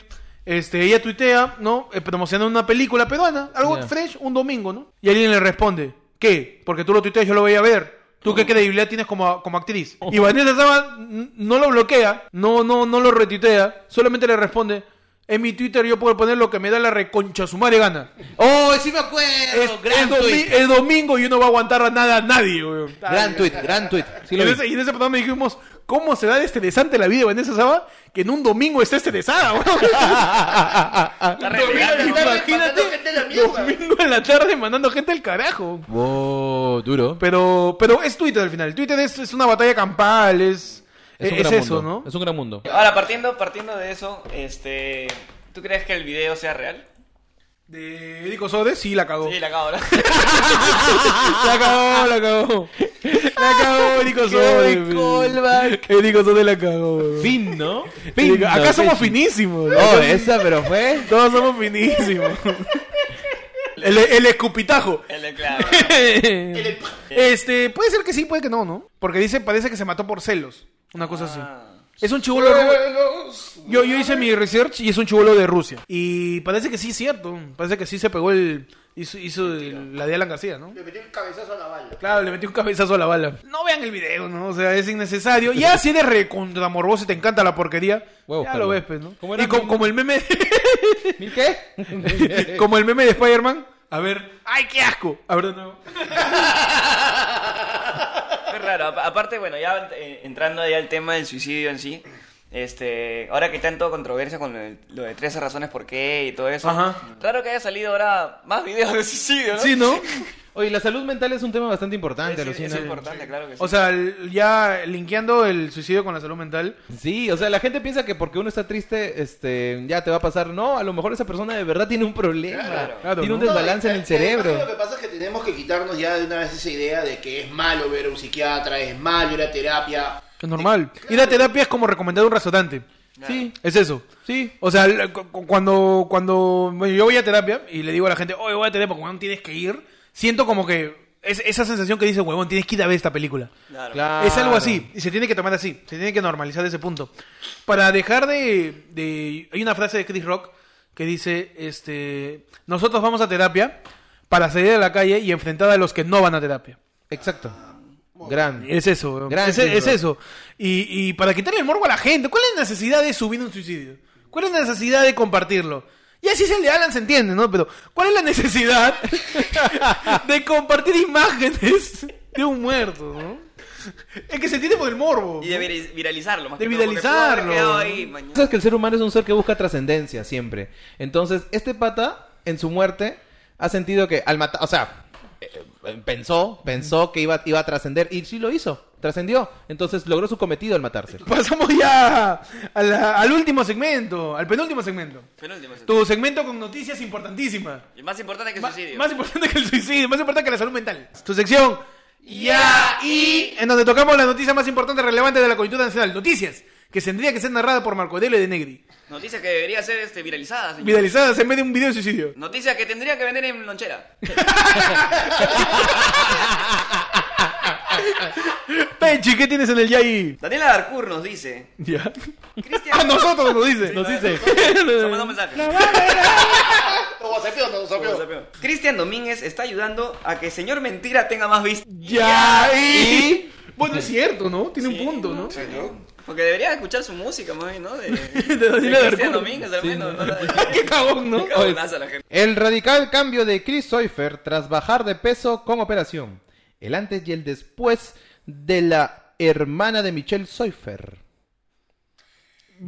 [SPEAKER 1] este, ella tuitea, ¿no? Eh, promocionando una película peruana, algo
[SPEAKER 2] Ya.
[SPEAKER 1] fresh, un domingo, ¿no? Y alguien le responde, ¿qué? Porque tú lo tuiteas, yo lo voy a ver. ¿Tú
[SPEAKER 2] Oh.
[SPEAKER 1] qué credibilidad tienes como, como actriz? Y Vanessa Saba n- no lo bloquea, no, no, no lo retuitea, solamente le responde, en mi Twitter yo puedo poner lo que me da la reconcha su madre gana.
[SPEAKER 2] Oh, sí me acuerdo.
[SPEAKER 1] Es,
[SPEAKER 2] gran
[SPEAKER 1] es domi-
[SPEAKER 2] tweet.
[SPEAKER 1] es domingo y uno va a aguantar a nada a nadie, weón.
[SPEAKER 2] Gran tweet, gran tweet. Sí
[SPEAKER 1] Y
[SPEAKER 2] lo
[SPEAKER 1] en,
[SPEAKER 2] vi.
[SPEAKER 1] ese, y en ese programa dijimos, ¿cómo se da de estresante la vida de Vanessa Saba? Que en un domingo está estresada, weón.
[SPEAKER 2] Ah.
[SPEAKER 3] Está
[SPEAKER 4] Domingo en la
[SPEAKER 3] relegado.
[SPEAKER 4] tarde,
[SPEAKER 1] Imagínate,
[SPEAKER 4] mandando gente a la mierda.
[SPEAKER 1] domingo en la tarde mandando gente al carajo.
[SPEAKER 2] Wow, duro.
[SPEAKER 1] Pero, pero es Twitter al final. Twitter es, es una batalla campal, es,
[SPEAKER 2] Es,
[SPEAKER 1] es,
[SPEAKER 2] un gran
[SPEAKER 1] eso,
[SPEAKER 2] mundo.
[SPEAKER 1] ¿no?
[SPEAKER 2] Es un gran mundo.
[SPEAKER 3] Ahora, partiendo, partiendo de eso, este, ¿tú crees que el video sea real?
[SPEAKER 1] De Eric Osode, sí, la cagó.
[SPEAKER 3] Sí, la acabo ahora.
[SPEAKER 1] La
[SPEAKER 2] Ah,
[SPEAKER 1] cagó, la cagó. La cagó Eric Osode.
[SPEAKER 2] buen callback.
[SPEAKER 1] Eric Osode la cagó. weón.
[SPEAKER 2] Fin, ¿no?
[SPEAKER 1] Eric- Acá somos
[SPEAKER 2] finitos.
[SPEAKER 1] finísimos.
[SPEAKER 2] Oh, esa, pero fue.
[SPEAKER 1] Todos somos finísimos. El, el escupitajo.
[SPEAKER 3] El de claro.
[SPEAKER 1] Este, puede ser que sí, puede que no, ¿no? Porque dice, parece que se mató por celos. Una cosa
[SPEAKER 3] Ah.
[SPEAKER 1] así. Es un chivolo. ru- Yo, yo hice mi research y es un chivolo de Rusia. Y parece que sí es cierto. Parece que sí se pegó el. Hizo, hizo el- la de Alan García, ¿no?
[SPEAKER 4] Le metió el cabezazo a la bala.
[SPEAKER 1] Claro, le metí un cabezazo a la bala. No vean el video, ¿no? O sea, es innecesario. Ya si eres recontra morboso y te encanta la porquería,
[SPEAKER 2] Voy a
[SPEAKER 1] ya lo
[SPEAKER 2] buscarlo.
[SPEAKER 1] ves, pues, ¿no?
[SPEAKER 2] ¿Cómo era
[SPEAKER 1] Y co-
[SPEAKER 2] mi-
[SPEAKER 1] como el meme.
[SPEAKER 2] ¿Mil qué?
[SPEAKER 1] Como el meme de Spider-Man. A ver. ¡Ay, qué asco! A ver de nuevo.
[SPEAKER 3] Qué raro. Apa- Aparte, bueno, ya eh, entrando ya al tema del suicidio en sí. Este, ahora que hay tanto controversia con lo de, lo de 13 razones por qué y todo eso.
[SPEAKER 1] Ajá.
[SPEAKER 3] Raro que haya salido ahora más videos de suicidio, ¿no?
[SPEAKER 1] Sí, ¿no?
[SPEAKER 2] Oye, la salud mental es un tema bastante importante,
[SPEAKER 3] Es, es
[SPEAKER 2] alucina.
[SPEAKER 3] importante, claro que sí.
[SPEAKER 1] O sea, el- ya linkeando el suicidio con la salud mental.
[SPEAKER 2] Sí, o sea, la gente piensa que porque uno está triste, este, ya te va a pasar. No, a lo mejor esa persona de verdad tiene un problema.
[SPEAKER 3] Claro.
[SPEAKER 1] Claro,
[SPEAKER 2] tiene un
[SPEAKER 1] ¿no?
[SPEAKER 2] desbalance en el
[SPEAKER 4] eh, Lo que
[SPEAKER 2] cerebro.
[SPEAKER 4] pasa es que tenemos que quitarnos ya de una vez esa idea de que es malo ver a un psiquiatra, es malo ir a terapia.
[SPEAKER 1] Es normal. Ir a terapia es como recomendar un restaurante.
[SPEAKER 2] Sí,
[SPEAKER 1] Es eso.
[SPEAKER 2] sí.
[SPEAKER 1] O sea, la- cu- cu- cuando, cuando bueno, yo voy a terapia y le digo a la gente, oye, voy a terapia, huevón, tienes que ir. Siento como que es, esa sensación que dice, huevón, tienes que ir a ver esta película.
[SPEAKER 3] Claro.
[SPEAKER 2] Claro.
[SPEAKER 1] Es algo así, y se tiene que tomar así, se tiene que normalizar ese punto. Para dejar de, de- Hay una frase de Chris Rock que dice, este, nosotros vamos a terapia para salir a la calle y enfrentar a los que no van a terapia.
[SPEAKER 2] Exacto. Gran.
[SPEAKER 1] Es eso, weón.
[SPEAKER 2] Gran
[SPEAKER 1] es, es
[SPEAKER 2] Silver.
[SPEAKER 1] eso. Y, y para quitarle el morbo a la gente, ¿cuál es la necesidad de subir un suicidio? ¿Cuál es la necesidad de compartirlo? Y así se le Alan se entiende, ¿no? Pero, ¿cuál es la necesidad de compartir imágenes de un muerto, ¿no? Es que se entiende por el morbo.
[SPEAKER 3] Y de vir- viralizarlo, más
[SPEAKER 1] De
[SPEAKER 3] que todo, porque pudo haber
[SPEAKER 1] viralizarlo.
[SPEAKER 3] quedado ahí, mañana.
[SPEAKER 2] Sabes que el ser humano es un ser que busca trascendencia siempre. Entonces, este pata, en su muerte, ha sentido que al matar, o sea, eh, eh, pensó, pensó que iba, iba a trascender y sí lo hizo, trascendió. Entonces logró su cometido al matarse.
[SPEAKER 1] Pasamos ya a la- al último segmento, al penúltimo segmento.
[SPEAKER 3] Penúltimo, sí.
[SPEAKER 1] Tu segmento con noticias importantísimas.
[SPEAKER 3] Y más importante que el
[SPEAKER 1] Ma-
[SPEAKER 3] suicidio.
[SPEAKER 1] Más importante que el suicidio, más importante que la salud mental. Tu sección. Ya y. En donde tocamos las noticias más importantes relevantes de la coyuntura nacional. Noticias que tendría que ser narrada por Marco Aurelio de Negri.
[SPEAKER 3] Noticias que debería ser este, viralizada, señor.
[SPEAKER 1] Viralizadas en vez de un video de suicidio.
[SPEAKER 3] Noticias que tendría que vender en lonchera.
[SPEAKER 1] Pechi, ¿qué tienes en el ya y?
[SPEAKER 3] Daniela Darcourt nos dice.
[SPEAKER 1] Ya.
[SPEAKER 3] Cristian.
[SPEAKER 1] A nosotros nos dice.
[SPEAKER 2] Nos dice.
[SPEAKER 3] Nos mandó un mensaje.
[SPEAKER 4] No, guasapeó, no, guasapeó.
[SPEAKER 3] Cristian Domínguez está ayudando a que señor Mentira tenga más vistas.
[SPEAKER 1] Ya y. Bueno, es cierto, ¿no? Tiene un punto, ¿no?
[SPEAKER 3] Porque debería escuchar su música, más bien, ¿no? De,
[SPEAKER 1] Daniela
[SPEAKER 3] Cristian
[SPEAKER 1] Darcourt.
[SPEAKER 3] Domínguez, al menos. ¿no?
[SPEAKER 1] Qué cagón, ¿no?
[SPEAKER 3] Qué cagonazo la gente.
[SPEAKER 2] El radical cambio de Chris Seufer tras bajar de peso con operación. El antes y el después de la hermana de Michelle Seufer.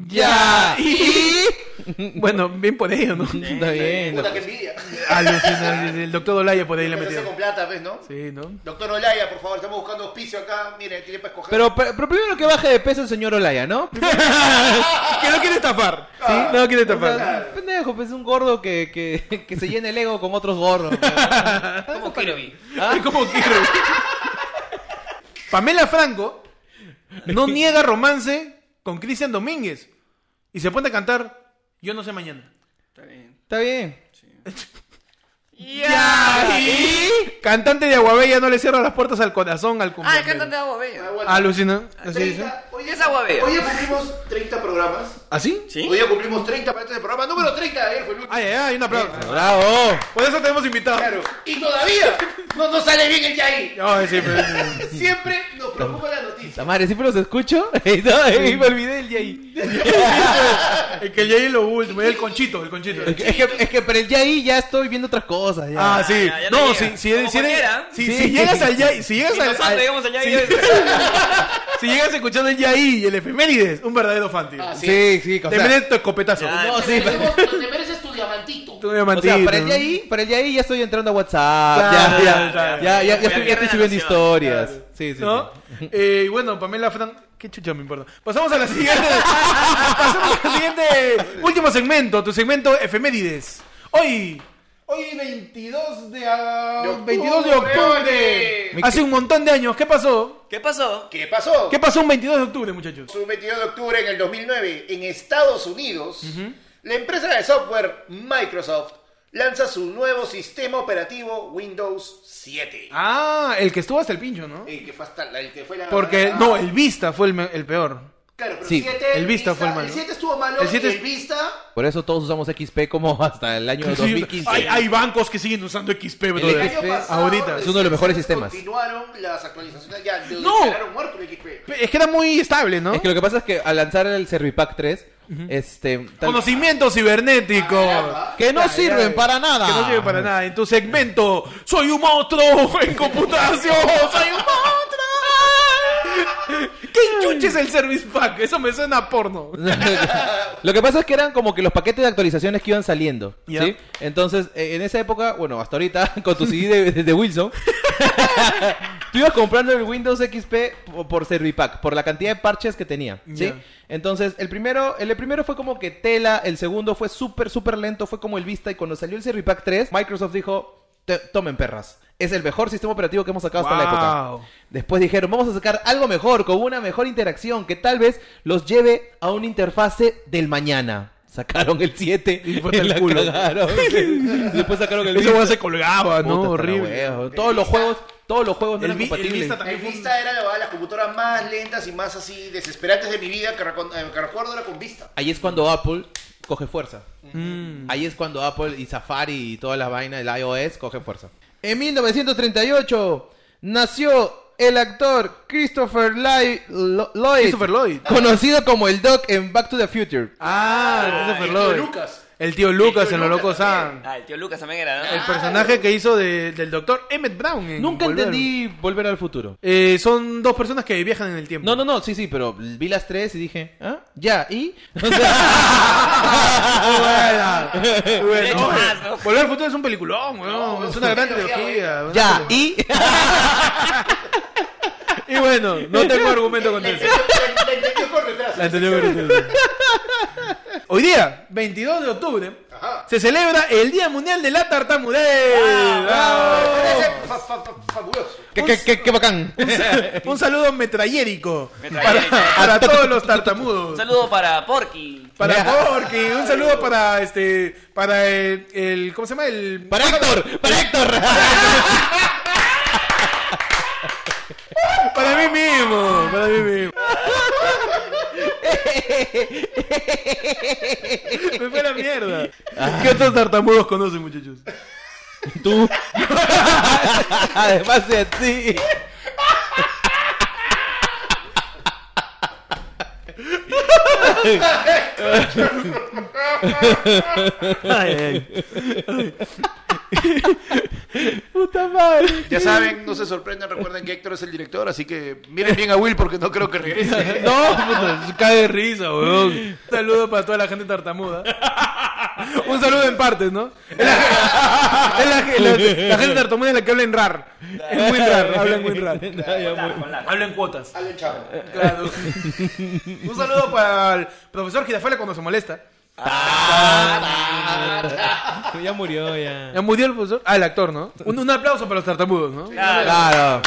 [SPEAKER 1] Ya y. Bueno, bien por ello, ¿no?
[SPEAKER 2] Está bien.
[SPEAKER 4] Puta, qué envidia.
[SPEAKER 1] Alucinante. El doctor Olaya por ahí la
[SPEAKER 4] Pero se
[SPEAKER 1] metió.
[SPEAKER 4] con plata, ¿ves, no?
[SPEAKER 1] Sí, ¿no?
[SPEAKER 4] Doctor Olaya, por favor, estamos buscando auspicio acá. Mire, tiene para escoger.
[SPEAKER 2] Pero, pero primero que baje de peso el señor Olaya, ¿no?
[SPEAKER 1] que no quiere estafar. ¿Sí? No quiere estafar.
[SPEAKER 2] Un Pendejo, pues un gordo que, que, que se llena el ego con otros gordos. pues.
[SPEAKER 3] Como Kirby.
[SPEAKER 1] Es como quiero. Pamela Franco no niega romance con Cristian Domínguez y se pone a cantar Yo no sé mañana.
[SPEAKER 3] Está bien.
[SPEAKER 2] Está bien.
[SPEAKER 1] Ya, y- Cantante de Aguabella no le cierra las puertas al corazón al
[SPEAKER 3] Ah,
[SPEAKER 1] cumpleaños.
[SPEAKER 3] el cantante de Agua Bella.
[SPEAKER 4] bueno.
[SPEAKER 1] Alucina. Así dice. ¿Ah,
[SPEAKER 4] 30, hoy
[SPEAKER 3] Es agua verde.
[SPEAKER 4] Hoy ya cumplimos 30 programas.
[SPEAKER 1] ¿Así?
[SPEAKER 3] ¿Sí?
[SPEAKER 4] Hoy ya cumplimos 30 para este programa. Número 30 de ayer fue el último.
[SPEAKER 1] Ay, eh. ay, ay, un aplauso.
[SPEAKER 3] Eh,
[SPEAKER 2] ¡Bravo!
[SPEAKER 1] Por eso tenemos invitados.
[SPEAKER 4] Claro. Y todavía no nos sale bien el Yair.
[SPEAKER 1] Ay, sí, pero-
[SPEAKER 4] Siempre nos preocupa la noticia.
[SPEAKER 2] La madre, siempre los escucho. Y no, y me olvidé del Yay.
[SPEAKER 1] El que llegue lo último, el conchito, el conchito.
[SPEAKER 2] Es que, es que- es que para el Yay ya estoy viendo otras cosas. Ya.
[SPEAKER 1] Ah, sí.
[SPEAKER 3] ya, ya
[SPEAKER 1] no,
[SPEAKER 3] no
[SPEAKER 1] si,
[SPEAKER 3] llega.
[SPEAKER 1] si, si
[SPEAKER 3] Como
[SPEAKER 1] eres-
[SPEAKER 3] cualquiera.
[SPEAKER 1] si-
[SPEAKER 2] Sí.
[SPEAKER 1] si llegas al ya, si llegas
[SPEAKER 3] Y
[SPEAKER 1] al,
[SPEAKER 3] nosotros
[SPEAKER 1] al-
[SPEAKER 3] llegamos allá y
[SPEAKER 1] si,
[SPEAKER 3] yo-
[SPEAKER 1] si llegas escuchando el ya y el efemérides, un verdadero fan, tío.
[SPEAKER 4] Ah, sí.
[SPEAKER 2] sí, sí. O
[SPEAKER 1] Te
[SPEAKER 2] sea,
[SPEAKER 1] mereces tu escopetazo.
[SPEAKER 3] Ya,
[SPEAKER 2] no,
[SPEAKER 4] Te
[SPEAKER 2] sí.
[SPEAKER 4] merecemos- Te mereces tu diamantito.
[SPEAKER 1] Tú
[SPEAKER 2] O sea, para el Yay, para el Yay ya estoy entrando a WhatsApp. Ya,
[SPEAKER 1] Claro,
[SPEAKER 2] ya, ya, ya,
[SPEAKER 1] claro.
[SPEAKER 2] ya
[SPEAKER 3] Voy a
[SPEAKER 2] estoy, ya
[SPEAKER 3] enviar
[SPEAKER 2] estoy subiendo
[SPEAKER 3] relación.
[SPEAKER 2] historias. Sí, sí, sí.
[SPEAKER 1] ¿No? Eh, y bueno, Pamela Fran. ¿Qué chucha me importa? Pasamos a la siguiente. pasamos al siguiente. Último segmento, tu segmento efemérides. Hoy. Hoy 22 de, ah,
[SPEAKER 4] De octubre.
[SPEAKER 1] 22 de octubre.
[SPEAKER 2] Mi-
[SPEAKER 1] Hace un montón de años. ¿Qué pasó?
[SPEAKER 3] ¿Qué pasó?
[SPEAKER 4] ¿Qué pasó?
[SPEAKER 1] ¿Qué pasó un 22 de octubre, muchachos?
[SPEAKER 4] Su 22 de octubre en el 2009 en Estados Unidos, la empresa de software Microsoft lanza su nuevo sistema operativo Windows 7.
[SPEAKER 1] Ah, el que estuvo hasta el pincho, ¿no?
[SPEAKER 4] El que fue hasta la- el que fue la
[SPEAKER 1] Porque,
[SPEAKER 4] ah,
[SPEAKER 1] no, el Vista fue el, me- el peor.
[SPEAKER 4] claro, pero
[SPEAKER 2] sí,
[SPEAKER 4] 7,
[SPEAKER 1] el Vista fue el malo.
[SPEAKER 4] El 7 estuvo malo,
[SPEAKER 1] El
[SPEAKER 4] el,
[SPEAKER 1] 7 es-
[SPEAKER 4] el Vista
[SPEAKER 2] Por eso todos usamos XP como hasta el año 2015.
[SPEAKER 1] Hay, hay bancos que siguen usando XP,
[SPEAKER 4] el
[SPEAKER 1] brother.
[SPEAKER 4] año pasado
[SPEAKER 1] Ahorita.
[SPEAKER 2] Es uno de los mejores sistemas.
[SPEAKER 4] Continuaron las actualizaciones ya de
[SPEAKER 1] No.
[SPEAKER 4] quedaron muertos el XP.
[SPEAKER 1] Es que era muy estable, ¿no?
[SPEAKER 2] Es que lo que pasa es que al lanzar el Servipack 3, este. tal-
[SPEAKER 1] Conocimiento cibernético.
[SPEAKER 4] Caramba.
[SPEAKER 2] que no
[SPEAKER 1] Ya, ya,
[SPEAKER 2] sirven
[SPEAKER 1] ya.
[SPEAKER 2] para nada.
[SPEAKER 1] Que no sirve para nada. En tu segmento, soy un monstruo en computación. Soy un monstruo. ¿Qué chuche es el service pack? Eso me suena a porno.
[SPEAKER 2] Lo que pasa es que eran como que los paquetes de actualizaciones que iban saliendo.
[SPEAKER 1] Ya.
[SPEAKER 2] ¿sí? Entonces, eh, en esa época, bueno, hasta ahorita, con tu CD de, de Wilson, tú ibas comprando el Windows XP po- por Servipack, por la cantidad de parches que tenía. ¿sí?
[SPEAKER 1] Ya.
[SPEAKER 2] Entonces, el primero, el primero fue como que tela, el segundo fue súper, súper lento, fue como el Vista. Y cuando salió el Servipack 3, Microsoft dijo: "Te- Tomen perras. Es el mejor sistema operativo que hemos sacado hasta la época.
[SPEAKER 1] Wow.
[SPEAKER 2] Después dijeron, vamos a sacar algo mejor, con una mejor interacción, que tal vez los lleve a una interfase del mañana. Sacaron el 7
[SPEAKER 1] Y
[SPEAKER 2] y
[SPEAKER 1] fue tal
[SPEAKER 2] la
[SPEAKER 1] culo.
[SPEAKER 2] cagaron. Después sacaron el
[SPEAKER 1] Eso
[SPEAKER 2] Vista.
[SPEAKER 1] weón se colgaba,
[SPEAKER 2] Puta,
[SPEAKER 1] ¿no?
[SPEAKER 2] está
[SPEAKER 1] Horrible.
[SPEAKER 2] la hueva. Todos los juegos, todos los juegos no
[SPEAKER 1] El
[SPEAKER 2] eran
[SPEAKER 1] vi- el
[SPEAKER 2] compatibles.
[SPEAKER 1] Vista
[SPEAKER 4] El
[SPEAKER 1] También fue-
[SPEAKER 4] Vista era la- las computadoras más lentas y más así desesperantes de mi vida que, recon- eh, que recuerdo era con Vista.
[SPEAKER 2] Ahí es cuando Apple coge fuerza.
[SPEAKER 1] Mm.
[SPEAKER 2] Ahí es cuando Apple y Safari y toda la vaina del iOS coge fuerza. En 1938, nació el actor Christopher Lai- Lo- Lloyd.
[SPEAKER 1] Christopher Lloyd.
[SPEAKER 2] Conocido como el Doc en Back to the Future.
[SPEAKER 1] Ah,
[SPEAKER 4] Ah,
[SPEAKER 1] Christopher
[SPEAKER 4] el tío
[SPEAKER 1] Lloyd.
[SPEAKER 4] Lucas.
[SPEAKER 1] El tío Lucas
[SPEAKER 4] El tío
[SPEAKER 1] en Los
[SPEAKER 4] Lucas
[SPEAKER 1] Locos
[SPEAKER 4] también.
[SPEAKER 1] Sam.
[SPEAKER 3] Ah, el tío Lucas también era, ¿no?
[SPEAKER 1] El
[SPEAKER 4] Ah,
[SPEAKER 1] personaje que hizo de- del doctor Emmett Brown. en
[SPEAKER 2] Nunca
[SPEAKER 1] Volver.
[SPEAKER 2] entendí Volver al Futuro.
[SPEAKER 1] Eh, son dos personas que viajan en el tiempo.
[SPEAKER 2] No, no, no, sí, sí, pero vi las tres y dije, ¿ah? Ya, ¿y?
[SPEAKER 1] Buena. Bueno,
[SPEAKER 3] hecho,
[SPEAKER 1] oye,
[SPEAKER 3] más, ¿no?
[SPEAKER 1] Volver al futuro es un peliculón, weón. es una gran
[SPEAKER 4] trilogía,
[SPEAKER 1] trilogía.
[SPEAKER 2] ya, ¿y?
[SPEAKER 1] Y bueno, no tengo argumento
[SPEAKER 4] La
[SPEAKER 1] contra eso.
[SPEAKER 4] entendió- la entendió con retraso.
[SPEAKER 1] La entendió perfectamente. Hoy día, 22 de octubre,
[SPEAKER 4] Ajá.
[SPEAKER 1] se celebra el Día Mundial de la Tartamudez. ¡Bravo!
[SPEAKER 4] Me parece fa- fa- fa- Fabuloso.
[SPEAKER 2] ¿Qué, qué, qué, qué bacán?
[SPEAKER 1] Un saludo metrallérico para,
[SPEAKER 3] Metrallérico.
[SPEAKER 1] para todos los
[SPEAKER 3] Un
[SPEAKER 1] tartamudos.
[SPEAKER 3] saludo para Porky.
[SPEAKER 1] Para
[SPEAKER 2] Ya.
[SPEAKER 1] Porky, un saludo para este, para el, el- ¿cómo se llama? El
[SPEAKER 2] ¡Para Héctor! ¡Para Héctor!
[SPEAKER 1] para mí mismo, para mí mismo. Me fue la mierda. ¿Qué otros tartamudos conocen, muchachos?
[SPEAKER 2] Tú. Además de ti. Puta madre.
[SPEAKER 4] Ya saben, no se sorprendan, recuerden que Héctor es el director, así que miren bien a Will porque no creo que regrese.
[SPEAKER 1] No, puta, cae de risa, weón. Un saludo para toda la gente tartamuda. Un saludo en partes, ¿no? Es la, es la- la- la gente tartamuda es la que habla en RAR. En WinRAR, habla en WinRAR. Habla en cuotas.
[SPEAKER 4] Hablen, chavo.
[SPEAKER 1] Claro. Un saludo para el profesor Girafala cuando se molesta.
[SPEAKER 2] Ya murió, ya.
[SPEAKER 1] Ya murió el profesor. Ah, el actor, ¿no? Un, un aplauso para los tartamudos, ¿no?
[SPEAKER 3] Claro.
[SPEAKER 2] Claro.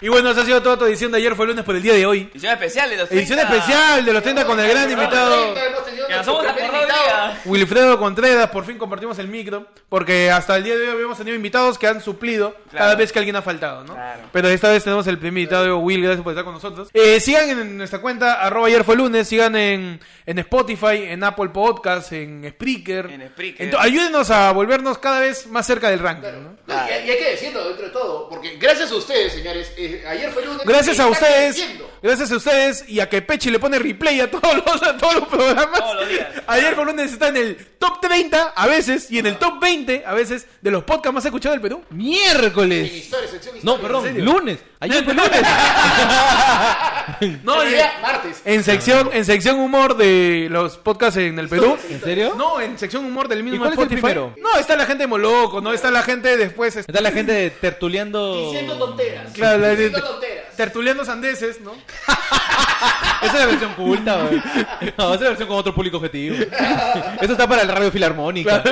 [SPEAKER 1] Y bueno, eso ha sido todo tu edición de ayer, fue lunes por el día de hoy.
[SPEAKER 3] Edición especial de los
[SPEAKER 1] Edición
[SPEAKER 3] 30.
[SPEAKER 1] especial de los 30 con el gran invitado.
[SPEAKER 4] Hemos tenido
[SPEAKER 3] Que nos
[SPEAKER 4] nuestro
[SPEAKER 3] hemos
[SPEAKER 4] primer
[SPEAKER 3] acordado hoy
[SPEAKER 4] invitado.
[SPEAKER 3] día.
[SPEAKER 1] Wilfredo Contreras, por fin compartimos el micro, porque hasta el día de hoy habíamos tenido invitados que han suplido cada
[SPEAKER 3] Claro.
[SPEAKER 1] vez que alguien ha faltado, ¿no?
[SPEAKER 3] Claro.
[SPEAKER 1] Pero esta vez tenemos el primer invitado, Will, gracias por estar con nosotros. Eh, sigan en nuestra cuenta, arroba ayer fue lunes, sigan en, en Spotify, en Apple Podcast, en Spreaker.
[SPEAKER 3] En Spreaker.
[SPEAKER 1] Ento- ayúdenos a volvernos cada vez más cerca del ranking, ¿no?
[SPEAKER 4] No, y, y hay que decirlo dentro de todo, porque gracias a ustedes, señores, eh, ayer fue lunes.
[SPEAKER 1] Gracias a
[SPEAKER 4] están
[SPEAKER 1] ustedes,
[SPEAKER 4] creciendo.
[SPEAKER 1] gracias a ustedes y a que Pechi le pone replay a todos los, a todos los programas.
[SPEAKER 3] Todos los días.
[SPEAKER 1] Ayer con lunes está en el top 30 a veces y en el top 20 a veces de los podcasts más escuchados del Perú.
[SPEAKER 4] En
[SPEAKER 2] Miércoles.
[SPEAKER 4] historia, sección
[SPEAKER 2] No,
[SPEAKER 4] historia.
[SPEAKER 2] perdón,
[SPEAKER 1] serio?
[SPEAKER 2] lunes. Ayer fue lunes.
[SPEAKER 1] No,
[SPEAKER 4] En
[SPEAKER 1] y-
[SPEAKER 4] realidad, martes.
[SPEAKER 1] en sección, en sección humor de los podcasts en el Perú.
[SPEAKER 2] ¿En serio?
[SPEAKER 1] No, en sección humor del mismo
[SPEAKER 2] cuál es el
[SPEAKER 1] Spotify.
[SPEAKER 2] primero?
[SPEAKER 1] No, está la gente de Moloco, no está la gente después. este,
[SPEAKER 2] Está la gente tertuleando.
[SPEAKER 4] Diciendo tonteras.
[SPEAKER 1] Oh. Claro, la-
[SPEAKER 4] diciendo tonteras.
[SPEAKER 1] Tertulianos andeses, ¿no?
[SPEAKER 2] Esa es la versión culta, güey. No, esa es la versión con otro público objetivo. Eso está para el radio filarmónica.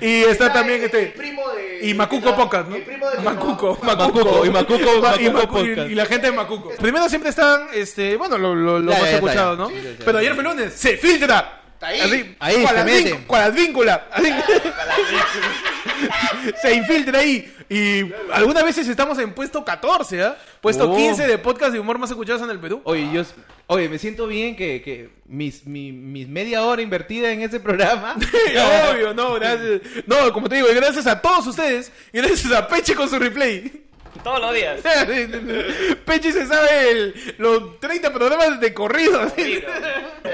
[SPEAKER 1] Y está también
[SPEAKER 4] el- el
[SPEAKER 1] este.
[SPEAKER 4] primo de.
[SPEAKER 1] Y Macuco
[SPEAKER 4] el-
[SPEAKER 1] Podcast, ¿no?
[SPEAKER 4] El primo de.
[SPEAKER 1] Macuco,
[SPEAKER 2] Macuco, y Macuco,
[SPEAKER 1] Ma- y
[SPEAKER 2] Macuco
[SPEAKER 1] Macu- y-
[SPEAKER 2] Podcast.
[SPEAKER 1] y la gente de Macuco. Primero siempre están, este, bueno, lo, lo, lo
[SPEAKER 2] Ya,
[SPEAKER 1] más
[SPEAKER 2] ya, ya,
[SPEAKER 1] escuchado,
[SPEAKER 2] ya.
[SPEAKER 1] ¿no?
[SPEAKER 2] Sí, ya, ya,
[SPEAKER 1] Pero
[SPEAKER 2] ya.
[SPEAKER 1] ayer fue lunes, se filtra.
[SPEAKER 4] Está ahí. Ah,
[SPEAKER 2] Ahí se
[SPEAKER 1] cual advin-
[SPEAKER 2] meten.
[SPEAKER 1] cual advíncula. Así. se infiltra ahí. Y algunas veces estamos en puesto 14, ¿ah? Puesto
[SPEAKER 2] Oh.
[SPEAKER 1] 15 de podcast de humor más escuchados en el Perú.
[SPEAKER 2] Oye, yo. Oye, me siento bien que, que mis, mi, mis media hora invertida en ese programa.
[SPEAKER 1] Obvio, no, gracias. No, como te digo, gracias a todos ustedes. Y gracias a Peche con su replay.
[SPEAKER 3] Todos los días.
[SPEAKER 1] Pechi se sabe el- los 30 programas de corrido.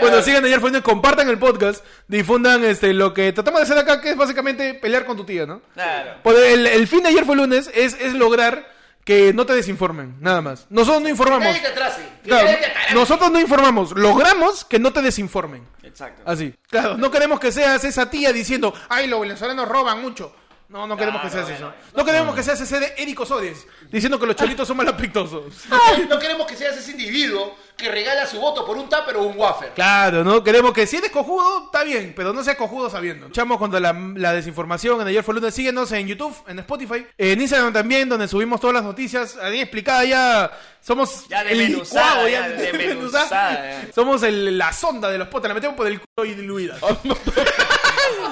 [SPEAKER 1] bueno, sigan ayer fue Lunes, compartan el podcast, difundan este lo que tratamos de hacer acá, que es básicamente pelear con tu tía, ¿no?
[SPEAKER 3] Claro.
[SPEAKER 1] Por el, el fin de ayer fue lunes es, es lograr que no te desinformen, nada más. Nosotros no informamos.
[SPEAKER 4] Nadie te atrase. que
[SPEAKER 1] Claro,
[SPEAKER 4] nadie te atarante.
[SPEAKER 1] nosotros no informamos, logramos que no te desinformen.
[SPEAKER 3] Exacto.
[SPEAKER 1] Así. Claro, no queremos que seas esa tía diciendo, ay, los venezolanos roban mucho. No, no queremos que seas eso. No queremos que seas ese de Eric Osores diciendo que los cholitos son malapictosos.
[SPEAKER 4] No queremos que seas ese individuo que regala su voto por un tupper o un wafer.
[SPEAKER 1] Claro, ¿no? Queremos que si eres cojudo, está bien, pero no seas cojudo sabiendo. Luchamos contra la, la desinformación en Ayer fue lunes. Síguenos en YouTube, en Spotify, en Instagram también, donde subimos todas las noticias. Ahí explicada ya. Somos
[SPEAKER 3] Ya
[SPEAKER 1] el
[SPEAKER 3] desmenuzada,
[SPEAKER 1] licuado,
[SPEAKER 3] ya desmenuzada, ya.
[SPEAKER 1] Somos el- la sonda de los podcasts. La metemos por el culo y diluida.
[SPEAKER 3] Oh,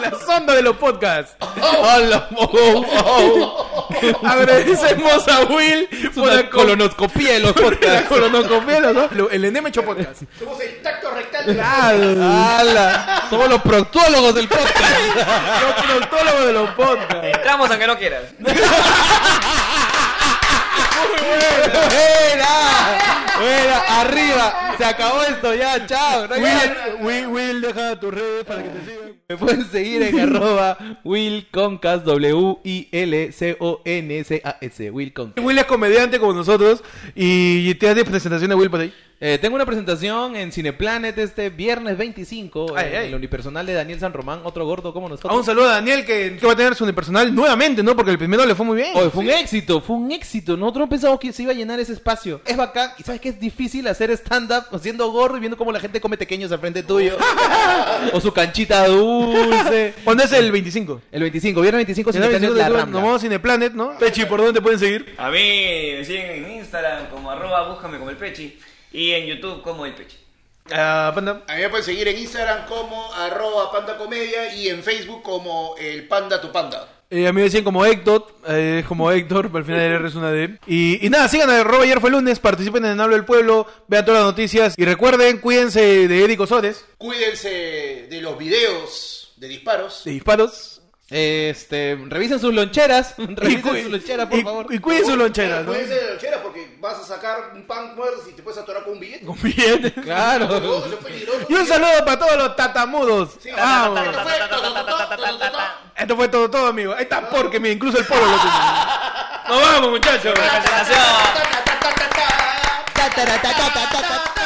[SPEAKER 1] la sonda de los podcasts.
[SPEAKER 2] Hola, oh, oh, oh.
[SPEAKER 1] Agradecemos a Will
[SPEAKER 2] Es
[SPEAKER 1] por
[SPEAKER 2] una
[SPEAKER 1] la, colon
[SPEAKER 2] colonoscopía de los
[SPEAKER 1] la
[SPEAKER 2] podcasts.
[SPEAKER 1] colonoscopia, ¿no? Lo- El Enemecho Podcast.
[SPEAKER 4] Somos el tacto rectal de la.
[SPEAKER 1] Claro.
[SPEAKER 2] ¡Hala! Somos los proctólogos del podcast.
[SPEAKER 1] Los proctólogos de los podcasts.
[SPEAKER 3] Entramos aunque no quieras.
[SPEAKER 1] Muy bueno.
[SPEAKER 2] ¡Buena! ¡Buena! ¡Arriba! Se acabó esto ya, chao. No hay más.
[SPEAKER 1] Will, Will, Will, deja tus redes para que te sigan.
[SPEAKER 2] Me pueden seguir en arroba Willconcas, W-I-L-C-O-N-C-A-S, Willconcas.
[SPEAKER 1] Will es comediante como nosotros y te hace presentación de Will por ahí.
[SPEAKER 2] Eh, tengo una presentación en Cineplanet este viernes 25,
[SPEAKER 1] Ay,
[SPEAKER 2] en
[SPEAKER 1] ay.
[SPEAKER 2] el unipersonal de Daniel San Román, otro gordo como
[SPEAKER 1] Ah, un
[SPEAKER 2] nosotros.
[SPEAKER 1] saludo a Daniel que, que va a tener su personal nuevamente, ¿no? Porque el primero le fue muy bien.
[SPEAKER 2] Oye, fue un éxito, fue un éxito. Nosotros no pensamos que se iba a llenar ese espacio. Es bacán. ¿Y sabes que es difícil hacer stand-up siendo gordo y viendo cómo la gente come pequeños al frente tuyo? o su canchita dulce.
[SPEAKER 1] ¿Cuándo es el 25?
[SPEAKER 2] El 25, viernes 25,
[SPEAKER 1] Ya sabes,
[SPEAKER 2] Cineplanet Pues La
[SPEAKER 1] nosotros
[SPEAKER 2] Rambla.
[SPEAKER 1] Nos vamos a Cineplanet, ¿no? Pechi, ¿por dónde te pueden seguir?
[SPEAKER 3] A mí me siguen en Instagram como arroba búscame como el pechi y en YouTube como el pechi.
[SPEAKER 1] Ah, Panda.
[SPEAKER 4] A mí me pueden seguir en Instagram como arroba pandacomedia y en Facebook como el panda tu panda.
[SPEAKER 1] Eh, a mí me decían como Héctor, eh, es como Héctor, pero al final el R es una D. Y, y nada, sigan a arroba ayer fue lunes, participen en Hablo del Pueblo, vean todas las noticias y recuerden, cuídense de Eric Osores,
[SPEAKER 4] Cuídense de los videos de disparos.
[SPEAKER 1] de disparos.
[SPEAKER 2] Este, revisen sus loncheras.
[SPEAKER 1] Y,
[SPEAKER 2] Revisen
[SPEAKER 1] cuí-
[SPEAKER 2] sus loncheras, por
[SPEAKER 1] y-
[SPEAKER 2] favor.
[SPEAKER 1] y cuiden sus loncheras, ¿no?
[SPEAKER 4] Cuídense de las loncheras porque vas a sacar un pan muerto y te puedes atorar con un billete.
[SPEAKER 1] Con billete.
[SPEAKER 2] Claro.
[SPEAKER 4] Todo eso es peligroso.
[SPEAKER 1] Y un saludo para todos los tatamudos.
[SPEAKER 4] Sí,
[SPEAKER 1] Vamos.
[SPEAKER 4] esto fue to, to, to, to, to, to, to.
[SPEAKER 1] Esto fue todo, todo, amigo. Ahí está porque, mira, incluso el polo lo tiene. Nos vamos, muchachos.
[SPEAKER 3] ¡Cancelación!
[SPEAKER 2] Ta, ta, ta, ta, ta, ta.